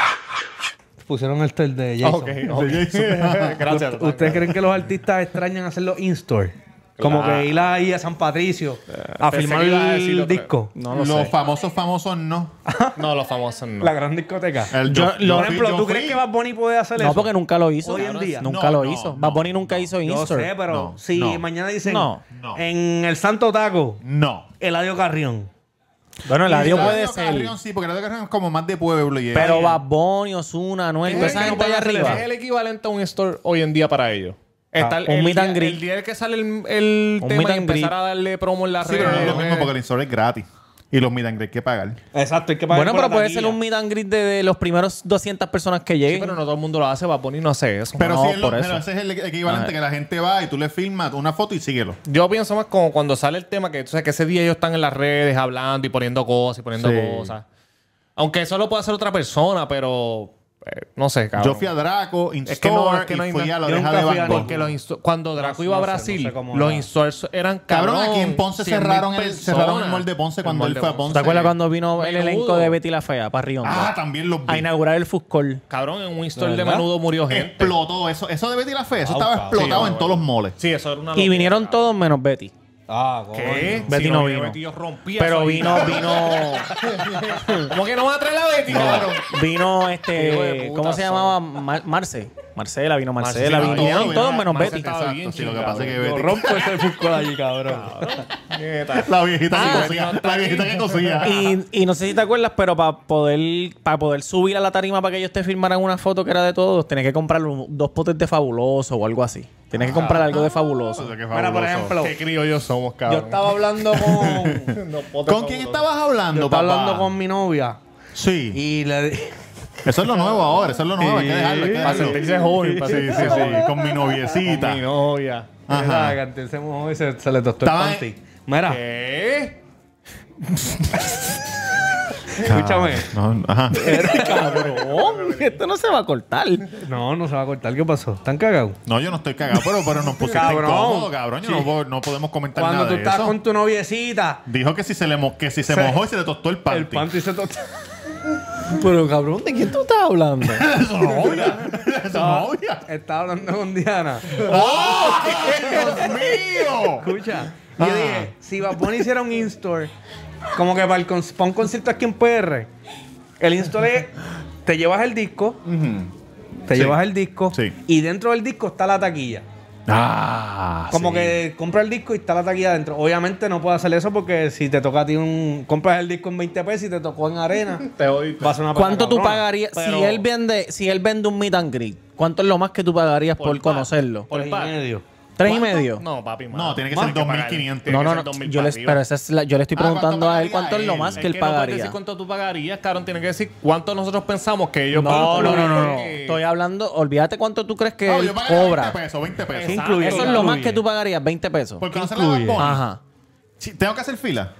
Speaker 2: pusieron el tel de Jason?
Speaker 5: Ok, ok. [laughs] Gracias.
Speaker 2: ¿Ustedes creen que los artistas extrañan hacerlo in-store? Como
Speaker 5: Claro.
Speaker 2: que ir ahí a San Patricio a
Speaker 5: pensé
Speaker 2: firmar
Speaker 5: que ibas a decir
Speaker 2: el
Speaker 5: otra.
Speaker 2: disco.
Speaker 3: No lo
Speaker 1: Los
Speaker 3: sé.
Speaker 1: famosos famosos no.
Speaker 5: No, los famosos no.
Speaker 2: La gran discoteca.
Speaker 1: El
Speaker 3: Yo-
Speaker 1: yo-
Speaker 3: lo-
Speaker 1: yo
Speaker 2: Por
Speaker 1: fui-
Speaker 2: ejemplo,
Speaker 1: yo
Speaker 2: ¿tú
Speaker 1: fui-
Speaker 2: crees que Bad Bunny puede hacer
Speaker 3: No,
Speaker 2: eso?
Speaker 3: porque nunca lo hizo.
Speaker 2: Hoy en día.
Speaker 3: Nunca
Speaker 1: No,
Speaker 3: lo
Speaker 1: no,
Speaker 3: hizo.
Speaker 1: no,
Speaker 3: Bad Bunny nunca hizo
Speaker 2: Yo
Speaker 3: Insta.
Speaker 2: sé, pero
Speaker 1: No,
Speaker 2: si
Speaker 1: no.
Speaker 2: mañana dicen
Speaker 3: No.
Speaker 1: No.
Speaker 2: en el Santo Taco,
Speaker 1: No.
Speaker 2: Eladio Carrión.
Speaker 3: Bueno, el adiós puede
Speaker 1: Eladio
Speaker 3: ser.
Speaker 1: Carrión sí, porque Eladio Carrión es como más de pueblo. y es-
Speaker 3: Pero Bad Bunny, Ozuna, Anuel, toda esa gente allá arriba. Ah,
Speaker 5: Es el equivalente a un store hoy en día para ellos. Está el,
Speaker 3: un
Speaker 5: el
Speaker 3: meet
Speaker 5: día,
Speaker 3: and greet.
Speaker 5: el día que sale el, el
Speaker 3: Un meet
Speaker 5: tema y
Speaker 3: and greet.
Speaker 5: empezar a darle promo en las
Speaker 1: Sí,
Speaker 5: redes.
Speaker 1: pero no es lo mismo porque el insol es gratis. Y los miran hay que pagar.
Speaker 2: Exacto, hay que pagar
Speaker 3: Bueno,
Speaker 2: por
Speaker 3: pero
Speaker 2: la
Speaker 3: puede
Speaker 2: taquilla.
Speaker 3: ser un meet and greet de, de los primeros 200 personas que
Speaker 5: Sí,
Speaker 3: lleguen.
Speaker 5: pero no todo el mundo lo hace. Bad Bunny no hace eso.
Speaker 1: Pero,
Speaker 3: No,
Speaker 1: sí es lo-
Speaker 3: por
Speaker 1: pero
Speaker 3: eso.
Speaker 1: ese es el equivalente que la gente va y tú le filmas una foto y síguelo.
Speaker 5: Yo pienso más como cuando sale el tema que, tú sabes, que ese día ellos están en las redes hablando y poniendo cosas y poniendo
Speaker 1: Sí.
Speaker 5: cosas. Aunque eso lo puede hacer otra persona, pero eh, no sé, cabrón.
Speaker 1: Yo fui a Draco, Instore,
Speaker 5: Es que no, es que no
Speaker 1: y
Speaker 5: hay
Speaker 1: fui
Speaker 5: nada.
Speaker 1: a la
Speaker 2: Yo
Speaker 1: oreja
Speaker 2: nunca
Speaker 1: de
Speaker 2: fui a
Speaker 1: Van Gogh.
Speaker 2: ninguno.
Speaker 5: Porque los insto- cuando Draco
Speaker 2: No,
Speaker 5: iba a
Speaker 2: no sé, no
Speaker 5: Brasil,
Speaker 2: sé cómo
Speaker 5: los
Speaker 2: era.
Speaker 5: instores eran cabrón.
Speaker 1: Cabrón, aquí en Ponce
Speaker 5: 100.000
Speaker 1: cerraron el- cerraron el mall de Ponce
Speaker 5: personas.
Speaker 1: cuando
Speaker 5: El
Speaker 1: él
Speaker 5: mall
Speaker 1: fue
Speaker 5: de
Speaker 1: a
Speaker 5: Ponce.
Speaker 3: ¿Te acuerdas cuando vino el
Speaker 5: Menudo.
Speaker 3: elenco de Betty la Fea para Riondo?
Speaker 1: Ah, también los
Speaker 3: a
Speaker 1: vi.
Speaker 3: inaugurar el Food Court.
Speaker 5: Cabrón, en un instore de
Speaker 3: verdad?
Speaker 5: menudo murió gente.
Speaker 1: Explotó eso. Eso de Betty la Fe. Eso estaba
Speaker 2: cabrón.
Speaker 1: explotado
Speaker 5: Sí,
Speaker 1: en
Speaker 5: no,
Speaker 1: todos los moles.
Speaker 5: Sí, eso era una
Speaker 3: Y
Speaker 5: locura,
Speaker 3: vinieron
Speaker 5: cabrón.
Speaker 3: todos menos Betty.
Speaker 2: Ah, coño.
Speaker 5: ¿Qué?
Speaker 3: Betty
Speaker 5: Si
Speaker 3: no vino.
Speaker 5: Betty, yo rompía
Speaker 3: Pero
Speaker 5: eso ahí.
Speaker 3: vino,
Speaker 5: [laughs]
Speaker 3: vino,
Speaker 5: ¿Cómo que no va a traer la Betty, cabrón?
Speaker 3: vino
Speaker 5: Hijo de
Speaker 3: este,
Speaker 5: puta,
Speaker 3: ¿cómo se
Speaker 5: son.
Speaker 3: llamaba? Mar- Marce. Marcela, vino Marcela,
Speaker 5: Marcela,
Speaker 3: vino,
Speaker 5: todo,
Speaker 3: vinieron
Speaker 1: vino
Speaker 3: todos
Speaker 1: Mar-
Speaker 3: menos
Speaker 1: Marcela.
Speaker 3: Betty.
Speaker 1: Exacto, sí, lo que pasa es que Betty-
Speaker 2: rompo ese fútbol allí, cabrón.
Speaker 5: Nieta.
Speaker 1: [laughs] La viejita
Speaker 5: Ah,
Speaker 1: que cosía.
Speaker 5: no,
Speaker 1: La viejita que [laughs] cosía.
Speaker 3: Y, y no sé si te acuerdas, pero para poder, para poder subir a la tarima para que ellos te firmaran una foto que era de todos, tenías que comprar un- dos potes de fabuloso o algo así. Tenías que comprar algo Ah. de fabuloso.
Speaker 2: Mira, por ejemplo,
Speaker 5: Qué criollos somos,
Speaker 3: Yo
Speaker 5: cabrón.
Speaker 3: estaba hablando con.
Speaker 5: No puedo
Speaker 1: ¿Con quién
Speaker 5: fabuloso.
Speaker 1: estabas hablando,
Speaker 2: yo estaba
Speaker 1: papá?
Speaker 2: hablando con mi novia
Speaker 1: Sí.
Speaker 2: y le di-
Speaker 1: Eso es lo nuevo ahora. Eso es lo nuevo. Hay que dejarlo. hay que
Speaker 5: Para
Speaker 1: dejarlo.
Speaker 5: sentirse joven, para
Speaker 1: Sí, sí,
Speaker 5: sentirse joven.
Speaker 1: sí. Con mi noviecita.
Speaker 5: Con mi novia.
Speaker 1: Ajá.
Speaker 2: Mira, que antes se mojó y se, se le tostó el
Speaker 1: Estaba en-
Speaker 2: panty. Mira,
Speaker 5: ¿Qué?
Speaker 2: escúchame. [laughs]
Speaker 1: No, no, ajá.
Speaker 3: Cabrón, [laughs] esto no se va a cortar.
Speaker 2: No, no se va a cortar. ¿Qué pasó? ¿Están cagados?
Speaker 1: No, yo no estoy cagado, pero, pero nos pusiste
Speaker 2: Cabrón.
Speaker 1: incómodo, cabrón. Yo no, puedo- no podemos comentar
Speaker 2: Cuando
Speaker 1: nada
Speaker 2: tú
Speaker 1: de
Speaker 2: estás
Speaker 1: eso.
Speaker 2: con tu noviecita,
Speaker 1: Dijo que si se, le mo- que si se
Speaker 2: Se-
Speaker 1: mojó y se le tostó el panty. [laughs]
Speaker 2: el panty se tostó. [laughs]
Speaker 3: Pero cabrón, ¿de quién tú estás [laughs] hablando?
Speaker 1: Eso no es obvia. Eso no
Speaker 3: Ah.
Speaker 1: es obvia.
Speaker 2: Estaba hablando con Diana.
Speaker 1: ¡Oh! ¡Dios mío!
Speaker 2: Escucha. Y
Speaker 1: Ah.
Speaker 2: yo dije, si Bad Bunny hiciera un in-store, como que para, el con- para un concierto aquí en PR, el in-store es, te llevas el disco, te
Speaker 1: Sí.
Speaker 2: llevas el disco,
Speaker 1: Sí.
Speaker 2: y dentro del disco está la taquilla.
Speaker 1: Ah,
Speaker 2: Como
Speaker 1: sí.
Speaker 2: que compra el disco y está la taquilla adentro. Obviamente no puedo hacer eso porque si te toca a ti un... Compras el disco en 20 pesos y te tocó en arena,
Speaker 5: Te odio.
Speaker 2: va a ser una
Speaker 3: ¿Cuánto
Speaker 2: pena
Speaker 3: tú
Speaker 2: cabrona.
Speaker 3: pagarías si
Speaker 2: Pero
Speaker 3: él vende, si él vende un meet and greet? ¿Cuánto es lo más que tú pagarías por,
Speaker 5: Por par.
Speaker 3: conocerlo?
Speaker 5: Por
Speaker 2: tres y
Speaker 5: par.
Speaker 2: medio.
Speaker 3: ¿Tres y
Speaker 1: ¿Cuánto?
Speaker 3: medio?
Speaker 5: No, papi,
Speaker 1: No, tiene que ser 2.500.
Speaker 3: No, no, no. Yo les, pero esa es la- yo le estoy
Speaker 1: Ah, ¿cuánto
Speaker 3: preguntando a él
Speaker 1: pagaría
Speaker 3: cuánto es lo
Speaker 1: él?
Speaker 3: más que
Speaker 5: que
Speaker 3: él
Speaker 5: no puedes
Speaker 3: pagaría.
Speaker 5: decir cuánto tú pagarías, cabrón. Tiene que decir cuánto nosotros pensamos que ellos
Speaker 3: No, no, no, no, no.
Speaker 5: Eh,
Speaker 3: Estoy hablando, olvídate cuánto tú crees que
Speaker 1: Ah,
Speaker 3: él
Speaker 1: yo pagaría
Speaker 3: cobra.
Speaker 1: 20 pesos, Ah, veinte pesos.
Speaker 5: Exacto.
Speaker 2: incluye?
Speaker 3: Eso es lo más que tú pagarías, 20 pesos.
Speaker 1: Porque no se la dan bonos.
Speaker 3: Ajá.
Speaker 1: Sí, Tengo que hacer fila.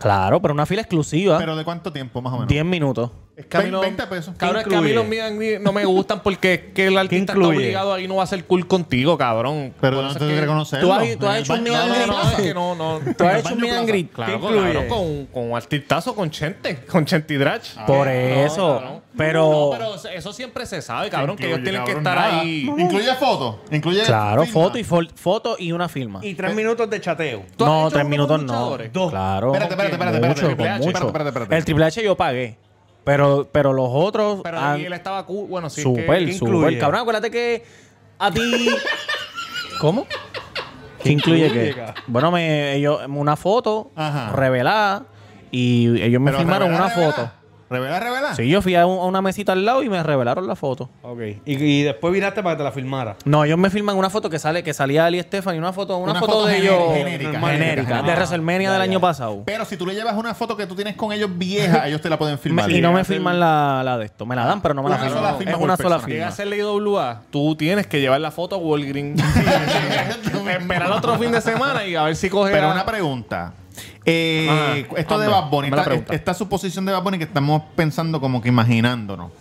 Speaker 3: Claro, pero una fila exclusiva.
Speaker 1: ¿Pero de cuánto tiempo más o menos?
Speaker 3: 10 minutos.
Speaker 5: Es que a mí
Speaker 1: Ve-
Speaker 5: no-
Speaker 1: 20 pesos.
Speaker 2: ¿Qué
Speaker 5: Cabrón, es que a mí
Speaker 2: incluye?
Speaker 5: los míos ni- no me gustan porque es que el artista está
Speaker 2: incluye?
Speaker 5: obligado ahí no va a ser cool contigo, cabrón.
Speaker 1: Pero
Speaker 5: Por
Speaker 1: no
Speaker 5: eso
Speaker 1: te
Speaker 5: es que-
Speaker 1: reconocerlo.
Speaker 5: Tú has, tú has
Speaker 1: En el
Speaker 5: hecho un
Speaker 1: baño-
Speaker 5: meet and
Speaker 1: no, no, no,
Speaker 5: greet, no,
Speaker 1: no.
Speaker 5: es que no, no.
Speaker 3: Tú
Speaker 1: En
Speaker 3: has
Speaker 1: el
Speaker 3: hecho
Speaker 1: baño
Speaker 3: un meet and
Speaker 1: plaza.
Speaker 3: greet.
Speaker 5: Claro,
Speaker 2: incluye?
Speaker 5: claro, con, con un artistazo, con Chente, con Chente y Drach.
Speaker 3: Por
Speaker 5: Ah. No,
Speaker 3: eso.
Speaker 5: cabrón.
Speaker 3: Pero.
Speaker 5: No, pero eso siempre se sabe, cabrón, que
Speaker 7: Incluye,
Speaker 5: ellos tienen que
Speaker 7: cabrón,
Speaker 5: estar
Speaker 7: nada.
Speaker 5: ahí.
Speaker 1: Incluye fotos. Incluye
Speaker 3: Claro,
Speaker 1: firma.
Speaker 3: foto y, fol- foto y una
Speaker 1: Ah.
Speaker 3: firma.
Speaker 2: Y
Speaker 1: Eh.
Speaker 2: tres minutos de chateo.
Speaker 5: ¿Tú has
Speaker 3: No,
Speaker 5: hecho
Speaker 3: tres
Speaker 5: uno
Speaker 3: minutos
Speaker 5: con
Speaker 3: no.
Speaker 5: luchadores?
Speaker 2: Dos.
Speaker 3: Claro.
Speaker 1: Espérate, espérate, espérate, espérate.
Speaker 3: Mucho,
Speaker 1: Triple
Speaker 3: con
Speaker 1: H,
Speaker 3: mucho.
Speaker 1: espérate, espérate, espérate.
Speaker 3: El Triple H yo pagué. Pero, pero los otros.
Speaker 5: Pero
Speaker 3: han-
Speaker 5: ahí él estaba cool. Bueno, sí. es que-
Speaker 3: Súper,
Speaker 2: ¿qué
Speaker 3: súper.
Speaker 2: incluye?
Speaker 3: Cabrón, acuérdate que a ti. ¿Cómo? ¿Qué incluye qué?
Speaker 2: cabrón?
Speaker 3: Bueno, me, ellos, una foto
Speaker 1: Ajá.
Speaker 3: revelada y ellos me
Speaker 1: Pero
Speaker 3: firmaron
Speaker 1: revela,
Speaker 3: una
Speaker 1: revela.
Speaker 3: foto.
Speaker 1: Revela, revela.
Speaker 3: Sí, yo fui a, un- a una mesita al lado y me revelaron la foto.
Speaker 2: Ok. Y, y después viraste para que te la filmara.
Speaker 3: No, ellos me firman una foto que sale que salía Ali Estefan y una foto, una,
Speaker 1: Una
Speaker 3: foto,
Speaker 1: foto
Speaker 3: de
Speaker 1: genérica,
Speaker 3: ellos
Speaker 1: genérica,
Speaker 3: genérica,
Speaker 1: genérica.
Speaker 3: de
Speaker 1: Ah,
Speaker 3: WrestleMania del año pasado.
Speaker 1: Pero si tú le llevas una foto que tú tienes con ellos vieja, ellos te la pueden
Speaker 3: [laughs] Me-
Speaker 1: filmar.
Speaker 3: y
Speaker 1: [laughs]
Speaker 3: no me firman la, la de esto. Me la dan, pero no me la
Speaker 1: Una
Speaker 3: firman.
Speaker 1: sola firma
Speaker 3: es
Speaker 1: por
Speaker 3: una sola
Speaker 1: persona.
Speaker 3: firma.
Speaker 5: Llega a ser la IWA, tú tienes que llevar la foto a Walgreens. [laughs]
Speaker 3: [laughs]
Speaker 5: Esperar otro fin de semana y a ver si coge.
Speaker 1: Pero
Speaker 5: a-
Speaker 1: una pregunta. Eh,
Speaker 5: Ajá,
Speaker 1: esto de
Speaker 5: hazme,
Speaker 1: Bad Bunny,
Speaker 5: hazme la
Speaker 1: esta,
Speaker 5: pregunta.
Speaker 1: esta suposición de Bad Bunny que estamos pensando como que imaginándonos.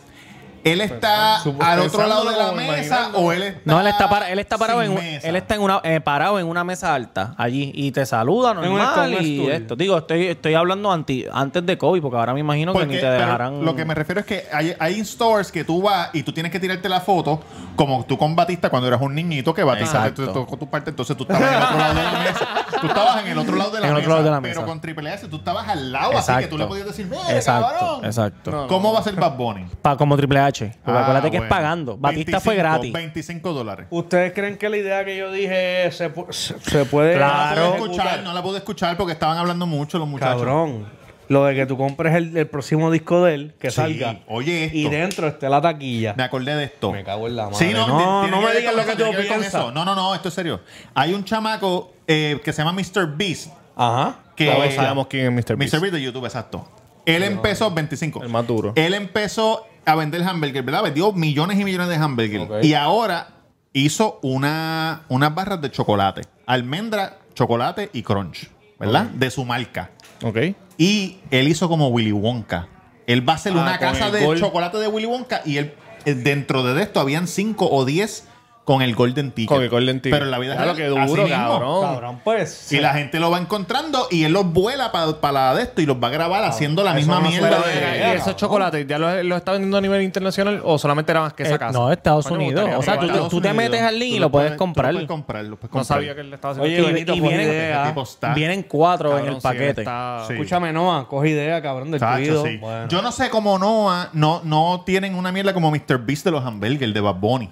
Speaker 1: ¿Él está
Speaker 5: Pues, Supo-
Speaker 1: al otro lado de la
Speaker 5: pensándolo,
Speaker 1: mesa
Speaker 5: imaginándolo.
Speaker 1: o él está
Speaker 3: No, él está, para- él está parado
Speaker 1: sin
Speaker 3: en un-
Speaker 1: mesa?
Speaker 3: él está en una, eh, parado en una mesa alta allí y te saluda
Speaker 2: un-
Speaker 3: normal
Speaker 2: con un
Speaker 3: y
Speaker 2: estudio.
Speaker 3: esto. Digo, estoy, estoy hablando anti- antes de COVID porque ahora me imagino que
Speaker 1: Porque,
Speaker 3: ni te
Speaker 1: pero
Speaker 3: dejarán.
Speaker 1: Lo que me refiero es que hay, hay stores que tú vas y tú tienes que tirarte la foto, como tú con Batista cuando eras un niñito que Batista
Speaker 3: Exacto.
Speaker 1: te tocó tu parte, entonces tú estabas en el otro lado de la mesa. Tú estabas en el otro lado de la,
Speaker 3: En el
Speaker 1: mesa,
Speaker 3: otro lado de la mesa.
Speaker 1: Pero con Triple S tú estabas al lado, así que tú le
Speaker 3: Exacto.
Speaker 1: podías decir, "Mira,
Speaker 3: Exacto,
Speaker 1: cabrón".
Speaker 3: exacto.
Speaker 1: ¿Cómo va a ser Bad Bunny?
Speaker 3: Pa- como Triple H. Porque
Speaker 1: Ah,
Speaker 3: acuérdate que es
Speaker 1: bueno.
Speaker 3: pagando. Batista fue
Speaker 1: 25,
Speaker 3: gratis.
Speaker 1: 25 dólares.
Speaker 2: ¿Ustedes creen que la idea que yo dije se, pu- se- se puede...
Speaker 1: No la
Speaker 3: Claro.
Speaker 2: se
Speaker 1: pude
Speaker 2: puede
Speaker 1: escuchar,
Speaker 2: ejecutar?
Speaker 1: no la pude escuchar porque estaban hablando mucho los muchachos.
Speaker 2: Cabrón. Lo de que tú compres el, el próximo disco de él, que
Speaker 1: Sí,
Speaker 2: salga.
Speaker 1: oye esto.
Speaker 2: Y dentro esté la taquilla.
Speaker 1: Me acordé de esto.
Speaker 2: Me cago en la madre.
Speaker 1: Sí, no,
Speaker 2: no,
Speaker 1: tiene
Speaker 2: no
Speaker 1: que
Speaker 2: me
Speaker 1: ver
Speaker 2: digas
Speaker 1: con
Speaker 2: lo que
Speaker 1: eso, tiene
Speaker 2: tú
Speaker 1: ver con eso.
Speaker 2: piensas.
Speaker 1: No, no, no, esto es serio. Hay un chamaco eh, que se llama Mr. Beast.
Speaker 2: Ajá.
Speaker 1: Que
Speaker 5: Todos sabemos quién es Mr.
Speaker 1: Mr. Beast.
Speaker 5: Beast.
Speaker 1: de YouTube, exacto. Él empezó 25.
Speaker 5: el más duro.
Speaker 1: Él empezó a vender hamburger, ¿verdad? Vendió millones y millones de hamburger. Y ahora hizo una, unas barras de chocolate. Almendra, chocolate y crunch, ¿verdad? De su marca.
Speaker 5: Ok.
Speaker 1: Y él hizo como Willy Wonka. Él va a hacer
Speaker 5: Ah,
Speaker 1: una
Speaker 5: con
Speaker 1: casa
Speaker 5: el
Speaker 1: de
Speaker 5: gol.
Speaker 1: chocolate de Willy Wonka y él eh, dentro de esto habían 5 o 10 con el Golden Ticket.
Speaker 5: Con el Golden Ticket.
Speaker 1: Pero en la vida
Speaker 5: Claro,
Speaker 1: real,
Speaker 5: que duro,
Speaker 1: así mismo.
Speaker 5: cabrón.
Speaker 2: Cabrón, pues.
Speaker 1: Y la gente lo va encontrando y él los vuela para la de esto y los va a grabar haciendo la misma
Speaker 2: no
Speaker 1: mierda
Speaker 2: suena
Speaker 1: de-
Speaker 2: bien.
Speaker 5: ¿Y eh,
Speaker 1: ah,
Speaker 5: esos chocolates ya los los está vendiendo a nivel internacional o solamente era más que esa
Speaker 3: Eh,
Speaker 5: casa?
Speaker 3: no, Estados
Speaker 5: Coño, me
Speaker 3: Unidos.
Speaker 5: gustaría
Speaker 3: O sea, tú-
Speaker 5: probarlo.
Speaker 1: Estados
Speaker 3: te metes al link
Speaker 1: tú
Speaker 3: y lo puedes
Speaker 1: tú
Speaker 3: comprar.
Speaker 1: Lo puedes comprar, lo puedes
Speaker 5: No
Speaker 1: comprar.
Speaker 5: sabía que él estaba haciendo
Speaker 2: Oye,
Speaker 3: Y-
Speaker 5: esto.
Speaker 2: qué bonito,
Speaker 3: y
Speaker 2: fue
Speaker 3: vienen,
Speaker 2: idea.
Speaker 1: Este tipo está-
Speaker 3: vienen cuatro
Speaker 5: Cabrón,
Speaker 3: en el
Speaker 5: sí, él
Speaker 3: paquete.
Speaker 5: está-
Speaker 1: Sí.
Speaker 2: Escúchame, Noah, coge idea, cabrón, del
Speaker 1: Chacho,
Speaker 2: cuido.
Speaker 1: sí.
Speaker 2: Bueno.
Speaker 1: Yo no sé cómo Noah no, no tienen una mierda como Mr. Beast de los hamburgers de Bad Bunny.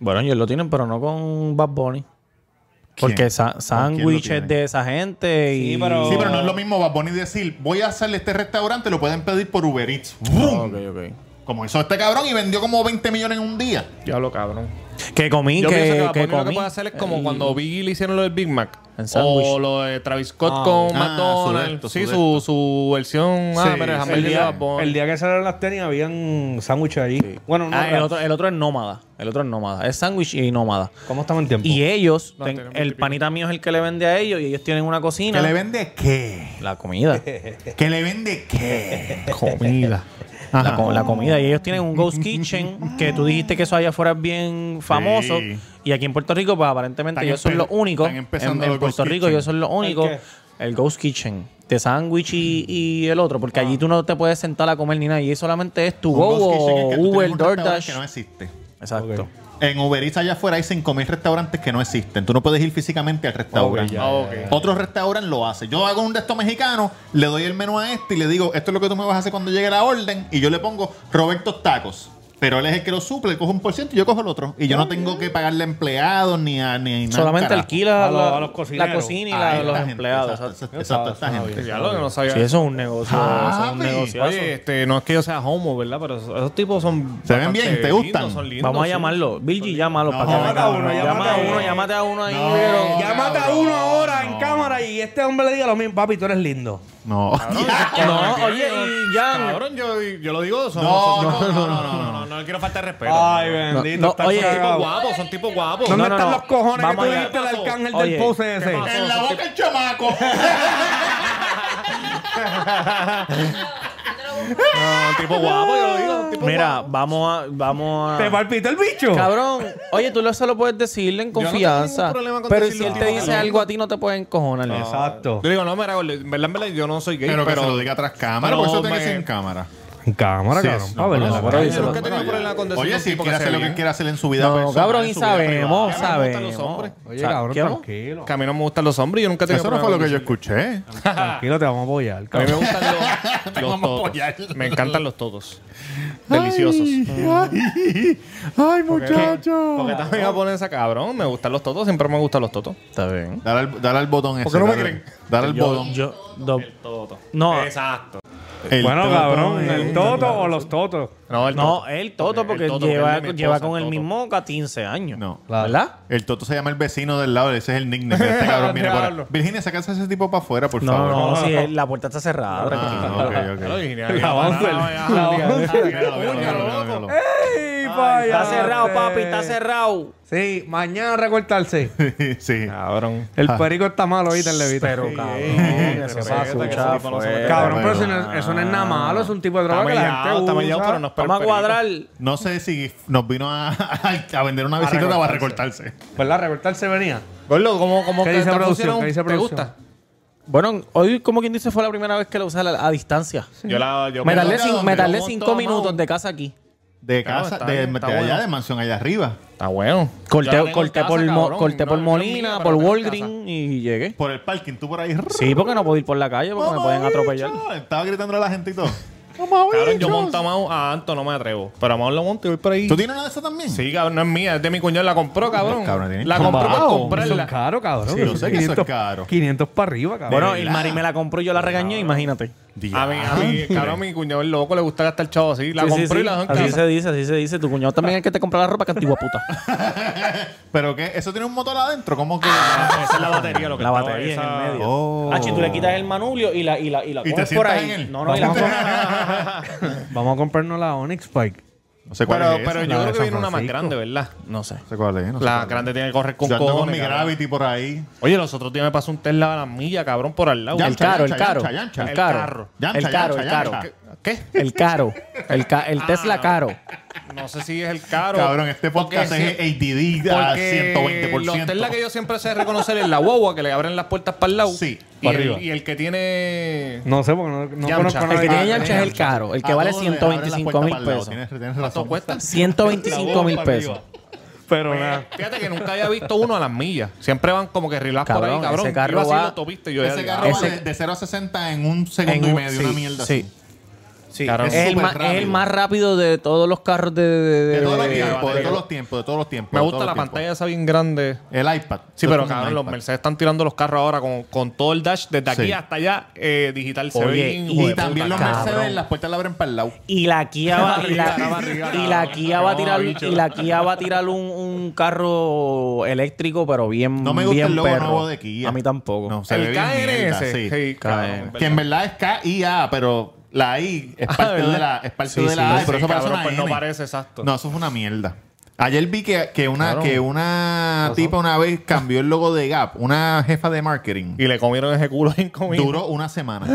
Speaker 3: Bueno, ellos lo tienen, pero no con Bad Bunny. Porque sa-
Speaker 1: ¿Con quién lo
Speaker 3: sándwiches
Speaker 1: tienen?
Speaker 3: de esa gente y...
Speaker 2: Sí, pero-
Speaker 1: Sí, pero no es lo
Speaker 3: Oh.
Speaker 1: mismo Bad Bunny decir, voy a hacerle este restaurante, lo pueden pedir por Uber Eats. ¡Vroom!
Speaker 3: Ok, ok.
Speaker 1: Como hizo este cabrón y vendió como 20 millones en un día.
Speaker 5: Diablo, cabrón.
Speaker 3: Que comí,
Speaker 5: Yo pienso que
Speaker 3: que,
Speaker 5: Bad
Speaker 3: que
Speaker 5: Bunny lo que
Speaker 3: comí.
Speaker 5: puede hacer es como
Speaker 3: Y-
Speaker 5: cuando Biggie le hicieron lo del Big Mac.
Speaker 3: En sándwich.
Speaker 5: O lo de Travis Scott
Speaker 2: Ah,
Speaker 5: con
Speaker 1: ah,
Speaker 5: McDonald's.
Speaker 1: su de esto,
Speaker 5: sí,
Speaker 1: su de
Speaker 5: su, su versión. ah,
Speaker 1: Sí,
Speaker 5: pero el
Speaker 1: sí,
Speaker 5: hamburger
Speaker 2: el,
Speaker 5: de Bad
Speaker 2: día,
Speaker 5: Bunny.
Speaker 2: el día que salieron las tenis habían sándwiches ahí. Bueno, no,
Speaker 3: Ah, el otro, el otro es nómada. El otro es nómada. Es sándwich y nómada.
Speaker 2: ¿Cómo estamos en tiempo?
Speaker 3: Y ellos, ten-
Speaker 5: tenemos
Speaker 3: el panita mío es el que le vende a ellos y ellos tienen una cocina.
Speaker 1: ¿Que le vende qué?
Speaker 3: [laughs] La comida.
Speaker 1: ¿Que le vende qué?
Speaker 5: Comida.
Speaker 3: la, co- la comida. Y ellos tienen
Speaker 1: [laughs]
Speaker 3: un Ghost Kitchen que tú dijiste que eso allá afuera es bien famoso.
Speaker 1: Sí.
Speaker 3: Y aquí en Puerto Rico, pues aparentemente
Speaker 1: Están
Speaker 3: ellos son
Speaker 1: empe-
Speaker 3: los únicos.
Speaker 1: están
Speaker 3: En,
Speaker 1: empezando
Speaker 3: en
Speaker 1: los
Speaker 3: Puerto
Speaker 1: Ghost
Speaker 3: Rico
Speaker 1: Kitchen.
Speaker 3: ellos son los únicos.
Speaker 2: qué?
Speaker 3: El Ghost Kitchen. De sándwich y, y el otro. Porque allí tú no te puedes sentar a comer ni nada. Y solamente es tu
Speaker 1: Ah. Un
Speaker 3: Go
Speaker 1: Ghost Kitchen es
Speaker 3: o
Speaker 1: que tú tienes
Speaker 3: Uber,
Speaker 1: un restaurante
Speaker 3: DoorDash.
Speaker 1: Que no existe.
Speaker 3: Exacto.
Speaker 2: Ok.
Speaker 1: En Uber Eats allá afuera hay 5.000 restaurantes que no existen. Tú no puedes ir físicamente al restaurante.
Speaker 5: Ah, ok.
Speaker 1: Otro restaurante lo hace. Yo hago un de estos mexicanos, le doy el menú a este y le digo, esto es lo que tú me vas a hacer cuando llegue la orden. Y yo le pongo Roberto Tacos. Pero él es el que lo suple, él coge un por ciento y yo cojo el otro. Y yo no tengo que pagarle a empleados ni a ni nada.
Speaker 3: Solamente
Speaker 1: carajo.
Speaker 3: alquila
Speaker 2: A los-
Speaker 3: la,
Speaker 2: a los
Speaker 3: la
Speaker 2: cocineros.
Speaker 3: cocina y
Speaker 1: A
Speaker 3: la-
Speaker 1: esta
Speaker 3: los
Speaker 1: gente,
Speaker 3: empleados.
Speaker 1: Exacto, exacto,
Speaker 2: Yo
Speaker 1: exacto,
Speaker 2: estaba-
Speaker 1: esta
Speaker 2: estaba
Speaker 1: gente. Ah,
Speaker 2: bien.
Speaker 5: Diablo, que no sabía.
Speaker 3: Sí, eso es un negocio. eso es un
Speaker 1: Javi.
Speaker 3: negociazo.
Speaker 5: Oye, este, no es que yo sea homo, ¿verdad? Pero esos esos tipos son.
Speaker 1: Se ven
Speaker 5: bastante
Speaker 1: bien, ¿te
Speaker 5: lindos,
Speaker 1: gustan?
Speaker 5: son lindos,
Speaker 3: Vamos a
Speaker 5: sí.
Speaker 3: llamarlo. Billy, llámalo
Speaker 1: No,
Speaker 3: para que
Speaker 2: llámate
Speaker 3: venga.
Speaker 2: a uno,
Speaker 3: Llama a
Speaker 2: llámate a
Speaker 3: uno,
Speaker 2: uno.
Speaker 3: llámate a uno ahí.
Speaker 1: No.
Speaker 3: pero-
Speaker 2: Ya mata a
Speaker 1: cabrón,
Speaker 2: uno ahora
Speaker 1: no.
Speaker 2: en cámara y este hombre le diga lo mismo, papi, tú eres lindo.
Speaker 1: No. [laughs]
Speaker 3: No, oye, y ya.
Speaker 5: Cabrón, yo, yo lo digo. Son,
Speaker 1: No,
Speaker 5: son-
Speaker 1: no, no, no, no,
Speaker 5: no, no, no le quiero faltar respeto.
Speaker 2: Ay,
Speaker 3: no,
Speaker 2: bendito. está
Speaker 3: oye,
Speaker 5: Son tipos
Speaker 2: cagado.
Speaker 5: guapos, son tipos guapos.
Speaker 2: ¿Dónde
Speaker 3: No, no,
Speaker 2: están
Speaker 3: no.
Speaker 2: los cojones
Speaker 3: Vamos
Speaker 2: que tú
Speaker 3: allá.
Speaker 2: dijiste del arcángel
Speaker 3: Oye,
Speaker 2: del pose
Speaker 5: ¿qué
Speaker 2: ese?
Speaker 5: pasó?
Speaker 1: En la boca el chamaco.
Speaker 5: No, tipo guapo, pues, yo lo digo. Tipo
Speaker 3: Mira, vamos a. Vamos
Speaker 2: ¿Te
Speaker 3: a...
Speaker 2: palpita el bicho?
Speaker 3: Cabrón, oye, tú lo solo puedes decirle en
Speaker 5: tengo
Speaker 3: confianza.
Speaker 5: ningún problema con
Speaker 3: pero si
Speaker 5: decirle
Speaker 3: él
Speaker 5: a
Speaker 3: te
Speaker 5: ti,
Speaker 3: dice
Speaker 5: cabrón.
Speaker 3: algo a ti, no te puedes encojonar.
Speaker 2: Exacto.
Speaker 5: guapo. Yo digo, no, mira, gordo, en verdad, en verdad, yo no soy gay,
Speaker 1: Pero,
Speaker 5: pero...
Speaker 1: que se lo diga tras cámara,
Speaker 5: pero
Speaker 1: por eso tiene que
Speaker 5: me-
Speaker 1: ser en cámara.
Speaker 2: En cámara,
Speaker 1: Sí,
Speaker 2: cabrón.
Speaker 1: es-
Speaker 2: Pa' verle
Speaker 1: no,
Speaker 2: la
Speaker 1: no, no,
Speaker 2: cara.
Speaker 5: Yo nunca he
Speaker 1: no,
Speaker 5: tenido
Speaker 1: no,
Speaker 5: problema con decirle a
Speaker 1: Oye,
Speaker 5: un
Speaker 1: si él
Speaker 5: tipo
Speaker 1: quiere
Speaker 5: que
Speaker 1: hacer
Speaker 5: sea
Speaker 1: lo que
Speaker 5: bien.
Speaker 1: él quiere hacer en su vida
Speaker 3: No,
Speaker 1: personal,
Speaker 3: cabrón,
Speaker 1: en pues,
Speaker 3: y
Speaker 1: su vida privada.
Speaker 3: sabemos,
Speaker 1: A mí me gustan los
Speaker 3: sabemos.
Speaker 1: hombres.
Speaker 2: Oye,
Speaker 3: Sa-
Speaker 2: cabrón,
Speaker 3: ¿qué vamos?
Speaker 2: tranquilo.
Speaker 5: Que a mí no me gustan los hombres, yo nunca he tenido
Speaker 1: Eso no fue lo
Speaker 5: problema
Speaker 1: que yo
Speaker 5: con
Speaker 1: escuché.
Speaker 2: Tranquilo, te vamos a apoyar.
Speaker 5: A mí
Speaker 2: cabrón.
Speaker 5: me gustan los, los
Speaker 1: vamos a
Speaker 5: totos. Me encantan los totos. Deliciosos.
Speaker 1: Ay,
Speaker 5: Porque también japonesa, cabrón. Me gustan los totos. Siempre me gustan los totos.
Speaker 3: Está bien.
Speaker 1: Dale al, dale al botón ese.
Speaker 5: qué no me
Speaker 1: dale-
Speaker 5: creen?
Speaker 1: Dale al
Speaker 3: Yo,
Speaker 1: botón.
Speaker 3: yo, do-
Speaker 5: Toto.
Speaker 3: no,
Speaker 5: Exacto.
Speaker 1: El
Speaker 2: Bueno,
Speaker 1: toto
Speaker 2: cabrón,
Speaker 1: es-
Speaker 2: el toto o los totos.
Speaker 5: No, el
Speaker 3: no,
Speaker 5: toto.
Speaker 3: él Toto, porque
Speaker 5: El Toto,
Speaker 3: lleva,
Speaker 5: que es de mi
Speaker 3: lleva
Speaker 5: esposa,
Speaker 3: con el
Speaker 5: Toto.
Speaker 3: mismo que a 15 años.
Speaker 1: No.
Speaker 3: ¿Verdad?
Speaker 1: El toto se llama el vecino del lado. Ese es el nickname. de Este cabrón, mira, por
Speaker 5: Diablo.
Speaker 1: Virginia, sacas a ese tipo para afuera, por
Speaker 3: No,
Speaker 1: favor.
Speaker 3: no, si él- la puerta está cerrada. tranquilo.
Speaker 1: Ah, ok, ok.
Speaker 5: Claro, [laughs] Virginia,
Speaker 2: La Bowser, la
Speaker 5: ya, ya, ya,
Speaker 2: Bowser.
Speaker 5: ya, ya,
Speaker 1: Míralo, míralo,
Speaker 5: ya, ya, ya,
Speaker 1: míralo,
Speaker 5: ya,
Speaker 1: míralo.
Speaker 3: Está cerrado, papi, está cerrado.
Speaker 2: Sí, mañana recortarse.
Speaker 1: [laughs] Sí.
Speaker 5: Cabrón.
Speaker 2: El perico está malo ahorita en Levita.
Speaker 3: Pero cabrón,
Speaker 5: pero
Speaker 3: eso
Speaker 5: espérate,
Speaker 3: se
Speaker 5: que ese
Speaker 3: escucha
Speaker 5: tipo no se mete.
Speaker 3: fuera.
Speaker 2: Cabrón,
Speaker 1: Pero
Speaker 2: pero si no es- eso no es nada malo, es un tipo de droga
Speaker 5: Está
Speaker 2: que la
Speaker 5: mellado,
Speaker 2: gente
Speaker 5: está
Speaker 2: usa.
Speaker 5: mellado, pero no es
Speaker 3: Vamos a
Speaker 5: perfecto.
Speaker 3: cuadrar.
Speaker 1: No sé si nos vino a, a- a vender una bicicleta o a recortarse.
Speaker 2: ¿Verdad? Recortarse venía.
Speaker 5: Gordo, ¿cómo, cómo
Speaker 2: ¿Qué
Speaker 5: te-
Speaker 2: dice
Speaker 5: te
Speaker 2: producción?
Speaker 5: pusieron?
Speaker 2: ¿Qué dice
Speaker 5: ¿Te
Speaker 2: producción?
Speaker 5: gusta?
Speaker 3: Bueno, hoy, como quien dice, fue la primera vez que lo usé a, la- a distancia.
Speaker 5: Yo la... Yo
Speaker 3: Me tardé,
Speaker 1: toca
Speaker 3: cin-
Speaker 1: donde
Speaker 3: me
Speaker 1: lo
Speaker 3: tardé
Speaker 5: hemos
Speaker 3: cinco
Speaker 5: tomado.
Speaker 3: minutos de casa aquí.
Speaker 1: De
Speaker 5: Claro,
Speaker 1: casa,
Speaker 5: está
Speaker 1: de,
Speaker 5: bien, está
Speaker 1: de allá,
Speaker 5: bueno.
Speaker 1: de mansión allá arriba.
Speaker 5: Está bueno. Yo la
Speaker 3: Corté,
Speaker 5: tengo
Speaker 3: corté
Speaker 5: en
Speaker 3: por,
Speaker 5: casa,
Speaker 3: Mo-
Speaker 5: cabrón.
Speaker 3: corté
Speaker 5: No,
Speaker 3: por
Speaker 5: no es mía,
Speaker 3: Molina, por
Speaker 5: pero la tengo en casa.
Speaker 3: Walgreens y llegué.
Speaker 1: Por el parking, tú por ahí.
Speaker 3: Sí, porque no puedo ir por la calle porque me
Speaker 1: Mamá,
Speaker 3: pueden
Speaker 1: bicho.
Speaker 3: atropellar.
Speaker 1: Estaba gritando a la gente y todo.
Speaker 5: Cabrón, yo monto a Mau, a Anto no me atrevo. Pero a Mau lo monto y voy por ahí.
Speaker 1: ¿Tú tienes una de esas también?
Speaker 5: Sí, cabrón, no es mía, es de mi cuñado, la compró, cabrón.
Speaker 1: Cabrón, tiene
Speaker 5: la compró por
Speaker 2: Wow, Eso es
Speaker 5: comprarla.
Speaker 2: caro, cabrón.
Speaker 1: Sí, yo sé que eso es caro.
Speaker 2: 500 para arriba, cabrón.
Speaker 3: Bueno,
Speaker 1: De
Speaker 3: y
Speaker 1: verdad.
Speaker 3: Mari me la compró y yo la regañé, imagínate.
Speaker 5: A mí, a mí, cabrón, a mi cuñado el loco le gusta gastar chavo así. La
Speaker 3: Sí, sí,
Speaker 5: compró
Speaker 3: sí.
Speaker 5: y la dejó en
Speaker 3: Así
Speaker 5: casa.
Speaker 3: se dice, así se dice. Tu cuñado también es el que te compra la ropa que antigua puta.
Speaker 1: [laughs] ¿Pero qué? ¿Eso tiene un motor adentro? ¿Cómo que...?
Speaker 5: [laughs] Esa es la batería, lo
Speaker 3: La
Speaker 5: estaba,
Speaker 3: batería en
Speaker 5: esa-
Speaker 3: el medio.
Speaker 1: Oh.
Speaker 3: Ah, si Ah, tú le quitas el manubrio y la y la y la
Speaker 1: Y te
Speaker 3: pones por
Speaker 1: sientas
Speaker 3: ahí.
Speaker 1: en él.
Speaker 3: No, no, y la
Speaker 2: [laughs] Vamos a comprarnos la Onyx Bike.
Speaker 1: No sé cuál
Speaker 5: Pero,
Speaker 1: es esa.
Speaker 5: pero yo
Speaker 2: La
Speaker 5: creo
Speaker 2: de
Speaker 5: que
Speaker 2: San
Speaker 5: viene una más
Speaker 2: Francisco.
Speaker 5: grande, ¿verdad?
Speaker 3: No sé.
Speaker 1: No sé cuál es. No sé
Speaker 5: La
Speaker 1: cuál
Speaker 5: grande tiene que correr
Speaker 1: es.
Speaker 5: con
Speaker 1: Yo ando con
Speaker 5: cojones.
Speaker 1: mi
Speaker 5: cabrón.
Speaker 1: Gravity por ahí.
Speaker 5: Oye, los otros días me pasó un Tesla a la milla, cabrón, por al lado.
Speaker 1: Ya,
Speaker 3: El caro, el
Speaker 1: yancha,
Speaker 3: caro.
Speaker 1: yancha, yancha.
Speaker 3: El
Speaker 5: El
Speaker 3: caro.
Speaker 5: carro.
Speaker 1: Yancha,
Speaker 3: El caro,
Speaker 1: yancha,
Speaker 3: el caro.
Speaker 1: yancha.
Speaker 5: ¿Qué?
Speaker 3: El caro. El ca-
Speaker 5: Ah.
Speaker 3: el Tesla caro.
Speaker 5: No sé si es el caro.
Speaker 1: Cabrón, este
Speaker 5: Porque
Speaker 1: podcast es
Speaker 5: si-
Speaker 1: ADD a
Speaker 5: Porque
Speaker 1: 120%.
Speaker 5: Los Tesla que yo siempre sé reconocer es la guagua que le abren las puertas para el lado.
Speaker 1: Sí,
Speaker 5: Y,
Speaker 2: para
Speaker 5: el,
Speaker 2: arriba.
Speaker 5: y el que tiene.
Speaker 2: No sé, porque no, no
Speaker 5: Yamcha.
Speaker 2: conozco a
Speaker 5: El
Speaker 3: El que
Speaker 2: nadie.
Speaker 3: tiene
Speaker 5: Ah,
Speaker 3: yancha es el caro. El que vale 125 mil pesos.
Speaker 1: Tienes, tienes razón.
Speaker 5: cuesta?
Speaker 3: 125 mil pesos.
Speaker 2: Pero nada.
Speaker 5: Fíjate que nunca había visto uno a las millas. Siempre van como que relax por ahí,
Speaker 3: Cabrón,
Speaker 5: cabrón.
Speaker 3: ese carro
Speaker 5: Iba así en
Speaker 3: va-
Speaker 5: la autopista y yo
Speaker 1: Ese
Speaker 5: ya
Speaker 1: carro
Speaker 5: digo,
Speaker 1: va
Speaker 3: Ese-
Speaker 1: de, de 0 a 60 en un segundo
Speaker 3: En
Speaker 1: y
Speaker 3: un-
Speaker 1: medio, una
Speaker 3: sí,
Speaker 1: mierda
Speaker 3: sí.
Speaker 1: así.
Speaker 5: Sí,
Speaker 1: cabrón.
Speaker 3: Es el,
Speaker 1: súper
Speaker 3: más, es el
Speaker 1: rápido.
Speaker 3: más rápido de todos los carros de... de- de-
Speaker 1: De todos los
Speaker 5: Eh,
Speaker 1: tiempos, de
Speaker 5: batería.
Speaker 1: todos los tiempos, de todos los tiempos.
Speaker 5: Me
Speaker 1: de
Speaker 5: gusta
Speaker 1: todos
Speaker 5: la
Speaker 1: los tiempos.
Speaker 5: pantalla esa bien grande.
Speaker 1: El iPad.
Speaker 5: Sí,
Speaker 1: Yo
Speaker 5: pero
Speaker 1: tengo un
Speaker 5: cabrón, los
Speaker 1: iPad.
Speaker 5: Mercedes están tirando los carros ahora con, con todo el dash desde aquí
Speaker 1: Sí.
Speaker 5: hasta allá eh, digital. Se
Speaker 3: Oye,
Speaker 5: ve bien, hijo
Speaker 1: Y
Speaker 5: de
Speaker 1: también
Speaker 5: puta,
Speaker 1: los
Speaker 5: cabrón.
Speaker 1: Mercedes, las puertas la abren para el lado.
Speaker 3: Y la Kia va, y la,
Speaker 5: Arriba, arriba,
Speaker 3: y la
Speaker 5: arriba.
Speaker 3: Kia va a
Speaker 5: No,
Speaker 3: tirar
Speaker 5: bicho.
Speaker 3: y la Kia va a tirar un, un carro eléctrico pero bien
Speaker 1: No me gusta
Speaker 3: bien
Speaker 1: el logo
Speaker 3: perro.
Speaker 1: nuevo de Kia.
Speaker 3: A mí tampoco.
Speaker 1: No, se
Speaker 5: El
Speaker 1: ve bien
Speaker 5: KNS,
Speaker 1: mierda, sí.
Speaker 5: sí,
Speaker 1: Cabrón,
Speaker 5: cabrón,
Speaker 1: Que en verdad es K-I-A, pero la I
Speaker 5: [laughs]
Speaker 1: es parte de la, es parte
Speaker 3: Sí,
Speaker 1: de
Speaker 3: sí,
Speaker 1: la A,
Speaker 5: Ah, sí,
Speaker 1: pero eso parece
Speaker 5: cabrón,
Speaker 1: una
Speaker 5: pues no
Speaker 1: N.
Speaker 5: parece exacto.
Speaker 1: No, eso es una mierda. Ayer vi que, que una,
Speaker 5: Cabrón.
Speaker 1: que una tipa una vez cambió el logo de Gap, una jefa de marketing.
Speaker 5: Y le comieron ese culo bien comido.
Speaker 1: Duró una semana.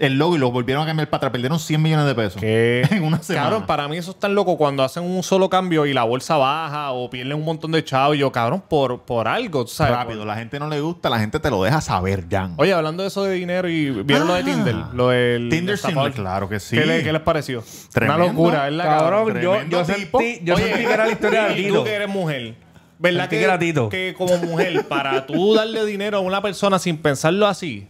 Speaker 1: El logo y lo volvieron a cambiar para atrás. Perdieron 100 millones de pesos.
Speaker 5: ¿Qué?
Speaker 1: [laughs] En una semana.
Speaker 5: Cabrón, para mí eso es tan loco cuando hacen un solo cambio y la bolsa baja o pierden un montón de chavos. Yo, cabrón, por, por algo, ¿sabes?
Speaker 1: Rápido. La gente no le gusta, la gente te lo deja saber, Jan.
Speaker 5: Oye, hablando de eso de dinero y vieron lo de
Speaker 1: Ah.
Speaker 5: Tinder, lo del
Speaker 1: Tinder
Speaker 5: estafador.
Speaker 1: Sindler, claro que sí.
Speaker 5: ¿Qué, le- qué les pareció?
Speaker 1: Tremendo.
Speaker 5: Una locura, ¿verdad?
Speaker 2: Cabrón, yo,
Speaker 1: Tremendo
Speaker 2: yo
Speaker 1: tipo.
Speaker 2: sentí, yo
Speaker 5: Oye,
Speaker 2: sentí que era la historia de
Speaker 5: y- y
Speaker 2: Tito.
Speaker 5: tú que eres mujer. ¿Verdad
Speaker 2: Sentí
Speaker 5: que,
Speaker 2: que era Tito.
Speaker 5: que como mujer, para tú darle dinero a una persona sin pensarlo así,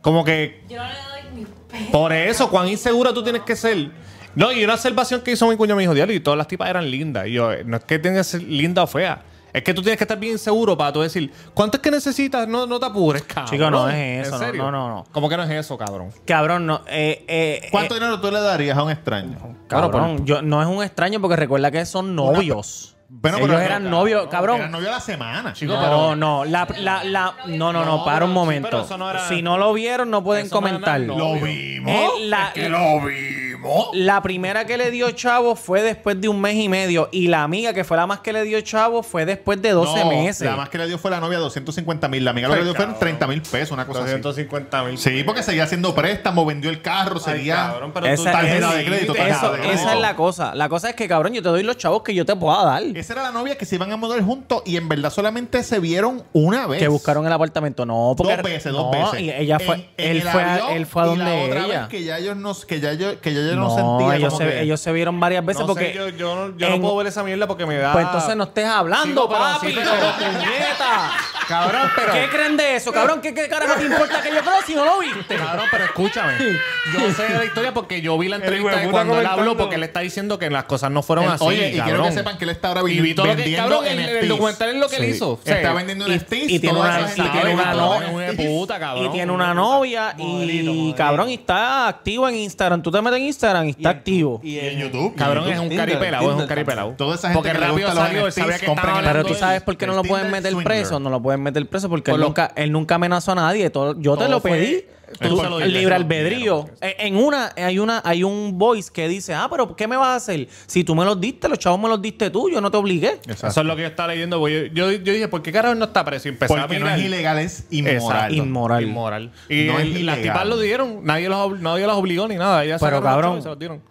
Speaker 5: como que
Speaker 8: Yo no le doy ni peso.
Speaker 5: [laughs] por eso, cuán insegura tú tienes que ser. No, y una observación que hizo mi cuñado me dijo, diablo, y todas las tipas eran lindas. Y yo, eh, no es que tengas que ser linda o fea. Es que tú tienes que estar bien seguro para tú decir, ¿cuánto es que necesitas? No, no te apures, cabrón.
Speaker 3: Chico, no es eso,
Speaker 5: ¿En
Speaker 3: no,
Speaker 5: serio?
Speaker 3: no, no, no.
Speaker 5: ¿Cómo que no es eso, cabrón?
Speaker 3: Cabrón, no eh, eh,
Speaker 1: ¿Cuánto
Speaker 3: eh,
Speaker 1: dinero tú le darías a un extraño?
Speaker 3: cabrón,
Speaker 5: Bueno,
Speaker 3: yo, no es un extraño porque recuerda que son novios. Ellos eran novios, cabrón.
Speaker 1: Eran novios a la semana.
Speaker 5: Chico,
Speaker 3: No,
Speaker 5: pero-
Speaker 3: no, la, la, la, no, no, no,
Speaker 5: No,
Speaker 3: para un
Speaker 5: pero- sí,
Speaker 3: momento.
Speaker 5: pero eso no era-
Speaker 3: si no lo vieron, no pueden
Speaker 5: Eso no era
Speaker 3: comentarlo.
Speaker 5: nada, no.
Speaker 1: Lo vimos.
Speaker 3: Eh, la-
Speaker 1: es que lo vimos. enfermó.
Speaker 3: La primera que le dio chavo fue después de un mes y medio. Y la amiga que fue la más que le dio chavo fue después de 12
Speaker 1: No,
Speaker 3: meses.
Speaker 1: La más que le dio fue la novia 250 mil. La amiga lo
Speaker 5: Ay,
Speaker 1: que le dio fueron
Speaker 5: cabrón.
Speaker 1: 30 mil pesos, una
Speaker 3: pues
Speaker 1: cosa así.
Speaker 5: 250 mil.
Speaker 1: Sí,
Speaker 3: eh,
Speaker 1: porque seguía haciendo préstamo, vendió el carro, seguía. Eh,
Speaker 3: Esa-
Speaker 1: tarjeta
Speaker 3: esa-
Speaker 1: de crédito,
Speaker 3: eso-
Speaker 1: tarjeta de crédito.
Speaker 3: esa es la cosa. La cosa es que, cabrón, yo te doy los chavos que yo te pueda dar.
Speaker 1: Esa era la novia que se iban a mudar juntos y en verdad solamente se vieron una vez.
Speaker 3: Que buscaron el apartamento. No, porque.
Speaker 1: dos veces,
Speaker 3: no,
Speaker 1: dos veces.
Speaker 3: Y ella fue,
Speaker 1: En- en
Speaker 3: él,
Speaker 1: el
Speaker 3: fue a,
Speaker 1: avión
Speaker 3: él fue a
Speaker 1: y la
Speaker 3: donde
Speaker 1: otra
Speaker 3: ella.
Speaker 1: vez que ya ellos no, que ya yo, que ya yo no,
Speaker 3: no,
Speaker 1: sentía
Speaker 3: ellos,
Speaker 1: como
Speaker 3: se,
Speaker 1: que-
Speaker 3: ellos se vieron varias veces
Speaker 5: No
Speaker 3: porque.
Speaker 5: sé, yo, yo no, yo no
Speaker 3: en-
Speaker 5: puedo ver esa mierda porque me da.
Speaker 3: Pues entonces no estés hablando,
Speaker 5: Sí, pero
Speaker 3: papi.
Speaker 5: sí,
Speaker 3: pero
Speaker 5: pero-
Speaker 3: puñeta. [laughs]
Speaker 5: Cabrón, pero.
Speaker 3: ¿Qué creen de eso, cabrón? ¿Qué, qué carajo te importa que yo creo si no lo viste?
Speaker 5: Cabrón, pero escúchame. Yo sé de la historia porque yo vi la entrevista de
Speaker 7: hueputa
Speaker 5: cuando él
Speaker 7: comentando.
Speaker 5: habló porque él está diciendo que las cosas no fueron
Speaker 1: Él-
Speaker 5: así.
Speaker 1: Oye, y quiero
Speaker 5: cabrón.
Speaker 1: que sepan que él está ahora
Speaker 5: Y vi todo lo que.
Speaker 1: vendiendo
Speaker 5: Cabrón, el,
Speaker 1: NFTs.
Speaker 5: el documental es lo que él hizo. Ah, O sea,
Speaker 1: Está vendiendo
Speaker 3: y-
Speaker 1: NFTs.
Speaker 3: y tiene
Speaker 1: toda
Speaker 3: una-
Speaker 1: esa gente
Speaker 3: y
Speaker 1: que
Speaker 3: tiene
Speaker 1: vende
Speaker 3: una
Speaker 1: todo.
Speaker 3: novia.
Speaker 5: Hijo de puta, cabrón.
Speaker 3: Y tiene una novia y,
Speaker 2: Modelito, modelito.
Speaker 3: cabrón, está activo en Instagram. Tú te metes en Instagram y está activo.
Speaker 1: Y en YouTube.
Speaker 5: Cabrón,
Speaker 1: en
Speaker 5: es
Speaker 1: YouTube.
Speaker 5: un
Speaker 2: Tinder,
Speaker 5: caripelado, es un
Speaker 2: Tinder.
Speaker 5: caripelado.
Speaker 1: Toda esa gente
Speaker 5: Porque
Speaker 1: que le
Speaker 5: rápido
Speaker 1: gusta los
Speaker 5: salió, él
Speaker 1: NFTs,
Speaker 5: sabía que
Speaker 1: compren
Speaker 5: estaban
Speaker 1: el-
Speaker 3: Pero
Speaker 5: hablando
Speaker 3: tú
Speaker 5: de-
Speaker 3: sabes por qué no
Speaker 1: el
Speaker 3: lo pueden
Speaker 1: Tinder
Speaker 3: meter
Speaker 1: swinger.
Speaker 3: preso. No lo pueden meter preso porque
Speaker 5: Por
Speaker 3: él,
Speaker 5: lo-
Speaker 3: nunca, él nunca amenazó a nadie. Todo- yo te
Speaker 5: Todo
Speaker 3: lo
Speaker 5: fue-
Speaker 3: pedí.
Speaker 5: Él
Speaker 3: Tú-
Speaker 5: se lo dio, se
Speaker 3: libre
Speaker 5: lo
Speaker 3: albedrío. Eh, En una, hay una, hay un voice que dice, ah, pero ¿qué me vas a hacer? Si tú me los diste, los chavos me los diste tú, yo no te obligué.
Speaker 5: Eso es lo que yo estaba leyendo. porque Yo, yo, yo dije, ¿por qué carajo él no está preso? Y empecé a
Speaker 1: Porque no
Speaker 5: mirar.
Speaker 1: es ilegal, es
Speaker 5: Exacto.
Speaker 1: inmoral.
Speaker 3: Inmoral.
Speaker 5: Inmoral. Y,
Speaker 1: No es
Speaker 5: el- y las
Speaker 1: ilegal.
Speaker 5: tipas lo dieron. Nadie los, ob- nadie los obligó ni nada. Ellas
Speaker 3: Pero,
Speaker 5: sacaron los
Speaker 3: cabrón.
Speaker 5: chavos y se los dieron.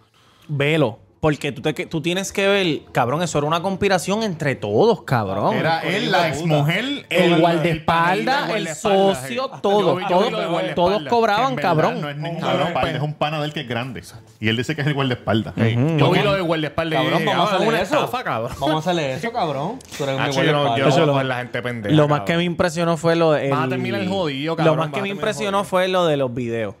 Speaker 3: Velo. Porque tú, te, que- tú tienes que ver, cabrón, eso era una conspiración entre todos, cabrón.
Speaker 1: Era él, la exmujer,
Speaker 3: el guardaespaldas,
Speaker 5: panita,
Speaker 3: el
Speaker 5: guardaespaldas,
Speaker 3: socio,
Speaker 5: sí. Yo
Speaker 3: todos,
Speaker 5: vi- yo vi lo de
Speaker 3: todos,
Speaker 5: guardaespaldas,
Speaker 3: todos
Speaker 5: que en
Speaker 3: cobraban,
Speaker 1: que en verdad
Speaker 3: cabrón.
Speaker 1: No es ningún
Speaker 5: Cabrón,
Speaker 1: cabrón,
Speaker 5: pues.
Speaker 1: es un pana del que es grande. Y él dice que es el guardaespaldas.
Speaker 5: Yo vi lo de guardaespaldas. y
Speaker 2: Cabrón,
Speaker 5: dije,
Speaker 2: vamos a
Speaker 5: ah,
Speaker 2: hacerle
Speaker 5: una
Speaker 2: eso.
Speaker 5: estafa, cabrón.
Speaker 2: Vamos a hacerle eso, cabrón. Tú eres mi
Speaker 5: Hacho, yo no- yo
Speaker 2: guardaespaldas.
Speaker 5: no
Speaker 3: Eso
Speaker 5: puedo
Speaker 3: lo-
Speaker 5: ver la gente pendeja.
Speaker 3: Lo más que
Speaker 5: cabrón.
Speaker 3: me impresionó fue lo de.
Speaker 5: Vas a
Speaker 3: el-
Speaker 5: terminar el jodido, cabrón,
Speaker 3: Lo más
Speaker 5: vas
Speaker 3: que
Speaker 5: a
Speaker 3: me
Speaker 5: terminar
Speaker 3: impresionó
Speaker 5: jodido.
Speaker 3: fue lo de los videos.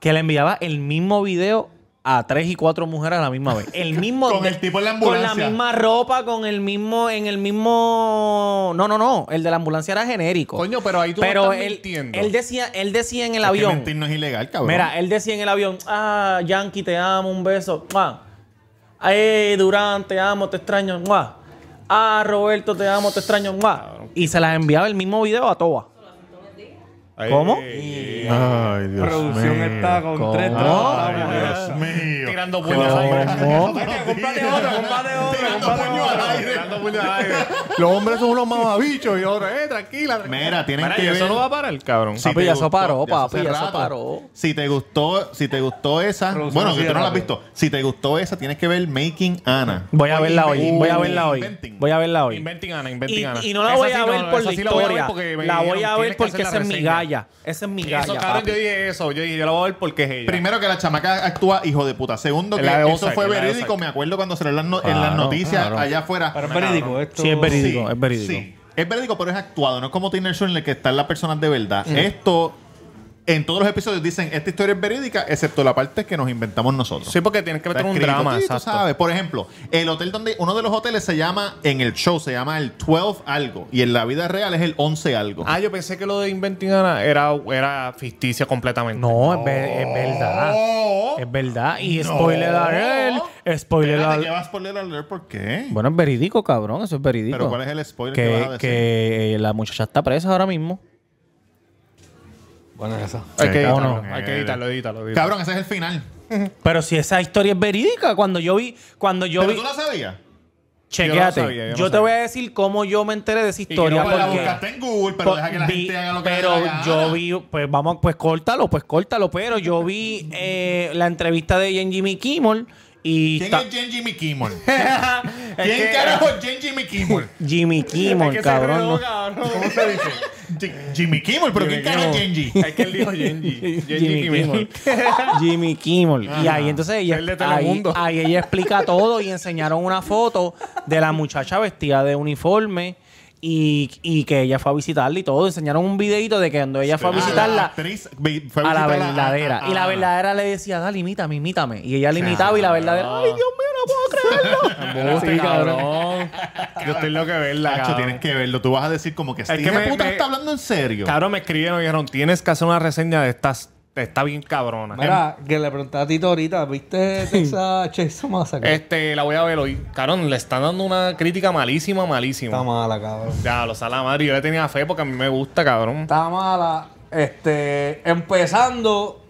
Speaker 3: Que le enviaba el mismo video a tres y cuatro mujeres a la misma vez. El
Speaker 5: [laughs]
Speaker 3: mismo.
Speaker 1: Con el tipo en la ambulancia.
Speaker 3: Con la misma ropa, con el mismo. En el mismo. No, no, no. El de la ambulancia era genérico.
Speaker 5: Coño, pero ahí tú me
Speaker 3: Pero
Speaker 5: estás
Speaker 3: él,
Speaker 5: mintiendo.
Speaker 3: él decía, él decía en
Speaker 1: Es
Speaker 3: el
Speaker 1: que
Speaker 3: avión.
Speaker 1: mentir no es ilegal, cabrón.
Speaker 3: Mira, él decía en el avión, ah, Yankee, te amo, un beso. ¡Mua! Ay, Durán, te amo, te extraño. ¡Mua! Ah, Roberto, te amo, te extraño. ¡Mua! Y se las enviaba el mismo video a Toa. ¿Cómo?
Speaker 7: Ay, Dios
Speaker 2: La producción
Speaker 7: mío.
Speaker 2: está con tres
Speaker 1: Ay,
Speaker 2: trabajadores.
Speaker 1: Dios
Speaker 5: eh,
Speaker 1: mío.
Speaker 5: Tirando puños al aire.
Speaker 2: Cómprate otro, cómprate otro,
Speaker 1: Tirando
Speaker 2: cómprate
Speaker 1: puños
Speaker 2: otro.
Speaker 1: al aire.
Speaker 5: Tirando puños al aire. Los hombres son unos mamabichos. Y ahora, eh, tranquila. tranquila.
Speaker 1: Mira, tienen
Speaker 5: Mira,
Speaker 1: que
Speaker 5: y Eso
Speaker 1: ver-
Speaker 5: no va a parar, cabrón.
Speaker 1: Si
Speaker 3: Papi,
Speaker 1: te
Speaker 3: ya eso
Speaker 1: gustó-
Speaker 3: paró,
Speaker 1: ya hace
Speaker 3: papi, ya eso
Speaker 1: rato.
Speaker 3: paró.
Speaker 1: Si te gustó, si te gustó esa,
Speaker 2: Producción
Speaker 1: bueno,
Speaker 2: así
Speaker 1: que
Speaker 2: de
Speaker 1: tú no la has
Speaker 2: rápido.
Speaker 1: visto. Si te gustó esa, tienes que ver Making Anna.
Speaker 3: Voy a verla hoy,
Speaker 1: Uh,
Speaker 3: voy a verla hoy.
Speaker 1: inventing.
Speaker 3: Voy a verla hoy.
Speaker 5: Inventing Ana,
Speaker 3: Y,
Speaker 5: Inventing Ana.
Speaker 3: y no la voy
Speaker 5: Esa
Speaker 3: a
Speaker 5: sí, no,
Speaker 3: ver por
Speaker 5: esa
Speaker 3: la
Speaker 5: sí la voy a ver
Speaker 3: historia.
Speaker 5: porque me
Speaker 3: La voy
Speaker 5: dijeron,
Speaker 3: a ver
Speaker 5: "Tienes que
Speaker 3: porque
Speaker 5: hacer
Speaker 3: esa
Speaker 5: la
Speaker 3: es mi
Speaker 5: reseña".
Speaker 3: galla. Esa es mi galla.
Speaker 5: Eso, cabrón,
Speaker 3: papi.
Speaker 5: yo dije eso. Yo dije, yo la voy a ver porque es ella.
Speaker 1: Primero que la chamaca actúa hijo de puta. Segundo que
Speaker 5: La de
Speaker 1: eso
Speaker 5: Ozark,
Speaker 1: fue
Speaker 5: la de
Speaker 1: verídico.
Speaker 5: Ozark.
Speaker 1: Me acuerdo cuando se en las, no- en las
Speaker 3: Claro,
Speaker 1: noticias
Speaker 3: claro.
Speaker 1: allá afuera.
Speaker 2: Pero es verídico esto.
Speaker 3: Sí, es verídico.
Speaker 1: Sí,
Speaker 3: es verídico.
Speaker 1: sí. Es verídico, pero es actuado. No es como Teen Show en el que están las personas de verdad. Esto, en todos los episodios dicen, esta historia es verídica, excepto la parte que nos inventamos nosotros.
Speaker 5: Sí, porque tienes que
Speaker 1: Está
Speaker 5: meter un
Speaker 1: escrito,
Speaker 5: drama,
Speaker 1: sí, tú
Speaker 5: exacto.
Speaker 1: sabes. Por ejemplo, el hotel donde uno de los hoteles se llama en el show se llama el 12 algo y en la vida real es el 11 algo.
Speaker 5: Ah, yo pensé que lo de Inventing Ana era, era ficticia completamente.
Speaker 3: No, es, ver- es verdad.
Speaker 1: Oh,
Speaker 3: Es verdad. Y spoiler a él. Spoiler
Speaker 1: Espérate,
Speaker 3: a
Speaker 1: ¿qué vas a spoiler alert? ¿Por qué?
Speaker 3: pues, Bueno, es verídico, cabrón. Eso es verídico.
Speaker 1: Pero ¿cuál es el spoiler que, vas a
Speaker 3: que,
Speaker 1: decir?
Speaker 3: que la muchacha está presa ahora mismo.
Speaker 2: Bueno, eso.
Speaker 5: Hay que
Speaker 1: Sí,
Speaker 5: editarlo,
Speaker 1: cabrón,
Speaker 5: hay
Speaker 1: eh.
Speaker 5: que editarlo, editarlo. editarlo.
Speaker 1: Cabrón, ese es el final.
Speaker 3: Pero si esa historia es verídica, cuando yo vi, cuando yo
Speaker 1: ¿Pero
Speaker 3: vi,
Speaker 1: tú la sabías?
Speaker 3: chequéate,
Speaker 5: Yo
Speaker 3: yo,
Speaker 5: no sabía, yo no
Speaker 3: te
Speaker 5: sabía.
Speaker 3: voy a decir cómo yo me enteré de esa
Speaker 5: que
Speaker 3: historia.
Speaker 5: no
Speaker 1: Pues la
Speaker 3: porque-
Speaker 1: buscaste en Google, pero
Speaker 3: po-
Speaker 1: deja que la
Speaker 3: vi-
Speaker 1: gente haga lo que le dé
Speaker 3: Pero
Speaker 1: la gana.
Speaker 3: yo vi, pues vamos, pues córtalo, pues córtalo. Pero yo vi eh, la entrevista de Jen Jimmy Kimmel y
Speaker 1: ¿Quién
Speaker 3: ta-
Speaker 1: es Jen Jimmy
Speaker 3: [laughs]
Speaker 1: Kimmel?
Speaker 3: Es
Speaker 1: ¿Quién
Speaker 3: que-
Speaker 1: carajo es Jen Jimmy Kimmel?
Speaker 3: Jimmy Kimmel,
Speaker 5: Es que se
Speaker 3: cabrón.
Speaker 5: enredó,
Speaker 3: no-
Speaker 5: cabrón.
Speaker 1: ¿Cómo se dice? Ji- Jimmy Kimmel, pero ¿quién carajo es Jenji?
Speaker 5: [laughs] Es que él dijo Genji. Genji Kimmel.
Speaker 3: Jimmy Kimmel. Y ahí entonces ella,
Speaker 5: El de
Speaker 3: ahí,
Speaker 5: Telemundo.
Speaker 3: ahí ella explica todo y enseñaron una foto de la muchacha vestida de uniforme y, y que ella fue a visitarla y todo. Enseñaron un videito de que cuando ella fue a
Speaker 1: Ah, la
Speaker 3: visitarla
Speaker 1: actriz vi- fue
Speaker 3: a la
Speaker 1: visitarla Ah.
Speaker 3: verdadera.
Speaker 1: a-
Speaker 3: Y la
Speaker 1: a-
Speaker 3: verdadera le decía, dale, imítame, imítame. Y ella le imitaba y la verdadera, ay, Dios mío, no puedo creerlo.
Speaker 5: Embuste,
Speaker 3: Sí,
Speaker 5: cabrón. Yo estoy loco de verla.
Speaker 1: Nacho,
Speaker 5: cabrón.
Speaker 1: tienes que verlo. Tú vas a decir como que este
Speaker 5: que
Speaker 1: hijo de
Speaker 5: me-
Speaker 1: puta
Speaker 5: me-
Speaker 1: está hablando en serio.
Speaker 5: Cabrón, me escribieron y dijeron, tienes que hacer una reseña de estas. Está bien cabrona.
Speaker 2: Mira, que le preguntaba a Tito ahorita, ¿viste [laughs] esa Chase Massacre?
Speaker 5: Este, la voy a ver hoy. Cabrón, le están dando una crítica malísima, malísima.
Speaker 2: Está mala, cabrón.
Speaker 5: Ya, lo sale la madre. Yo le tenía fe porque a mí me gusta, cabrón.
Speaker 2: Está mala. Este, empezando.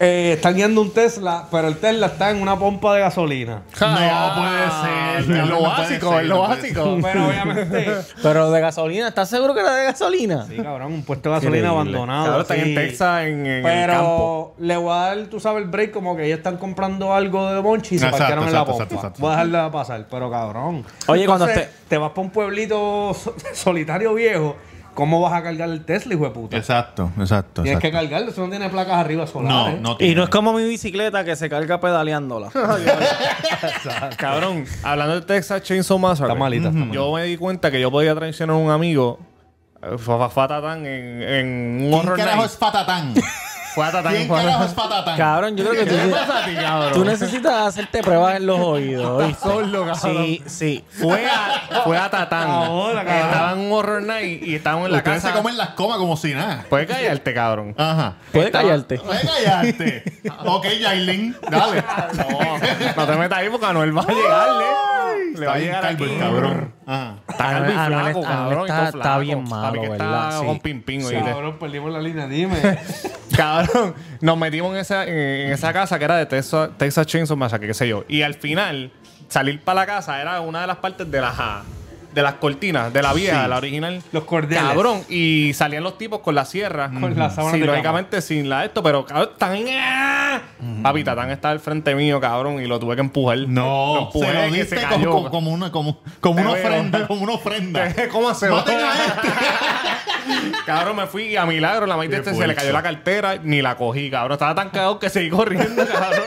Speaker 2: eh, está guiando un Tesla, pero el Tesla está en una pompa de gasolina.
Speaker 1: No puede ser.
Speaker 5: ah, Es
Speaker 1: cabrón,
Speaker 5: lo
Speaker 1: no puede
Speaker 5: básico,
Speaker 1: ser,
Speaker 5: es lo
Speaker 1: no puede ser.
Speaker 5: básico.
Speaker 2: Pero obviamente.
Speaker 3: Pero de gasolina, ¿estás seguro que era de gasolina?
Speaker 2: Sí, cabrón, un puesto de gasolina abandonado.
Speaker 5: Claro, están
Speaker 2: así.
Speaker 5: en Texas, en, en el campo.
Speaker 2: Pero le voy a dar, tú sabes, el break como que ellos están comprando algo de Monchi y se
Speaker 1: Exacto,
Speaker 2: parquearon en la
Speaker 1: exacto,
Speaker 2: pompa.
Speaker 1: exacto, exacto.
Speaker 2: Voy a dejarla pasar, pero cabrón.
Speaker 3: Oye, cuando
Speaker 2: te... vas para un pueblito so- [laughs] solitario viejo, ¿cómo vas a cargar el Tesla, hijo de puta?
Speaker 1: Exacto, exacto,
Speaker 2: Tienes que ¿eh?
Speaker 1: exacto.
Speaker 2: cargarlo, eso no tiene placas arriba
Speaker 1: No,
Speaker 2: solares.
Speaker 1: no tiene.
Speaker 3: Y no es como mi bicicleta que se carga pedaleándola.
Speaker 5: Cabrón, hablando de Texas Chainsaw Massacre.
Speaker 2: Está malita, está
Speaker 5: Yo me di cuenta que yo podía traicionar a un amigo. eh, Fue a Fatatán en, en un
Speaker 1: ¿Quién
Speaker 5: horror
Speaker 1: carajo
Speaker 5: night.
Speaker 1: es
Speaker 5: [laughs]
Speaker 1: Patatán?
Speaker 5: Fue a Tatán,
Speaker 1: ¿Quién
Speaker 5: fue a-
Speaker 1: carajo es Patatán?
Speaker 3: Cabrón, yo creo que
Speaker 5: ¿Qué te
Speaker 3: tú,
Speaker 5: pasa a ti, cabrón?
Speaker 3: tú necesitas hacerte pruebas en los oídos. ¿oíste?
Speaker 5: solo, cabrón.
Speaker 3: Sí, sí.
Speaker 5: Fue a, fue a Tatán.
Speaker 3: Ah,
Speaker 2: Ahora, cabrón.
Speaker 5: Estaba en un horror night y estaban en la
Speaker 1: Ustedes se
Speaker 5: casa.
Speaker 1: comen las comas como si nada.
Speaker 5: Puedes
Speaker 1: [laughs]
Speaker 5: callarte, cabrón.
Speaker 1: Ajá.
Speaker 3: Puedes callarte.
Speaker 1: Oye,
Speaker 5: [laughs]
Speaker 1: callarte. ok, Yailin, dale.
Speaker 5: No, no te metas ahí porque Anuel va a llegarle. Le va a llegar
Speaker 1: Está bien
Speaker 5: aquí.
Speaker 1: calvo el cabrón. Ajá.
Speaker 5: Está calvo y
Speaker 3: Anuel- Anuel
Speaker 5: flaco,
Speaker 3: está- Anuel
Speaker 5: cabrón. y todo
Speaker 3: está-
Speaker 5: flaco.
Speaker 3: está bien malo,
Speaker 5: Papi, que
Speaker 3: ¿verdad?
Speaker 5: está
Speaker 3: Sí.
Speaker 5: con pimpín, oíste.
Speaker 2: Cabrón, perdimos la
Speaker 1: [laughs]
Speaker 2: línea, dime.
Speaker 5: [laughs] Cabrón, nos metimos en esa, en esa casa que era de Texas, Texas Chainsaw Massacre, qué sé yo. Y al final, salir para la casa era una de las partes de las, de las cortinas, de la vieja, la original.
Speaker 2: Los cordeles.
Speaker 5: Cabrón, y salían los tipos con la sierra.
Speaker 2: Con las sábanas
Speaker 5: Sí,
Speaker 2: de
Speaker 5: lógicamente sin la de esto, pero cabrón, tan... ¡ah! Papi, Tatán estaba al frente mío, cabrón, y lo tuve que empujar. Lo
Speaker 1: No,
Speaker 5: empujé
Speaker 1: se
Speaker 5: y
Speaker 1: lo
Speaker 5: se
Speaker 1: diste como-
Speaker 5: cayó.
Speaker 1: como, como una, como, como una
Speaker 5: Te veo.
Speaker 1: ofrenda, como una ofrenda.
Speaker 5: [laughs] ¿Cómo [laughs] se va?
Speaker 1: Maten a este.
Speaker 5: Cabrón, me fui y a milagro la maíz de
Speaker 1: Qué
Speaker 5: este se le
Speaker 1: fuerza.
Speaker 5: cayó la cartera, ni la cogí, cabrón. Estaba tan cagado que seguí corriendo, cabrón.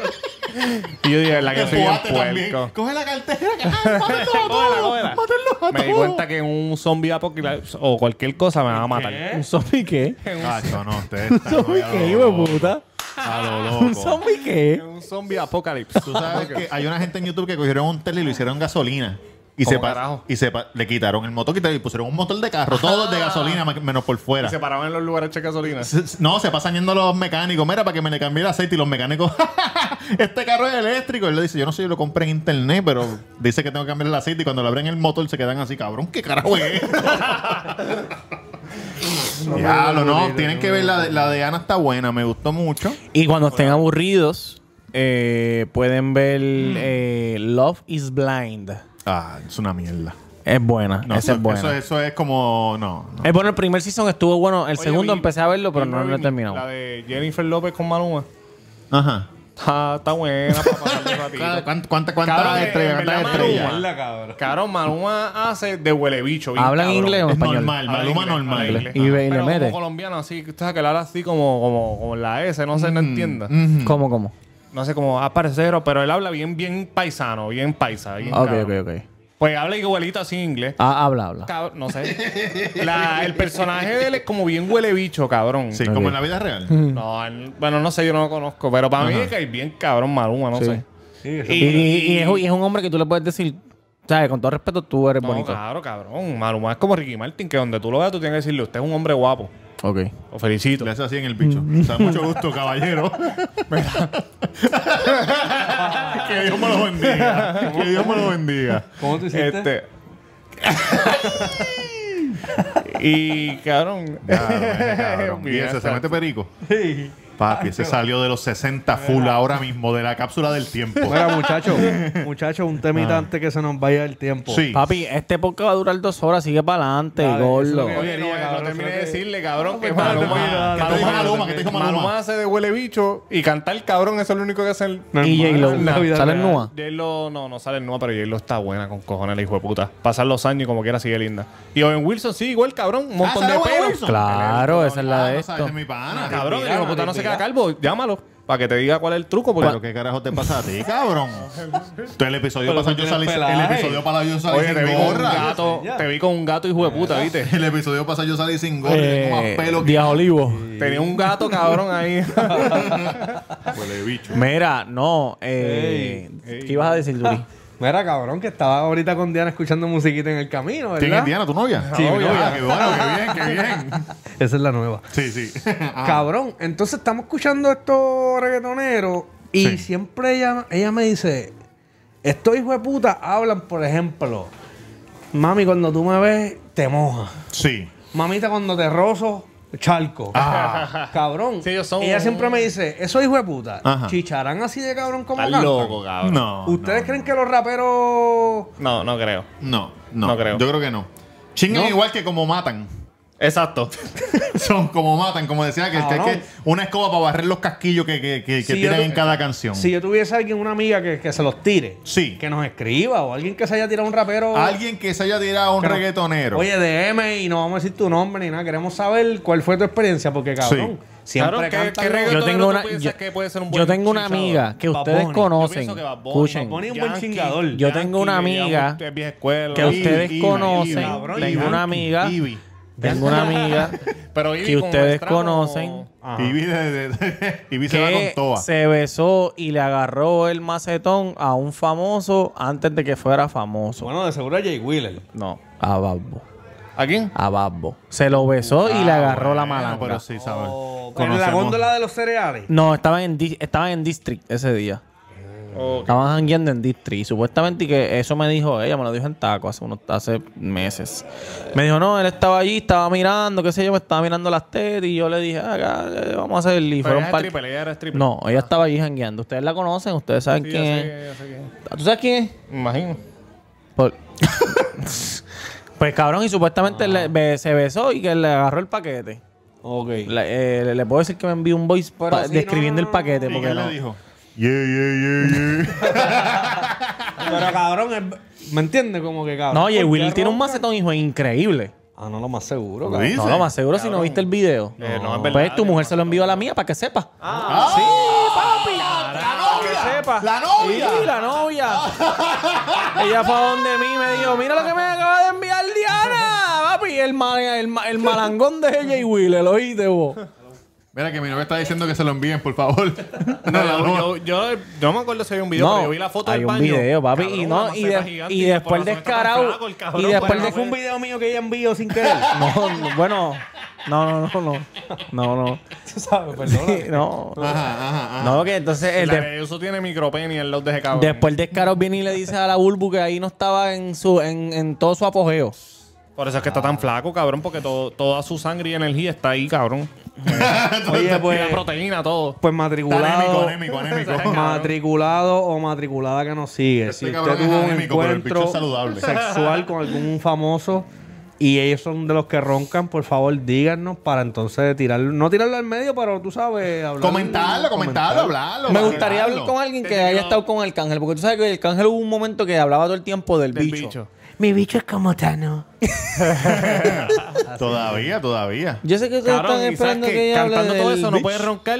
Speaker 5: y [laughs] yo dije, la que soy bien
Speaker 1: Empujate también.
Speaker 5: puerco.
Speaker 1: Coge la
Speaker 5: [laughs]
Speaker 1: cartera. que- ¡Ay, mátenlo a
Speaker 5: Cógela,
Speaker 1: todos!
Speaker 5: cógela.
Speaker 1: ¡Mátenlo a
Speaker 5: Me di
Speaker 1: todos!
Speaker 5: cuenta que un zombie apocalipsis o cualquier cosa me va a matar.
Speaker 3: ¿Un zombie qué?
Speaker 1: Cacho, no, usted
Speaker 5: [laughs]
Speaker 3: ¿Un zombie qué, hijo de puta?
Speaker 1: A lo
Speaker 3: ¿Un
Speaker 1: loco.
Speaker 3: zombie qué?
Speaker 5: Un zombie [laughs] apocalipsis.
Speaker 1: Tú sabes que hay una gente en YouTube que cogieron un tele y lo hicieron gasolina. Y,
Speaker 5: ¿Cómo
Speaker 1: se pa-
Speaker 5: carajo?
Speaker 1: y se pa- le quitaron el motor quitaron y pusieron un motor de carro,
Speaker 5: [laughs]
Speaker 1: todos de gasolina, ma- menos por fuera.
Speaker 5: se paraban en los lugares de gasolina.
Speaker 1: S- s- No, se pasan yendo los mecánicos. Mira, para que me le cambie el aceite. Y los mecánicos, [laughs] este carro es eléctrico. Él le dice, yo no sé, yo lo compré en internet, pero dice que tengo que cambiar el aceite. Y cuando le abren el motor, se quedan así, cabrón, ¿qué carajo es
Speaker 5: [laughs]
Speaker 1: esto? Diablo, no. Tienen que ver, la de, la de Ana está buena, me gustó mucho.
Speaker 3: Y cuando estén aburridos, eh, pueden ver
Speaker 5: Mm.
Speaker 3: eh, Love is Blind.
Speaker 1: Ah, es una mierda.
Speaker 3: Es buena,
Speaker 1: No,
Speaker 3: esa
Speaker 1: eso,
Speaker 3: es buena.
Speaker 1: Eso, eso es como, no. no.
Speaker 3: Es bueno, el primer season estuvo bueno. El segundo empecé a verlo, pero no lo he
Speaker 5: La
Speaker 3: terminado.
Speaker 5: de Jennifer López con [laughs] Maluma.
Speaker 1: Ajá.
Speaker 3: Ah,
Speaker 5: Está, está [laughs] buena,
Speaker 1: Claro,
Speaker 5: papá.
Speaker 1: ¿Cuánta, cuánta, cuánta
Speaker 5: Cabrón,
Speaker 1: estrella?
Speaker 5: en
Speaker 1: ¿Cuánta
Speaker 5: verdad,
Speaker 1: estrella?
Speaker 5: Maluma.
Speaker 2: Mierda, cabrón.
Speaker 5: Cabrón, Maluma hace de huele bicho. bien
Speaker 3: ¿Hablan
Speaker 5: cabrón.
Speaker 3: inglés o
Speaker 1: Es
Speaker 3: español?
Speaker 1: normal, Maluma
Speaker 5: Habla
Speaker 1: normal.
Speaker 5: inglés, habla
Speaker 3: Y
Speaker 5: inglés.
Speaker 3: ve y le
Speaker 5: Pero
Speaker 3: mete.
Speaker 5: como colombiano, así, tú sabes que le habla así como, como, como la S, no sé, no entiendo.
Speaker 3: ¿Cómo, cómo?
Speaker 5: No sé cómo aparecero, pero él habla bien, bien paisano, bien paisa. Bien
Speaker 3: Ok, ok,
Speaker 5: cabrón.
Speaker 3: ok.
Speaker 5: Pues habla igualito así en inglés.
Speaker 3: Ah, habla, habla.
Speaker 5: Cab- no sé. La- el personaje de él es como bien huele bicho, cabrón.
Speaker 1: Sí,
Speaker 3: Ok.
Speaker 1: como en la vida
Speaker 3: Mm.
Speaker 1: real.
Speaker 5: No, él- bueno, no sé, yo no lo conozco, pero para mí es que es bien cabrón Maluma, no
Speaker 3: Sí.
Speaker 5: sé.
Speaker 2: Sí, eso-
Speaker 3: Y, y- y es, y es un hombre que tú le puedes decir, ¿sabes? Con todo respeto, tú eres
Speaker 5: No,
Speaker 3: bonito.
Speaker 5: claro, cabrón. Maluma es como Ricky Martin, que donde tú lo veas, tú tienes que decirle, usted es un hombre guapo.
Speaker 3: Ok.
Speaker 5: Lo felicito.
Speaker 1: Le hace así en el bicho.
Speaker 3: [laughs]
Speaker 1: Está mucho gusto, caballero. que Dios me lo bendiga. Que Dios me lo bendiga.
Speaker 2: ¿Cómo tú hiciste?
Speaker 5: Este. y cabrón.
Speaker 1: [laughs] Cabrón. Y ese se mete perico. Papi, ese salió de los 60 full ahora mismo, de la cápsula del tiempo.
Speaker 2: Mira, [laughs] muchacho, muchacho, un temita antes que se nos vaya el tiempo.
Speaker 1: Ah. Sí.
Speaker 3: Papi, este podcast va a durar dos horas, sigue para adelante,
Speaker 2: Dale, eso
Speaker 3: gordo.
Speaker 2: es lo
Speaker 5: Oye, no,
Speaker 2: Oye,
Speaker 5: no
Speaker 2: cabrón,
Speaker 5: terminé
Speaker 2: creo
Speaker 5: de
Speaker 2: que-
Speaker 5: decirle, cabrón, que
Speaker 1: pues, Maluma,
Speaker 5: Maluma.
Speaker 1: que te dijo Maluma, que te dijo Maluma.
Speaker 5: Maluma hace de huele bicho y cantar cabrón, eso es lo único que hace el.
Speaker 3: Y J-Lo.
Speaker 2: Normal, la vida
Speaker 3: ¿Sale
Speaker 2: real.
Speaker 3: Nua?
Speaker 5: J-Lo, no, no sale nueva, pero J-Lo está buena con cojones, la hijo de puta. Pasan los años y como quiera sigue linda. Y Owen Wilson sí, igual, cabrón, un montón
Speaker 1: ¿sale
Speaker 5: de
Speaker 1: Owen
Speaker 5: pelos.
Speaker 1: Wilson?
Speaker 3: Claro, esa es la
Speaker 1: Ah,
Speaker 3: de
Speaker 1: no sabes,
Speaker 3: esto.
Speaker 1: es mi pana.
Speaker 5: Cabrón, el
Speaker 2: Mentira,
Speaker 5: hijo de puta no se
Speaker 2: mentira.
Speaker 5: queda calvo, llámalo para que te diga cuál es el truco. Porque
Speaker 1: Pero qué carajo te pasa a ti, cabrón. Tú el episodio
Speaker 2: Pero
Speaker 1: pasado
Speaker 2: tú
Speaker 1: yo salí
Speaker 2: tienes
Speaker 1: el
Speaker 2: pelaje.
Speaker 1: episodio pasado yo salí
Speaker 5: Oye, te vi
Speaker 1: sin
Speaker 5: con un
Speaker 1: gorra.
Speaker 5: gato, te vi con un gato hijo de puta, ¿viste?
Speaker 1: El episodio pasado yo salí sin gorra, y tengo más
Speaker 3: Eh,
Speaker 1: pelo que
Speaker 3: Díaz Olivo.
Speaker 5: Tenía un gato cabrón ahí.
Speaker 1: huele bicho.
Speaker 3: Mira, no. Eh, ¿Qué ibas a decir, Yuri?
Speaker 2: Mira, cabrón, que estaba ahorita con Diana escuchando musiquita en el camino, ¿verdad?
Speaker 1: ¿Quién es Diana, tu novia?
Speaker 2: Sí, mi
Speaker 1: Ah, obvio,
Speaker 2: novia.
Speaker 1: ah, Qué bueno, qué bien, qué bien.
Speaker 2: Esa es la nueva.
Speaker 1: Sí, sí.
Speaker 2: Cabrón, entonces estamos escuchando estos reggaetoneros y
Speaker 1: Sí.
Speaker 2: siempre ella, ella me dice, estos hijos de puta hablan, por ejemplo, mami, cuando tú me ves, te mojas.
Speaker 1: Sí.
Speaker 2: Mamita, cuando te rozo, Charco. [laughs] Cabrón.
Speaker 5: Sí, ellos son-
Speaker 2: Ella siempre me dice, eso hijo de puta.
Speaker 1: Ah. Ajá.
Speaker 2: Chicharán así de cabrón como
Speaker 5: Estás
Speaker 2: cantan?
Speaker 5: loco, cabrón.
Speaker 1: No.
Speaker 2: ¿Ustedes creen que los raperos
Speaker 5: [laughs] No, no creo.
Speaker 1: No, no.
Speaker 5: No creo.
Speaker 1: Yo creo que no. Chingan igual que como matan. [laughs]
Speaker 5: Exacto.
Speaker 1: Son como matan, como decía, que, que hay
Speaker 2: Cabrón.
Speaker 1: que una escoba para barrer los casquillos que, que, que- que
Speaker 2: Si
Speaker 1: tiran
Speaker 2: yo-
Speaker 1: en cada canción.
Speaker 2: Si yo tuviese alguien, una amiga que, que se los tire,
Speaker 1: Sí. Ah,
Speaker 2: que nos escriba, o alguien que se haya tirado un rapero.
Speaker 1: Alguien que se haya tirado a un
Speaker 2: que nos-
Speaker 1: reggaetonero.
Speaker 2: Oye, DM y no vamos a decir tu nombre ni nada. Queremos saber cuál fue tu experiencia, porque cabrón, siempre
Speaker 5: Claro, ¿qué-
Speaker 2: cantan
Speaker 5: qué
Speaker 2: los-
Speaker 5: regga-
Speaker 3: Yo tengo
Speaker 5: tú
Speaker 3: una,
Speaker 5: piensas
Speaker 3: yo,
Speaker 5: que puede ser un
Speaker 3: yo
Speaker 5: buen
Speaker 3: tengo una
Speaker 5: chingador?
Speaker 3: amiga que
Speaker 2: Bad
Speaker 3: ustedes
Speaker 2: Bunny. Yo
Speaker 3: conocen.
Speaker 5: pienso que Bad Bunny-
Speaker 2: Bad
Speaker 3: escuchen.
Speaker 2: Bunny es un buen
Speaker 5: Yankee,
Speaker 2: chingador.
Speaker 5: Yankee,
Speaker 3: Yo tengo una amiga
Speaker 5: digamos, vieja escuela.
Speaker 3: que
Speaker 5: Ivy,
Speaker 3: ustedes
Speaker 5: Ivy,
Speaker 3: conocen.
Speaker 5: Ivy,
Speaker 3: Tengo
Speaker 5: Ivy.
Speaker 3: una amiga.
Speaker 1: Ivy.
Speaker 3: Tengo una amiga
Speaker 5: Pero Ivy
Speaker 3: que
Speaker 5: con
Speaker 3: ustedes
Speaker 5: Estrano-
Speaker 3: conocen
Speaker 2: Ajá.
Speaker 1: Ivy, de- de- de- [laughs] Ivy se va con
Speaker 3: que
Speaker 1: toa.
Speaker 3: se besó y le agarró el macetón a un famoso antes de que fuera famoso.
Speaker 2: Bueno, de seguro es Jay Wheeler.
Speaker 5: No.
Speaker 3: A Babbo.
Speaker 5: ¿A quién?
Speaker 3: A Babbo. Ah, Se lo besó y le agarró la
Speaker 1: mano Ah,
Speaker 3: malanga.
Speaker 1: Oh, Pero sí, ¿sabes?
Speaker 2: en la
Speaker 1: Conocemos.
Speaker 2: góndola de los cereales.
Speaker 3: No, estaban en, di- estaban en District ese día. Estaban jangueando en District. Y supuestamente que eso me dijo ella, me lo dijo en taco hace unos hace meses. Me dijo, no, él estaba allí, estaba mirando, qué sé yo, me estaba mirando las tetas. Y yo le dije, ah, acá, eh, vamos a hacer Y
Speaker 5: Pero
Speaker 3: fueron
Speaker 5: ella es
Speaker 3: par-
Speaker 5: stripper, ella era stripper.
Speaker 3: No, ella estaba allí jangueando. Ustedes la conocen, ustedes saben
Speaker 5: Sí, yo
Speaker 3: quién
Speaker 5: sé,
Speaker 3: es.
Speaker 5: yo sé quién es.
Speaker 3: ¿Tú sabes quién es?
Speaker 5: Me Imagino. [laughs]
Speaker 3: Por- pues cabrón, y supuestamente le- be- se besó y que le agarró el paquete.
Speaker 2: Ok.
Speaker 3: La- eh, le, le puedo decir que me envió un voice
Speaker 2: Pero
Speaker 3: pa-
Speaker 2: sí,
Speaker 3: describiendo
Speaker 2: no, no,
Speaker 3: el paquete.
Speaker 1: ¿Y
Speaker 3: Porque
Speaker 1: qué
Speaker 3: no.
Speaker 1: le dijo? Yeah, yeah, yeah, [laughs] yeah.
Speaker 2: Pero cabrón, es- ¿me entiendes? Como que cabrón. Pues,
Speaker 3: No, oye,
Speaker 2: ¿por qué
Speaker 3: Will tiene un
Speaker 2: ronca?
Speaker 3: macetón, hijo, increíble.
Speaker 2: Ah, no, lo más seguro,
Speaker 1: ¿Lo
Speaker 2: cabrón.
Speaker 1: dice?
Speaker 3: No, lo más seguro si no viste el video.
Speaker 5: Eh, no, es Ah.
Speaker 3: Pues
Speaker 5: verdad,
Speaker 3: tu mujer se lo envió a la mía para que sepa.
Speaker 1: ¡La novia! ¡La novia!
Speaker 3: Sí, la novia. Ella fue a donde mí y me dijo, mira lo que me acaba de enviar Diana, papi. El, ma- el, ma- el malangón de ella y Will, ¿lo oíste vos?
Speaker 1: Mira que mi novia está diciendo que se lo envíen, por favor. no, la [laughs]
Speaker 5: yo,
Speaker 1: novia.
Speaker 5: [laughs] yo, yo- yo no me acuerdo si hay un video, pero yo vi la foto
Speaker 3: hay
Speaker 5: del
Speaker 3: un
Speaker 5: baño.
Speaker 3: video, papi. y,
Speaker 5: Cabrón,
Speaker 3: no,
Speaker 5: una
Speaker 3: y,
Speaker 5: maceta
Speaker 3: de-
Speaker 5: gigante,
Speaker 3: y después
Speaker 5: por razón está tan
Speaker 3: descarado.
Speaker 5: flaco el
Speaker 3: Y
Speaker 5: cabrón,
Speaker 3: después
Speaker 5: pues,
Speaker 3: de
Speaker 5: no
Speaker 2: Fue un
Speaker 5: puede-
Speaker 2: video mío que ella envió sin querer.
Speaker 3: No, no, bueno. No, no, no, no. No, no.
Speaker 2: [laughs] Tú sabes, perdón.
Speaker 3: [laughs] No.
Speaker 1: Ajá, ajá, ajá.
Speaker 3: No, que entonces el
Speaker 5: La
Speaker 3: de-
Speaker 5: de eso tiene micropenia en los de ese cabrón.
Speaker 3: después de Escaro viene y le dice a la Bulbu que ahí no estaba en su en, en todo su apogeo.
Speaker 5: Por eso es que está tan flaco, cabrón, porque todo- toda su sangre y energía está ahí, cabrón.
Speaker 2: Oye,
Speaker 5: Y la
Speaker 2: pues,
Speaker 5: proteína, todo.
Speaker 2: pues
Speaker 1: Está
Speaker 2: matriculado.
Speaker 1: anémico, anémico, anémico.
Speaker 2: Matriculado o matriculada que nos sigue.
Speaker 1: Este
Speaker 2: si usted
Speaker 1: cabrón es
Speaker 2: tuvo un
Speaker 1: anémico, pero el bicho
Speaker 2: encuentro
Speaker 1: es saludable.
Speaker 2: sexual con algún famoso y ellos son de los que roncan, por favor, díganos para entonces tirarlo. No tirarlo al medio, pero tú sabes. hablar-
Speaker 1: Comentarlo, comentarlo, hablarlo.
Speaker 3: Me gustaría
Speaker 1: vacilarlo.
Speaker 3: hablar con alguien que haya estado con Arcángel, porque tú sabes que Arcángel hubo un momento que hablaba todo el tiempo del,
Speaker 5: Del
Speaker 3: bicho.
Speaker 5: bicho.
Speaker 8: Mi bicho es como Tano.
Speaker 1: Todavía, todavía.
Speaker 3: Yo sé que ustedes
Speaker 5: Cabrón,
Speaker 3: están
Speaker 5: y sabes
Speaker 3: esperando que,
Speaker 5: que
Speaker 3: ella hable
Speaker 5: cantando todo
Speaker 3: del
Speaker 5: eso no
Speaker 3: bicho.
Speaker 5: puedes roncar.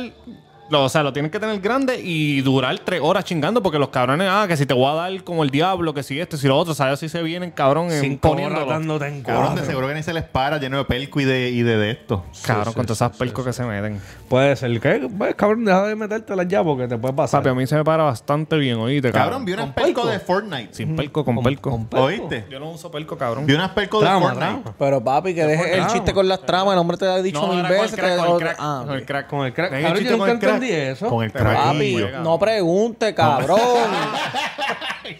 Speaker 5: Lo- o sea, lo tienes que tener grande y durar tres horas chingando porque los cabrones, ah, que si te voy a dar como el diablo, que si esto, si lo otro, ¿sabes? Si se vienen, cabrón, en-
Speaker 2: Cinco horas
Speaker 5: poniéndolo.
Speaker 2: dándote en
Speaker 1: Cabrón, de
Speaker 2: cuatro.
Speaker 1: seguro que ni se les para lleno de pelco y de, y de, de esto.
Speaker 5: Cabrón, con todas esas pelcos que se meten.
Speaker 2: Puede ser que, pues, cabrón, deja de metértelas ya porque te puede pasar.
Speaker 5: Papi, a mí se me para bastante bien, oíste,
Speaker 1: Cabrón,
Speaker 5: cabrón.
Speaker 1: vi unas pelco de Fortnite.
Speaker 5: Sin pelco, con, pelco.
Speaker 1: ¿Oíste?
Speaker 5: Yo no uso pelco, cabrón.
Speaker 1: Vi unas pelco de
Speaker 2: Trama,
Speaker 1: Fortnite.
Speaker 2: trama.
Speaker 3: Pero papi, que deje el
Speaker 2: nada,
Speaker 3: chiste con las tramas, el hombre te ha dicho
Speaker 5: No,
Speaker 3: mil
Speaker 5: era con el
Speaker 3: veces.
Speaker 5: crack,
Speaker 3: te-
Speaker 5: con el
Speaker 3: otra-
Speaker 5: crack,
Speaker 3: ah,
Speaker 5: con el crack.
Speaker 2: Con el crack.
Speaker 5: Tengo
Speaker 2: Cabrón, yo
Speaker 5: chiste con
Speaker 2: nunca
Speaker 5: el crack.
Speaker 2: entendí eso.
Speaker 1: Con el
Speaker 3: Papi,
Speaker 1: craquillo.
Speaker 5: cabrón.
Speaker 3: no pregunte, cabrón.
Speaker 1: [laughs]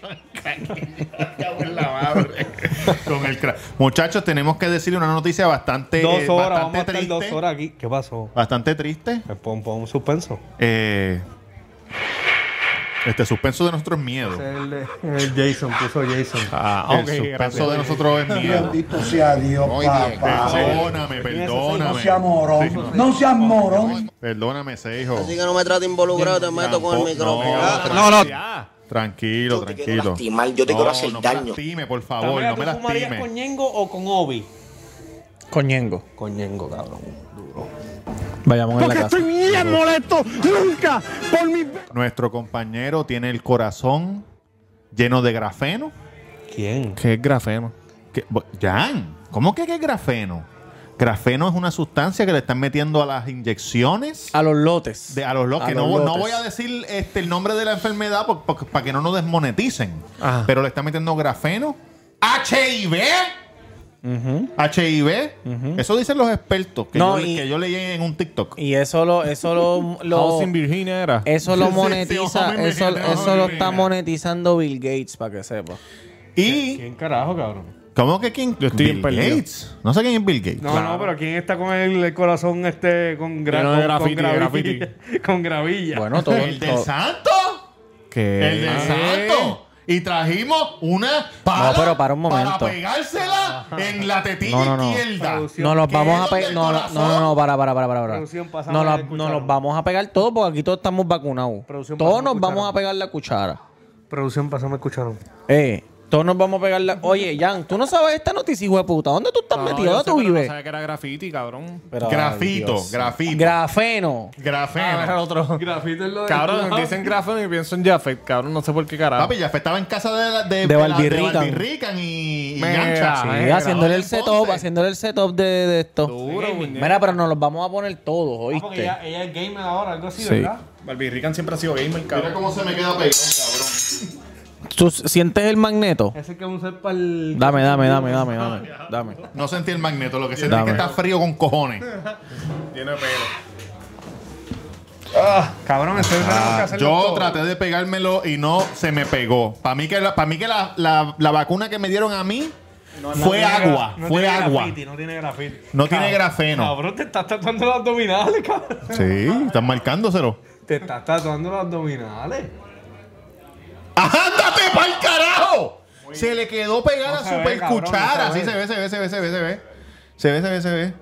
Speaker 1: Con el cra- Muchachos, tenemos que decirle una noticia bastante, eh,
Speaker 2: Dos horas, vamos a
Speaker 1: bastante
Speaker 2: estar
Speaker 1: triste.
Speaker 2: dos horas aquí. ¿Qué pasó?
Speaker 1: Bastante triste.
Speaker 2: Pues Pon, pon un suspenso.
Speaker 1: Eh, este suspenso de nosotros es miedo.
Speaker 2: El, Jason, puso Jason.
Speaker 5: Ah,
Speaker 1: El
Speaker 5: ok,
Speaker 1: suspenso
Speaker 5: gracias.
Speaker 1: de nosotros es miedo.
Speaker 9: Bendito sea Dios, papá.
Speaker 1: Perdóname,
Speaker 9: No
Speaker 1: perdóname.
Speaker 9: seas morón. No seas morón.
Speaker 1: Perdóname, Seijo.
Speaker 10: Así que no me trate involucrado, te meto con el
Speaker 1: Tampoco,
Speaker 10: micrófono.
Speaker 1: no.
Speaker 10: Ah,
Speaker 5: No, no. Ya.
Speaker 1: Tranquilo,
Speaker 10: Yo te quiero
Speaker 1: tranquilo.
Speaker 10: lastimar, yo te quiero hacer
Speaker 1: no
Speaker 10: daño.
Speaker 1: me lastime, por favor, no me
Speaker 2: ¿Tú fumarías con
Speaker 1: lastime.
Speaker 2: Ñengo o con Obi?
Speaker 3: Coñengo.
Speaker 2: Con Ñengo, cabrón.
Speaker 3: Vayamos en la casa.
Speaker 1: Nuestro compañero tiene el corazón lleno de grafeno.
Speaker 2: ¿Quién?
Speaker 5: ¿Qué es grafeno?
Speaker 1: ¿Qué? Bo- Jan, ¿cómo que qué es grafeno? Grafeno es una sustancia que le están metiendo a las inyecciones.
Speaker 3: A los lotes.
Speaker 1: De, a los lo-
Speaker 3: A
Speaker 1: que
Speaker 3: los
Speaker 1: no, no
Speaker 3: lotes.
Speaker 1: voy a decir este, el nombre de la enfermedad para que no nos desmoneticen.
Speaker 5: Ajá.
Speaker 1: Pero le están metiendo grafeno. HIV. HIV. Eso dicen los expertos que,
Speaker 3: No,
Speaker 1: yo,
Speaker 3: y-
Speaker 1: que yo leí en un TikTok.
Speaker 3: Y eso lo, eso lo, lo- Eh,
Speaker 5: House in Virginia era.
Speaker 3: eso lo
Speaker 1: Sí, sí, sí,
Speaker 3: monetiza,
Speaker 1: ojo, me
Speaker 3: eso,
Speaker 1: imagino, ojo,
Speaker 3: eso lo
Speaker 1: me
Speaker 3: está
Speaker 1: imagino.
Speaker 3: monetizando Bill Gates, para que sepa.
Speaker 1: Y
Speaker 2: ¿Quién carajo, cabrón?
Speaker 1: ¿Cómo que quién?
Speaker 5: Yo estoy
Speaker 1: Bill
Speaker 5: bien perdido.
Speaker 1: Gates. No sé quién es Bill Gates.
Speaker 2: No, no, pero ¿quién está con el, el corazón este con, gra-
Speaker 5: Lleno de
Speaker 2: con- con
Speaker 5: graffiti,
Speaker 2: gravilla? [laughs] con gravilla.
Speaker 11: Bueno, todo.
Speaker 1: ¿El del
Speaker 11: todo-
Speaker 1: santo?
Speaker 5: ¿Qué?
Speaker 1: ¿El del santo? Y trajimos una pala
Speaker 11: No, pero para un momento.
Speaker 1: para pegársela en la tetilla
Speaker 11: No, no, no.
Speaker 2: Oh,
Speaker 1: izquierda.
Speaker 11: No nos vamos
Speaker 1: ¿Qué es
Speaker 11: a
Speaker 1: donde
Speaker 11: pegar.
Speaker 1: el
Speaker 11: No, no,
Speaker 1: corazón?
Speaker 11: no, no, para, para, para, para. para.
Speaker 2: Producción, pásame
Speaker 11: No,
Speaker 2: la
Speaker 11: nos-
Speaker 2: cuchara.
Speaker 11: no nos vamos a pegar todos porque aquí todos estamos vacunados.
Speaker 2: Producción,
Speaker 11: Todos
Speaker 2: pásame la
Speaker 11: nos vamos
Speaker 2: cuchara.
Speaker 11: a pegar la cuchara.
Speaker 2: Producción, pasó, me escucharon.
Speaker 11: Eh, todos nos vamos a pegar la. Oye, Jan, tú no sabes esta noticia, hijo de puta. ¿Dónde tú estás
Speaker 5: No,
Speaker 11: metido?
Speaker 5: yo
Speaker 11: ¿Dónde
Speaker 5: sé,
Speaker 11: tú
Speaker 5: pero No
Speaker 11: vives?
Speaker 5: sabía que era graffiti, cabrón.
Speaker 11: Pero, ay,
Speaker 1: Grafito,
Speaker 11: Dios.
Speaker 1: grafito.
Speaker 11: Grafeno.
Speaker 1: grafeno.
Speaker 2: Ah,
Speaker 5: otro.
Speaker 2: Grafito es lo
Speaker 5: Cabrón,
Speaker 2: [laughs]
Speaker 5: dicen grafeno y pienso en Jafet, cabrón, no sé por qué carajo.
Speaker 1: Papi, ya estaba en casa de, la- de,
Speaker 11: De
Speaker 1: de la-
Speaker 11: Valdirrican.
Speaker 1: de Valdirrican y, y
Speaker 5: Mira,
Speaker 1: Gancha.
Speaker 5: sí,
Speaker 11: Sí,
Speaker 5: grafeno.
Speaker 11: haciéndole el
Speaker 1: Entonces-
Speaker 11: setup, haciéndole el setup de, de esto.
Speaker 5: Duro, puñeta.
Speaker 11: Mira, pero nos los vamos a poner todos,
Speaker 3: Ah,
Speaker 11: ¿oíste?
Speaker 2: Ah, ella, ella es gamer ahora, algo así,
Speaker 11: Sí.
Speaker 2: ¿verdad?
Speaker 5: Barbirrican siempre ha sido gamer,
Speaker 1: Mira
Speaker 5: cabrón.
Speaker 1: cómo se me queda pegado, cabrón.
Speaker 11: ¿Tú s- sientes el magneto?
Speaker 2: Ese que es un ser para el.
Speaker 11: Dame, dame, dame, dame, dame. dame.
Speaker 1: No sentí el magneto, lo que sentí es
Speaker 11: Dame.
Speaker 1: que está frío con cojones.
Speaker 5: Tiene pelo.
Speaker 2: Cabrón, ese es que hacerlo
Speaker 1: Ah, Yo
Speaker 2: todo.
Speaker 1: traté de pegármelo y no se me pegó. Para mí que, la, pa' mí que la, la- la vacuna que me dieron a mí fue
Speaker 2: tiene gra-
Speaker 1: agua.
Speaker 2: no
Speaker 1: fue
Speaker 2: tiene
Speaker 1: agua.
Speaker 2: Grafiti, no tiene grafiti.
Speaker 1: No tiene grafeno.
Speaker 2: Cabrón, te estás tatuando los abdominales, cabrón.
Speaker 1: Sí, están marcándoselo.
Speaker 2: Te estás tatuando los abdominales.
Speaker 1: ¡Ándate pa'l carajo! Se le quedó pegada
Speaker 2: No se
Speaker 1: su
Speaker 2: ve,
Speaker 1: percuchara.
Speaker 2: cabrón, no se
Speaker 1: Así se ve, se ve, se ve, se ve, se ve. Se ve, se ve, se ve.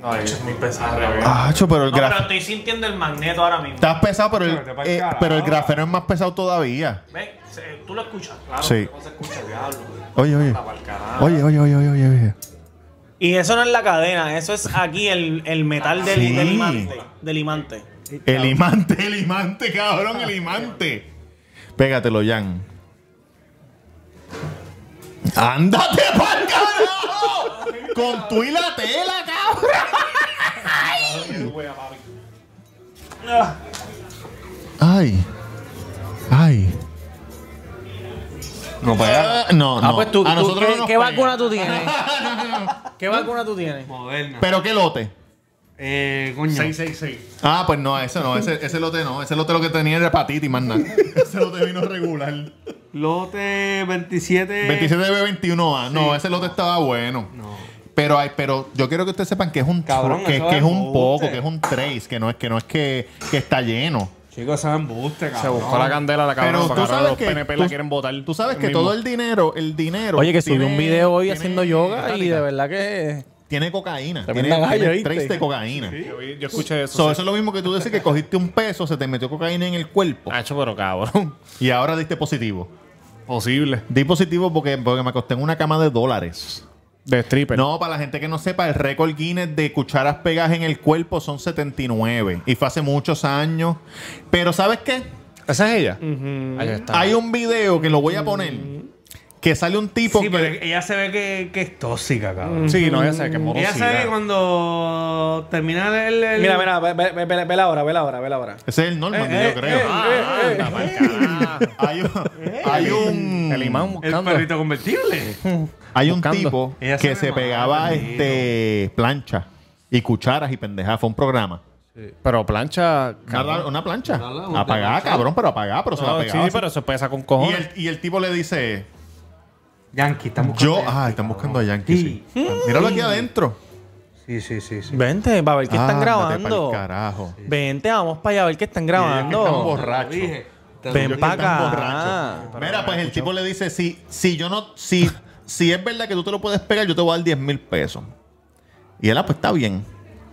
Speaker 3: No, de hecho es muy pesado.
Speaker 1: Ah, cho, pero el
Speaker 3: No, pero
Speaker 1: grafeno.
Speaker 3: estoy sintiendo el magneto ahora mismo.
Speaker 1: Estás pesado, pero el,
Speaker 2: Vete pa'l
Speaker 1: eh,
Speaker 2: carajo.
Speaker 1: pero el grafeno es más pesado todavía.
Speaker 3: ¿Ves? Se- Tú lo escuchas. Claro,
Speaker 1: Sí.
Speaker 3: porque Ah, no se escucha, diablo.
Speaker 1: Oye, oye.
Speaker 3: Está pa'l carajo.
Speaker 1: Oye, oye, oye, oye, oye. oye.
Speaker 3: Y eso no es la cadena, eso es aquí el, el metal del,
Speaker 1: Sí.
Speaker 3: del imante. Del imante.
Speaker 1: El imante, el imante, cabrón, el imante. Pégatelo, Jan. ¡Ándate pa'l carajo! Con tu y la tela, cabrón. Ay. Ay. No, para No, no.
Speaker 11: Ah, pues tú,
Speaker 1: A
Speaker 11: tú-
Speaker 1: nosotros
Speaker 11: ¿qué,
Speaker 1: no nos
Speaker 11: qué
Speaker 1: pegan.
Speaker 11: vacuna tú tienes? ¿Qué vacuna tú tienes?
Speaker 2: Moderna.
Speaker 1: [laughs] ¿Pero qué lote?
Speaker 2: Eh, coño.
Speaker 5: 666.
Speaker 1: Ah, pues no, ese no. Ese, ese lote no. Ese lote lo que tenía era hepatitis, más nada. [laughs] ese lote vino regular.
Speaker 2: Eh. Lote 27.
Speaker 1: 27 b 21 a No, ese lote estaba bueno. Pero, hay, pero yo quiero que ustedes sepan que es un
Speaker 2: Cabrón,
Speaker 1: que,
Speaker 2: eso
Speaker 1: que es
Speaker 2: es
Speaker 1: un poco,
Speaker 2: embuste.
Speaker 1: que es un trace, que no es que no es que, que está lleno.
Speaker 2: Chicos, saben embuste,
Speaker 5: Se
Speaker 2: cabrón.
Speaker 5: buscó la candela la
Speaker 1: Pero
Speaker 5: cabrón.
Speaker 1: tú
Speaker 5: porque ahora
Speaker 1: sabes
Speaker 5: los
Speaker 1: que-
Speaker 5: PNP
Speaker 1: tú-
Speaker 5: la quieren votar.
Speaker 1: Tú sabes que
Speaker 5: mismo.
Speaker 1: todo el dinero, el dinero.
Speaker 11: Oye, que subí
Speaker 1: tiene-
Speaker 11: un video hoy
Speaker 1: tiene-
Speaker 11: haciendo yoga y
Speaker 1: tiene-
Speaker 11: de verdad que.
Speaker 1: Tiene cocaína. Tiene,
Speaker 11: Tremenda gallo,
Speaker 1: tiene
Speaker 11: ¿viste?
Speaker 1: trace de cocaína.
Speaker 5: Yo, vi- yo escuché eso.
Speaker 1: So,
Speaker 5: sí.
Speaker 1: Eso es lo mismo que tú decís que cogiste un peso, se te metió cocaína en el cuerpo
Speaker 5: Nacho, Ah, pero cabrón. [laughs]
Speaker 1: y ahora diste positivo.
Speaker 5: Posible.
Speaker 1: Di positivo porque, porque me acosté en una cama de dólares.
Speaker 5: De stripper.
Speaker 1: No, para la gente que no sepa, el récord Guinness de cucharas pegadas en el cuerpo son 79. Y fue hace muchos años. Pero ¿sabes qué?
Speaker 5: ¿Esa es ella? Ahí está. Mm.
Speaker 1: Hay un video que lo voy a poner. Que sale un tipo
Speaker 2: Sí,
Speaker 1: que...
Speaker 2: pero ella se ve que, que es tóxica, cabrón.
Speaker 5: Sí, no, ya sé que
Speaker 2: Ella
Speaker 5: morosidad.
Speaker 2: sabe que cuando termina el. el-
Speaker 3: Mira, mira, ve, ve, ve, ve- ve la hora, ve la hora, ve la hora.
Speaker 1: Ese es el
Speaker 5: Eh,
Speaker 1: Norman, yo creo.
Speaker 5: Ah, anda pa'l carajo.
Speaker 1: Hay un, hay un,
Speaker 5: Eh, El imán
Speaker 2: El
Speaker 5: buscando.
Speaker 2: perrito convertible.
Speaker 1: hay un
Speaker 5: buscando.
Speaker 1: tipo
Speaker 2: Ella
Speaker 1: que
Speaker 2: se
Speaker 1: se
Speaker 2: ve mal,
Speaker 1: pegaba este plancha y cucharas y pendejadas. Fue un programa.
Speaker 5: Pero plancha.
Speaker 1: Una, una plancha.
Speaker 2: Nada, una
Speaker 1: Apagada,
Speaker 2: plancha.
Speaker 1: cabrón, pero apagada, pero se la
Speaker 5: No, sí,
Speaker 1: pegaba.
Speaker 5: sí,
Speaker 1: así.
Speaker 5: pero eso pesa con
Speaker 1: y,
Speaker 5: cojones.
Speaker 1: el, y el tipo le dice...
Speaker 2: Yankee, están buscando.
Speaker 1: Yo...
Speaker 2: a Yankee,
Speaker 1: Ay, están buscando a
Speaker 2: cabrón.
Speaker 1: Yankee, sí. Míralo aquí adentro.
Speaker 2: Sí, sí, sí. sí.
Speaker 11: Vente, para
Speaker 3: Ah,
Speaker 11: ver qué están
Speaker 1: Ándate pa'l
Speaker 11: grabando.
Speaker 1: carajo.
Speaker 11: Vente, vamos para allá a ver qué están
Speaker 1: Estamos
Speaker 11: grabando.
Speaker 1: borrachos.
Speaker 2: Dije, te lo
Speaker 11: Ven
Speaker 2: dije.
Speaker 11: para
Speaker 1: están
Speaker 11: acá.
Speaker 1: Mira, pues el tipo le dice, si, si yo no,
Speaker 11: [laughs]
Speaker 1: si, si es verdad que tú te lo puedes pegar, yo te voy a dar 10 mil pesos. Y él, ah, pues está bien.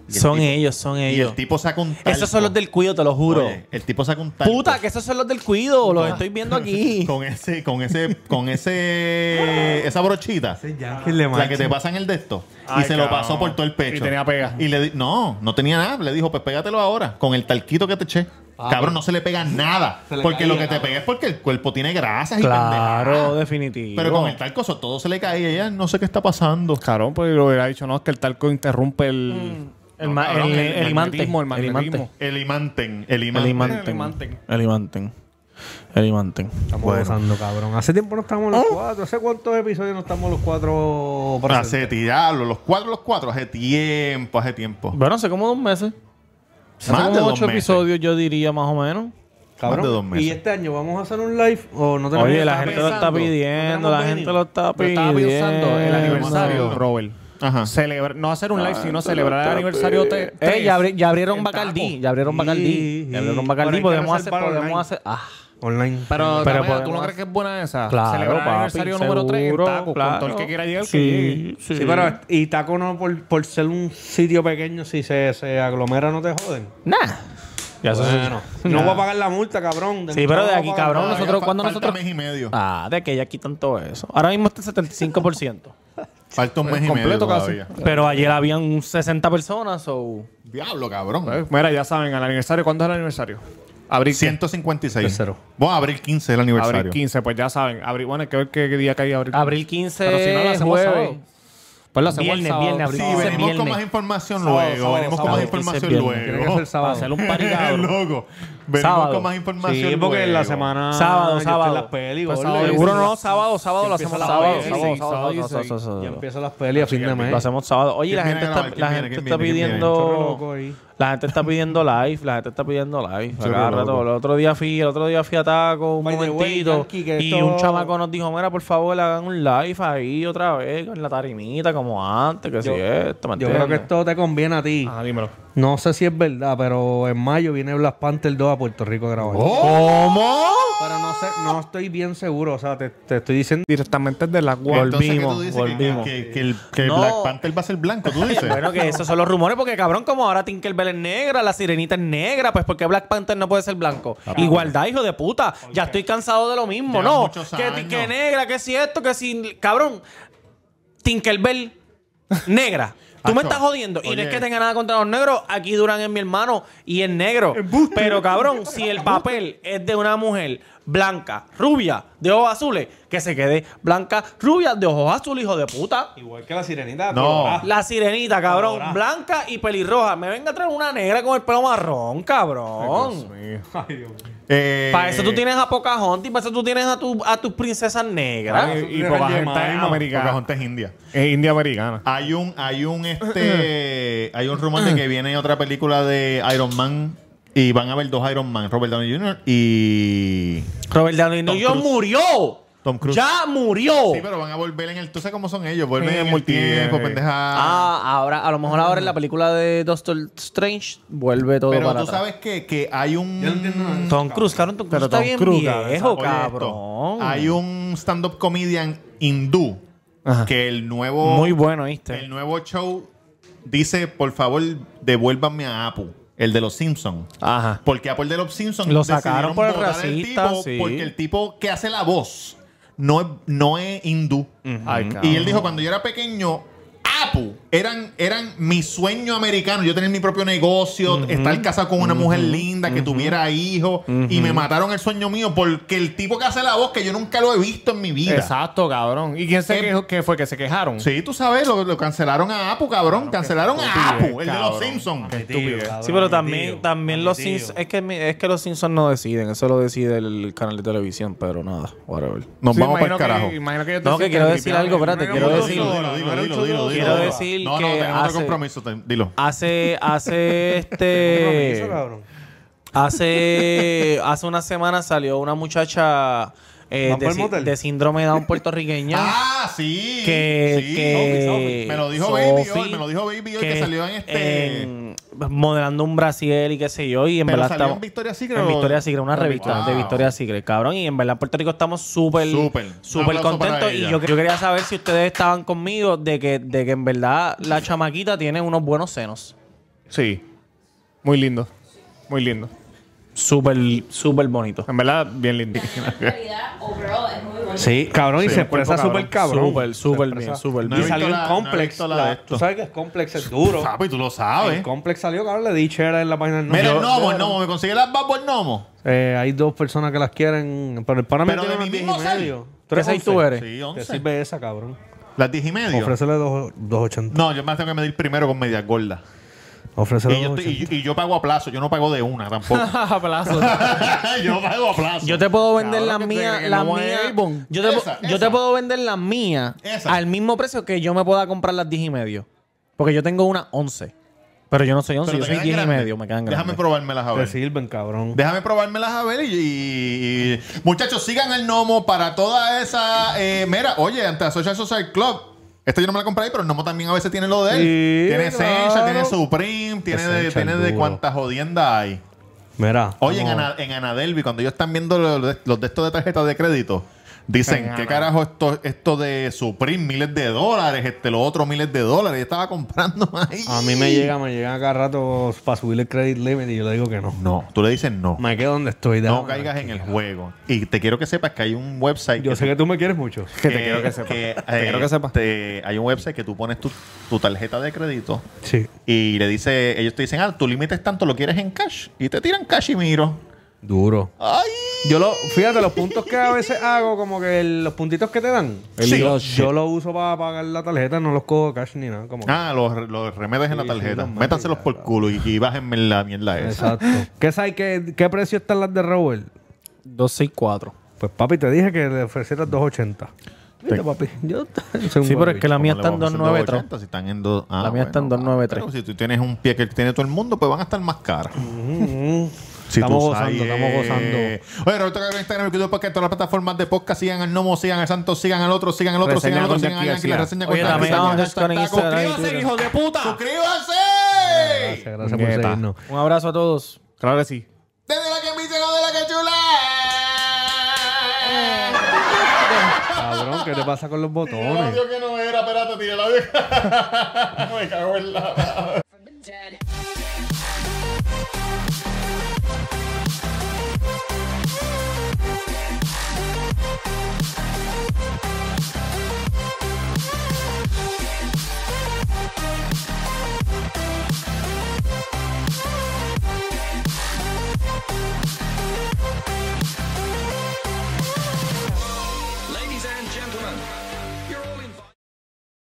Speaker 1: Y el
Speaker 11: Son
Speaker 1: tipo-
Speaker 11: ellos, son
Speaker 1: Y
Speaker 11: ellos.
Speaker 1: el tipo saca un talco.
Speaker 11: Esos son los del cuido, te lo juro.
Speaker 1: Oye, el tipo saca un talco.
Speaker 11: Puta, que esos son los del cuido, los estoy
Speaker 1: [laughs]
Speaker 11: viendo
Speaker 5: [laughs]
Speaker 11: aquí.
Speaker 1: Con ese, con ese, con ese, esa brochita.
Speaker 2: Ese Yankee le
Speaker 1: La que
Speaker 2: mancha.
Speaker 1: te pasan el de esto.
Speaker 5: Ay,
Speaker 1: y se lo
Speaker 5: cabrón.
Speaker 1: pasó por todo el pecho.
Speaker 5: Y tenía pega.
Speaker 1: Y le di- no, no tenía nada. Le dijo, pues pégatelo ahora, con el talquito que te eché. Cabrón, no se le pega nada.
Speaker 2: Se le
Speaker 1: porque
Speaker 2: caía,
Speaker 1: lo que te
Speaker 2: cabrón.
Speaker 1: pega es porque el cuerpo tiene grasas y pendejadas.
Speaker 11: Claro, definitivo.
Speaker 1: Pero con el talco eso todo se le caía. Ella no sé qué está pasando.
Speaker 5: Carón, pues lo hubiera dicho, no, es que el talco interrumpe el.
Speaker 3: Ah,
Speaker 11: El,
Speaker 5: No,
Speaker 11: ma-
Speaker 5: cabrón,
Speaker 11: el-
Speaker 5: el
Speaker 11: el imante.
Speaker 5: magnetismo, el
Speaker 11: El imante.
Speaker 5: magnetismo.
Speaker 1: El imanten. El
Speaker 11: El
Speaker 1: imanten.
Speaker 11: imante. El imante. El imante.
Speaker 2: Estamos gozando, cabrón. Hace tiempo no estamos los cuatro. ¿Hace cuántos episodios no estamos los cuatro? presentes?
Speaker 1: Oh. Hace diablo, los cuatro, los cuatro, hace tiempo, hace tiempo.
Speaker 11: Bueno, hace como dos meses. Hace
Speaker 1: Más
Speaker 11: como
Speaker 1: de dos
Speaker 11: ocho
Speaker 1: meses.
Speaker 11: episodios, yo diría, más o menos.
Speaker 2: Cabrón.
Speaker 1: Más de dos meses.
Speaker 2: Y este año vamos a hacer un live o no tenemos
Speaker 3: Oye, la
Speaker 2: estaba
Speaker 3: gente lo está
Speaker 2: pensando.
Speaker 3: pidiendo,
Speaker 2: No
Speaker 3: la
Speaker 2: tenemos
Speaker 3: gente
Speaker 2: venue.
Speaker 3: lo está
Speaker 5: Yo
Speaker 3: pidiendo.
Speaker 5: estaba pensando el aniversario,
Speaker 1: Vamos a-
Speaker 5: Robert.
Speaker 1: Ajá.
Speaker 5: Celebra- no hacer un live, sino celebrar el
Speaker 3: Está
Speaker 5: aniversario.
Speaker 3: bien.
Speaker 5: te-
Speaker 3: Eh,
Speaker 5: tres
Speaker 3: Ah, ya, abri- ya abrieron
Speaker 5: en
Speaker 3: Bacardí.
Speaker 5: taco.
Speaker 3: Ya abrieron Bacardí.
Speaker 2: Sí,
Speaker 3: Ya abrieron
Speaker 2: sí.
Speaker 3: Bacardí.
Speaker 2: Pero hay que
Speaker 3: Podemos hacer.
Speaker 2: reservar online.
Speaker 3: Podemos hacer. Ah.
Speaker 2: Online.
Speaker 5: Pero,
Speaker 3: Pero
Speaker 5: Tamara, ¿tú no
Speaker 3: podemos-
Speaker 5: crees que es buena esa?
Speaker 3: Claro,
Speaker 5: Celebrar el
Speaker 3: papi,
Speaker 5: aniversario número 3 en
Speaker 3: seguro,
Speaker 5: taco, con todo el que
Speaker 3: claro.
Speaker 5: quiera llegar. que
Speaker 3: Sí,
Speaker 5: llegue.
Speaker 2: Sí. pero y taco no por, por ser un sitio pequeño, si se, se aglomera no te joden.
Speaker 3: Nah. Ya eso sí.
Speaker 2: Bueno, no voy a pagar la multa, cabrón.
Speaker 3: Sí, pero
Speaker 2: no
Speaker 3: de
Speaker 2: voy a
Speaker 3: aquí,
Speaker 2: pagar
Speaker 3: cabrón,
Speaker 2: nada.
Speaker 3: nosotros-
Speaker 1: fa-
Speaker 3: ¿cuándo
Speaker 1: falta
Speaker 3: nosotros-
Speaker 1: mes y medio.
Speaker 3: Ah, de que ya quitan todo eso. Ahora mismo está el 75%.
Speaker 1: Falta un mes y medio
Speaker 5: completo casi.
Speaker 1: todavía.
Speaker 3: [laughs] pero ayer habían un 60 personas o.
Speaker 1: Diablo, cabrón.
Speaker 5: Pues, Mira, ya saben, al aniversario. ¿Cuándo es el aniversario? Abril
Speaker 1: 156.
Speaker 2: Tercero.
Speaker 1: Vamos a abrir 15 el aniversario.
Speaker 5: Abril 15, pues ya saben. Abril, bueno, hay que ver qué, qué día cae abril.
Speaker 3: Abril 15,
Speaker 5: Pero si no, lo hacemos
Speaker 3: jueves.
Speaker 5: sábado. Pues lo hacemos el
Speaker 3: Viernes,
Speaker 5: sábado.
Speaker 3: viernes,
Speaker 1: Sí,
Speaker 3: abril.
Speaker 1: venimos
Speaker 3: Quince,
Speaker 1: con
Speaker 3: viernes.
Speaker 1: más información
Speaker 2: Sábado,
Speaker 1: luego.
Speaker 2: sábado,
Speaker 1: venimos con
Speaker 2: sábado,
Speaker 1: más
Speaker 2: quince,
Speaker 1: información
Speaker 3: viernes.
Speaker 2: Tiene que ser
Speaker 1: luego. [laughs]
Speaker 2: el sábado.
Speaker 3: Hacer un party [laughs] cabrón.
Speaker 1: Loco. Venimos
Speaker 3: Sábado.
Speaker 1: con más información
Speaker 2: Sí, porque en la
Speaker 1: luego.
Speaker 2: semana.
Speaker 3: Ah, Sábado,
Speaker 2: yo estoy
Speaker 3: sábado.
Speaker 2: en las pelis,
Speaker 5: Pues
Speaker 2: gordo.
Speaker 5: sábado.
Speaker 3: Seguro
Speaker 5: Sí,
Speaker 3: no,
Speaker 5: sí.
Speaker 3: sábado, sábado lo
Speaker 5: Sí,
Speaker 3: hacemos
Speaker 5: empieza
Speaker 3: sábado. Sábado,
Speaker 5: sábado, sí,
Speaker 3: sábado,
Speaker 5: sábado,
Speaker 3: sábado,
Speaker 5: sí.
Speaker 3: sábado,
Speaker 2: Ya
Speaker 3: sábado.
Speaker 2: empiezan las pelis a fin de mes.
Speaker 3: Lo hacemos sábado. Oye,
Speaker 1: ¿Quién
Speaker 3: la
Speaker 1: viene
Speaker 3: gente
Speaker 1: a
Speaker 3: está,
Speaker 1: grabar?
Speaker 3: la
Speaker 1: ¿Quién
Speaker 3: gente
Speaker 1: viene?
Speaker 3: está
Speaker 1: ¿Quién viene? ¿Quién
Speaker 2: viene? Chorro loco
Speaker 3: pidiendo.
Speaker 2: ahí.
Speaker 3: La gente está pidiendo live, la gente está pidiendo live. a
Speaker 1: Chorro
Speaker 3: cada
Speaker 1: loco.
Speaker 3: rato. El otro día fui, el otro día fui a Taco, un
Speaker 2: By the way,
Speaker 3: momentito.
Speaker 2: Yankee, que
Speaker 3: y
Speaker 2: esto-
Speaker 3: un chamaco nos dijo, mira, por favor, hagan un live ahí otra vez, en la tarimita, como antes, que si esto, ¿me
Speaker 2: Yo creo que
Speaker 3: entiendes?
Speaker 2: esto te conviene a ti.
Speaker 5: Ah, dímelo.
Speaker 2: No sé si es verdad, pero en mayo viene Black Panther 2 a Puerto Rico a grabar.
Speaker 3: Oh.
Speaker 1: ¿Oh?
Speaker 5: ¿Cómo?
Speaker 2: Pero no sé, no estoy bien seguro. O sea, te, te estoy diciendo.
Speaker 5: Directamente de la guardia.
Speaker 1: Entonces, ¿qué tú
Speaker 3: Volvimos,
Speaker 1: dices? Que-
Speaker 3: volvimos.
Speaker 1: Que, que el, que el
Speaker 3: No.
Speaker 1: Black Panther va a ser blanco, tú [laughs] dices.
Speaker 3: Bueno, que esos son los rumores, porque cabrón, como ahora Tinkerbell es negra, la sirenita es negra, pues porque Black Panther no puede ser blanco.
Speaker 1: Ah, pues,
Speaker 3: Igualdad, hijo de puta. Ya estoy cansado de lo mismo,
Speaker 1: Llevan
Speaker 3: ¿no?
Speaker 1: muchos
Speaker 3: Que,
Speaker 1: años.
Speaker 3: que negra, que si esto, que si. Cabrón, Tinkerbell negra. Tú me
Speaker 1: Acho,
Speaker 3: estás jodiendo. Y no es
Speaker 1: oye.
Speaker 3: que tenga nada contra los negros. Aquí Durán es mi hermano y es negro. Pero cabrón, si el papel es de una mujer blanca, rubia, de ojos azules, que se quede blanca, rubia, de ojos azules, hijo de puta.
Speaker 2: Igual que la sirenita.
Speaker 1: No.
Speaker 2: colorada.
Speaker 3: La sirenita, cabrón. Blanca y pelirroja. Me venga a traer una negra con el pelo marrón, cabrón.
Speaker 1: Eh,
Speaker 3: Para eso tú tienes a Pocahontas y para eso tú tienes a, tu, a tus princesas negras.
Speaker 5: Y, y
Speaker 2: Dejan
Speaker 5: Pocahontas
Speaker 2: llamar,
Speaker 5: es
Speaker 2: ¿no?
Speaker 5: americana.
Speaker 1: Pocahontas es india.
Speaker 5: Es india americana.
Speaker 1: Hay un, hay [clears throat] un este, hay un rumor de que viene otra película de Iron Man y van a ver dos Iron Man, Robert Downey Jr. y
Speaker 3: Robert Downey Jr.
Speaker 1: Cruise.
Speaker 3: murió.
Speaker 1: Tom Cruise.
Speaker 3: Ya murió.
Speaker 1: Sí, pero van a volver en el, tú sabes cómo son ellos, vuelven
Speaker 5: Sí,
Speaker 1: en el
Speaker 5: multiverso.
Speaker 1: tiempo, pendeja.
Speaker 3: Ah, ahora, a lo mejor ahora en la película de Doctor Strange vuelve todo
Speaker 1: pero
Speaker 3: para
Speaker 1: tú
Speaker 3: atrás.
Speaker 1: sabes que, que hay un
Speaker 3: Tom Cruise, cabrón, Tom Cruise
Speaker 5: Pero
Speaker 3: está
Speaker 5: Tom
Speaker 3: bien
Speaker 5: Cruise,
Speaker 3: viejo,
Speaker 1: Oye, esto,
Speaker 3: cabrón.
Speaker 1: Hay un stand-up comedian hindú
Speaker 5: Ajá.
Speaker 1: que el nuevo,
Speaker 3: Muy bueno, ¿viste?
Speaker 1: el nuevo show dice, por favor, devuélvanme a Apu, el de los Simpsons.
Speaker 3: Ajá.
Speaker 1: Porque Apple de los Simpsons
Speaker 3: Lo
Speaker 1: decidieron
Speaker 3: sacaron por el
Speaker 1: votar al
Speaker 3: racista,
Speaker 1: tipo
Speaker 3: sí.
Speaker 1: Porque el tipo que hace la voz no es, no es hindú.
Speaker 5: Ay,
Speaker 1: Y él dijo, cuando yo era pequeño, Apu eran, eran mi sueño americano. Yo tener mi propio negocio, estar casado con una mujer linda, que tuviera hijos. Y me mataron el sueño mío porque el tipo que hace la voz, que yo nunca lo he visto en mi vida.
Speaker 5: Exacto, cabrón. ¿Y quién se
Speaker 1: Eh,
Speaker 5: quejó? ¿Qué fue? ¿Que se quejaron?
Speaker 1: Sí, tú sabes, lo, lo cancelaron a Apu, cabrón. cancelaron a Apu, el de los
Speaker 5: cabrón.
Speaker 1: Simpsons.
Speaker 2: Mi tío, cabrón,
Speaker 3: Sí, pero
Speaker 2: mi
Speaker 3: también,
Speaker 2: tío,
Speaker 3: también
Speaker 2: mi
Speaker 3: los
Speaker 2: tío.
Speaker 3: Simpsons. Es que, mi- es que los Simpsons no deciden, eso lo decide el canal de televisión, pero nada, whatever.
Speaker 1: Nos
Speaker 5: Sí,
Speaker 1: vamos para
Speaker 5: imagino
Speaker 1: el carajo.
Speaker 5: Que, imagino que ellos
Speaker 3: No, que
Speaker 5: decían
Speaker 3: quiero
Speaker 5: le
Speaker 3: decir
Speaker 5: limpiaron
Speaker 3: algo,
Speaker 5: el-
Speaker 3: espérate,
Speaker 5: Primero
Speaker 3: quiero
Speaker 5: un
Speaker 3: decir-
Speaker 5: chorro,
Speaker 1: Dilo, dilo,
Speaker 5: primero un
Speaker 1: dilo,
Speaker 5: chorro.
Speaker 1: dilo,
Speaker 3: Quiero
Speaker 1: dilo.
Speaker 3: decir
Speaker 1: No, no,
Speaker 3: que
Speaker 1: tenemos
Speaker 3: hace-
Speaker 1: otro compromiso. te- Dilo.
Speaker 3: Hace, hace
Speaker 1: [laughs]
Speaker 2: Compromiso,
Speaker 3: este.
Speaker 2: cabrón.
Speaker 3: hace, hace una semana salió una muchacha eh,
Speaker 2: ¿Van
Speaker 3: de,
Speaker 2: por
Speaker 3: sí-
Speaker 2: motel?
Speaker 3: de síndrome
Speaker 1: [laughs]
Speaker 3: Down puertorriqueña.
Speaker 1: Ah, sí.
Speaker 3: que,
Speaker 1: Sí.
Speaker 3: que-
Speaker 1: Me lo dijo Baby
Speaker 3: Sophie,
Speaker 1: hoy, me lo dijo Baby hoy que, salió en este.
Speaker 3: en- modelando un brasier y qué sé yo. Y en
Speaker 1: Pero
Speaker 3: verdad
Speaker 1: salió
Speaker 3: estamos-
Speaker 1: en Victoria's Secret
Speaker 3: En
Speaker 1: o-
Speaker 3: Victoria Secret, una
Speaker 1: en
Speaker 3: revista
Speaker 1: Victoria's-
Speaker 3: de
Speaker 1: Wow.
Speaker 3: Victoria Secret, cabrón. Y en verdad en Puerto Rico estamos súper,
Speaker 1: Súper. Un
Speaker 3: súper
Speaker 1: aplauso para
Speaker 3: contentos. Y
Speaker 1: ella.
Speaker 3: yo, yo quería saber si ustedes estaban conmigo de que, de que en verdad la chamaquita tiene unos buenos senos.
Speaker 5: Sí. Muy lindo. Muy lindo.
Speaker 3: Súper, súper bonitos.
Speaker 5: En verdad, bien lindo.
Speaker 4: realidad, overall, es muy
Speaker 11: [laughs]
Speaker 4: bueno.
Speaker 2: Sí, cabrón, y
Speaker 5: Sí,
Speaker 2: se
Speaker 5: un cuerpo
Speaker 2: expresa súper cabrón.
Speaker 3: Súper, súper
Speaker 2: Se
Speaker 3: bien,
Speaker 2: expresa-
Speaker 3: súper
Speaker 1: No he
Speaker 2: Y
Speaker 3: bien.
Speaker 1: visto
Speaker 2: salió
Speaker 1: la- no
Speaker 2: en
Speaker 1: he
Speaker 2: Complex.
Speaker 1: visto la
Speaker 2: la-
Speaker 1: de esto.
Speaker 2: Tú sabes que es Complex, es duro.
Speaker 1: Papi, tú lo
Speaker 2: El
Speaker 1: sabes.
Speaker 2: Complex salió, cabrón, le di share en la página del
Speaker 1: Mira el
Speaker 2: nombre.
Speaker 1: gnomo, el gnomo. ¿Me consigue las babos el gnomo?
Speaker 2: Eh, hay dos personas que las quieren, pero el pana me
Speaker 1: Pero
Speaker 2: tiene
Speaker 1: de mi
Speaker 2: unas 10
Speaker 1: mismo
Speaker 2: y
Speaker 1: sal.
Speaker 2: medio.
Speaker 3: ¿Qué seis tú eres?
Speaker 1: Sí,
Speaker 2: Te
Speaker 1: 11.
Speaker 2: sirve esa, cabrón.
Speaker 1: Las 10 y medio.
Speaker 2: Ofrécele dos- 2.80.
Speaker 1: No, yo me tengo que medir primero con medias gordas.
Speaker 2: Ofrécele
Speaker 1: Y yo, estoy-
Speaker 2: 2.80.
Speaker 1: y- y yo pago a plazo, yo no pago de una
Speaker 3: [laughs]
Speaker 1: tampoco. [laughs]
Speaker 3: Aplauso.
Speaker 1: yo pago a plazo.
Speaker 3: Yo te puedo vender
Speaker 5: Cabrón,
Speaker 3: las
Speaker 5: que te-
Speaker 3: mías,
Speaker 5: que
Speaker 3: las
Speaker 5: no
Speaker 3: mías.
Speaker 5: es Avon.
Speaker 3: Yo, te,
Speaker 1: Esa,
Speaker 3: po- yo te
Speaker 1: esa.
Speaker 3: puedo vender las mías
Speaker 1: Esa.
Speaker 3: al mismo precio que yo me pueda comprar las 10 y medio. Porque yo tengo una 11.
Speaker 11: Pero yo no soy 11,
Speaker 1: Pero
Speaker 11: yo
Speaker 1: te
Speaker 11: soy
Speaker 1: quedan
Speaker 11: 10 y
Speaker 1: grandes.
Speaker 11: medio. Me quedan grandes.
Speaker 1: Déjame probármelas a
Speaker 2: Te
Speaker 3: Pues
Speaker 1: ver.
Speaker 2: sirven, cabrón.
Speaker 1: Déjame probármelas a ver y, y- y- Muchachos, sigan el Nomo para toda esa... eh, mira, oye, ante la Social Social Club, esta yo no me la compré ahí, pero el Nomo también a veces tiene lo de él.
Speaker 2: Sí,
Speaker 1: tiene
Speaker 2: claro.
Speaker 1: Essential, tiene Supreme, tiene de,
Speaker 2: Essential
Speaker 1: tiene de
Speaker 2: duro.
Speaker 1: cuántas jodiendas hay.
Speaker 2: Mira.
Speaker 1: Oye, en,
Speaker 2: vamos-
Speaker 1: Ana- en Anadelvi, cuando ellos están viendo lo- lo de- los de estos de tarjetas de crédito, dicen, ¿qué carajo esto, esto de Supreme? Miles de dólares, este, lo otro, miles de dólares. Yo estaba comprando [laughs] ahí.
Speaker 2: A mí me llega, me llegan cada rato para subir el credit limit y yo le digo que no.
Speaker 1: No, tú le dices no.
Speaker 2: Me quedo donde estoy.
Speaker 1: No
Speaker 2: déjame.
Speaker 1: caigas en el juego. Y te quiero que sepas que hay un website.
Speaker 2: Yo sé que tú me quieres mucho.
Speaker 1: que
Speaker 11: te quiero que sepas.
Speaker 1: que,
Speaker 11: Te
Speaker 1: eh,
Speaker 11: quiero que sepas.
Speaker 1: te- hay un website que tú pones tu, tu tarjeta de crédito
Speaker 2: Sí.
Speaker 1: y le dice, ellos te dicen, ah, tu límite es tanto, lo quieres en cash. Y te tiran cash y miro.
Speaker 2: Duro.
Speaker 1: ¡Ay!
Speaker 2: Yo lo, fíjate, los puntos que a veces hago, como que el- los puntitos que te dan,
Speaker 1: El
Speaker 2: yo-
Speaker 11: Oh,
Speaker 1: hilo
Speaker 2: yo lo uso para pagar la tarjeta, no los cojo cash ni nada. Como que-
Speaker 1: Ah, los, los remedes en la
Speaker 2: Sí, sí,
Speaker 1: tarjeta.
Speaker 2: los
Speaker 1: Métanselos por culo y, y bájenme la mierda
Speaker 11: [laughs]
Speaker 1: esa.
Speaker 2: Exacto. ¿Qué sabes? ¿Qué, qué precio están las de Robert?
Speaker 11: 264.
Speaker 2: Pues papi, te dije que le ofrecieras 280. Viste,
Speaker 1: Sí.
Speaker 2: papi. [laughs] Yo
Speaker 11: Sí, pero es que la mía está en 293.
Speaker 1: 2.90 Si están en dos- ah,
Speaker 11: La mía está en 293.
Speaker 1: Pero si tú tienes un pie que tiene todo el mundo, pues van a estar más caras. Si
Speaker 2: Estamos
Speaker 1: tú
Speaker 2: gozando,
Speaker 1: sabes.
Speaker 2: estamos gozando.
Speaker 1: Oye, Roberto Gabriel Instagram, YouTube Podcast, todas las plataformas de podcast, sigan al Nomo, sigan al Santos, sigan al otro, sigan al otro,
Speaker 11: Reseña
Speaker 1: sigan al otro,
Speaker 11: con
Speaker 1: sigan al
Speaker 11: Jackie
Speaker 1: Yankee, la
Speaker 11: García.
Speaker 1: reseña
Speaker 11: Oye,
Speaker 1: con
Speaker 11: también
Speaker 1: Jackie,
Speaker 11: vamos a estar en
Speaker 1: hashtag,
Speaker 11: Instagram y
Speaker 1: Suscríbase,
Speaker 11: Twitter.
Speaker 1: hijo de puta.
Speaker 2: Gracias,
Speaker 1: Suscríbase.
Speaker 2: gracias por
Speaker 11: Puñeta.
Speaker 2: seguirnos.
Speaker 11: Un abrazo a todos.
Speaker 5: eh. Claro que sí.
Speaker 1: Desde la que me hice, no de la que chula.
Speaker 2: Cabrón, ¿qué te pasa con los
Speaker 1: El
Speaker 2: botones?
Speaker 1: audio que no era, espérate, tiré el audio. [laughs] Me cago en la.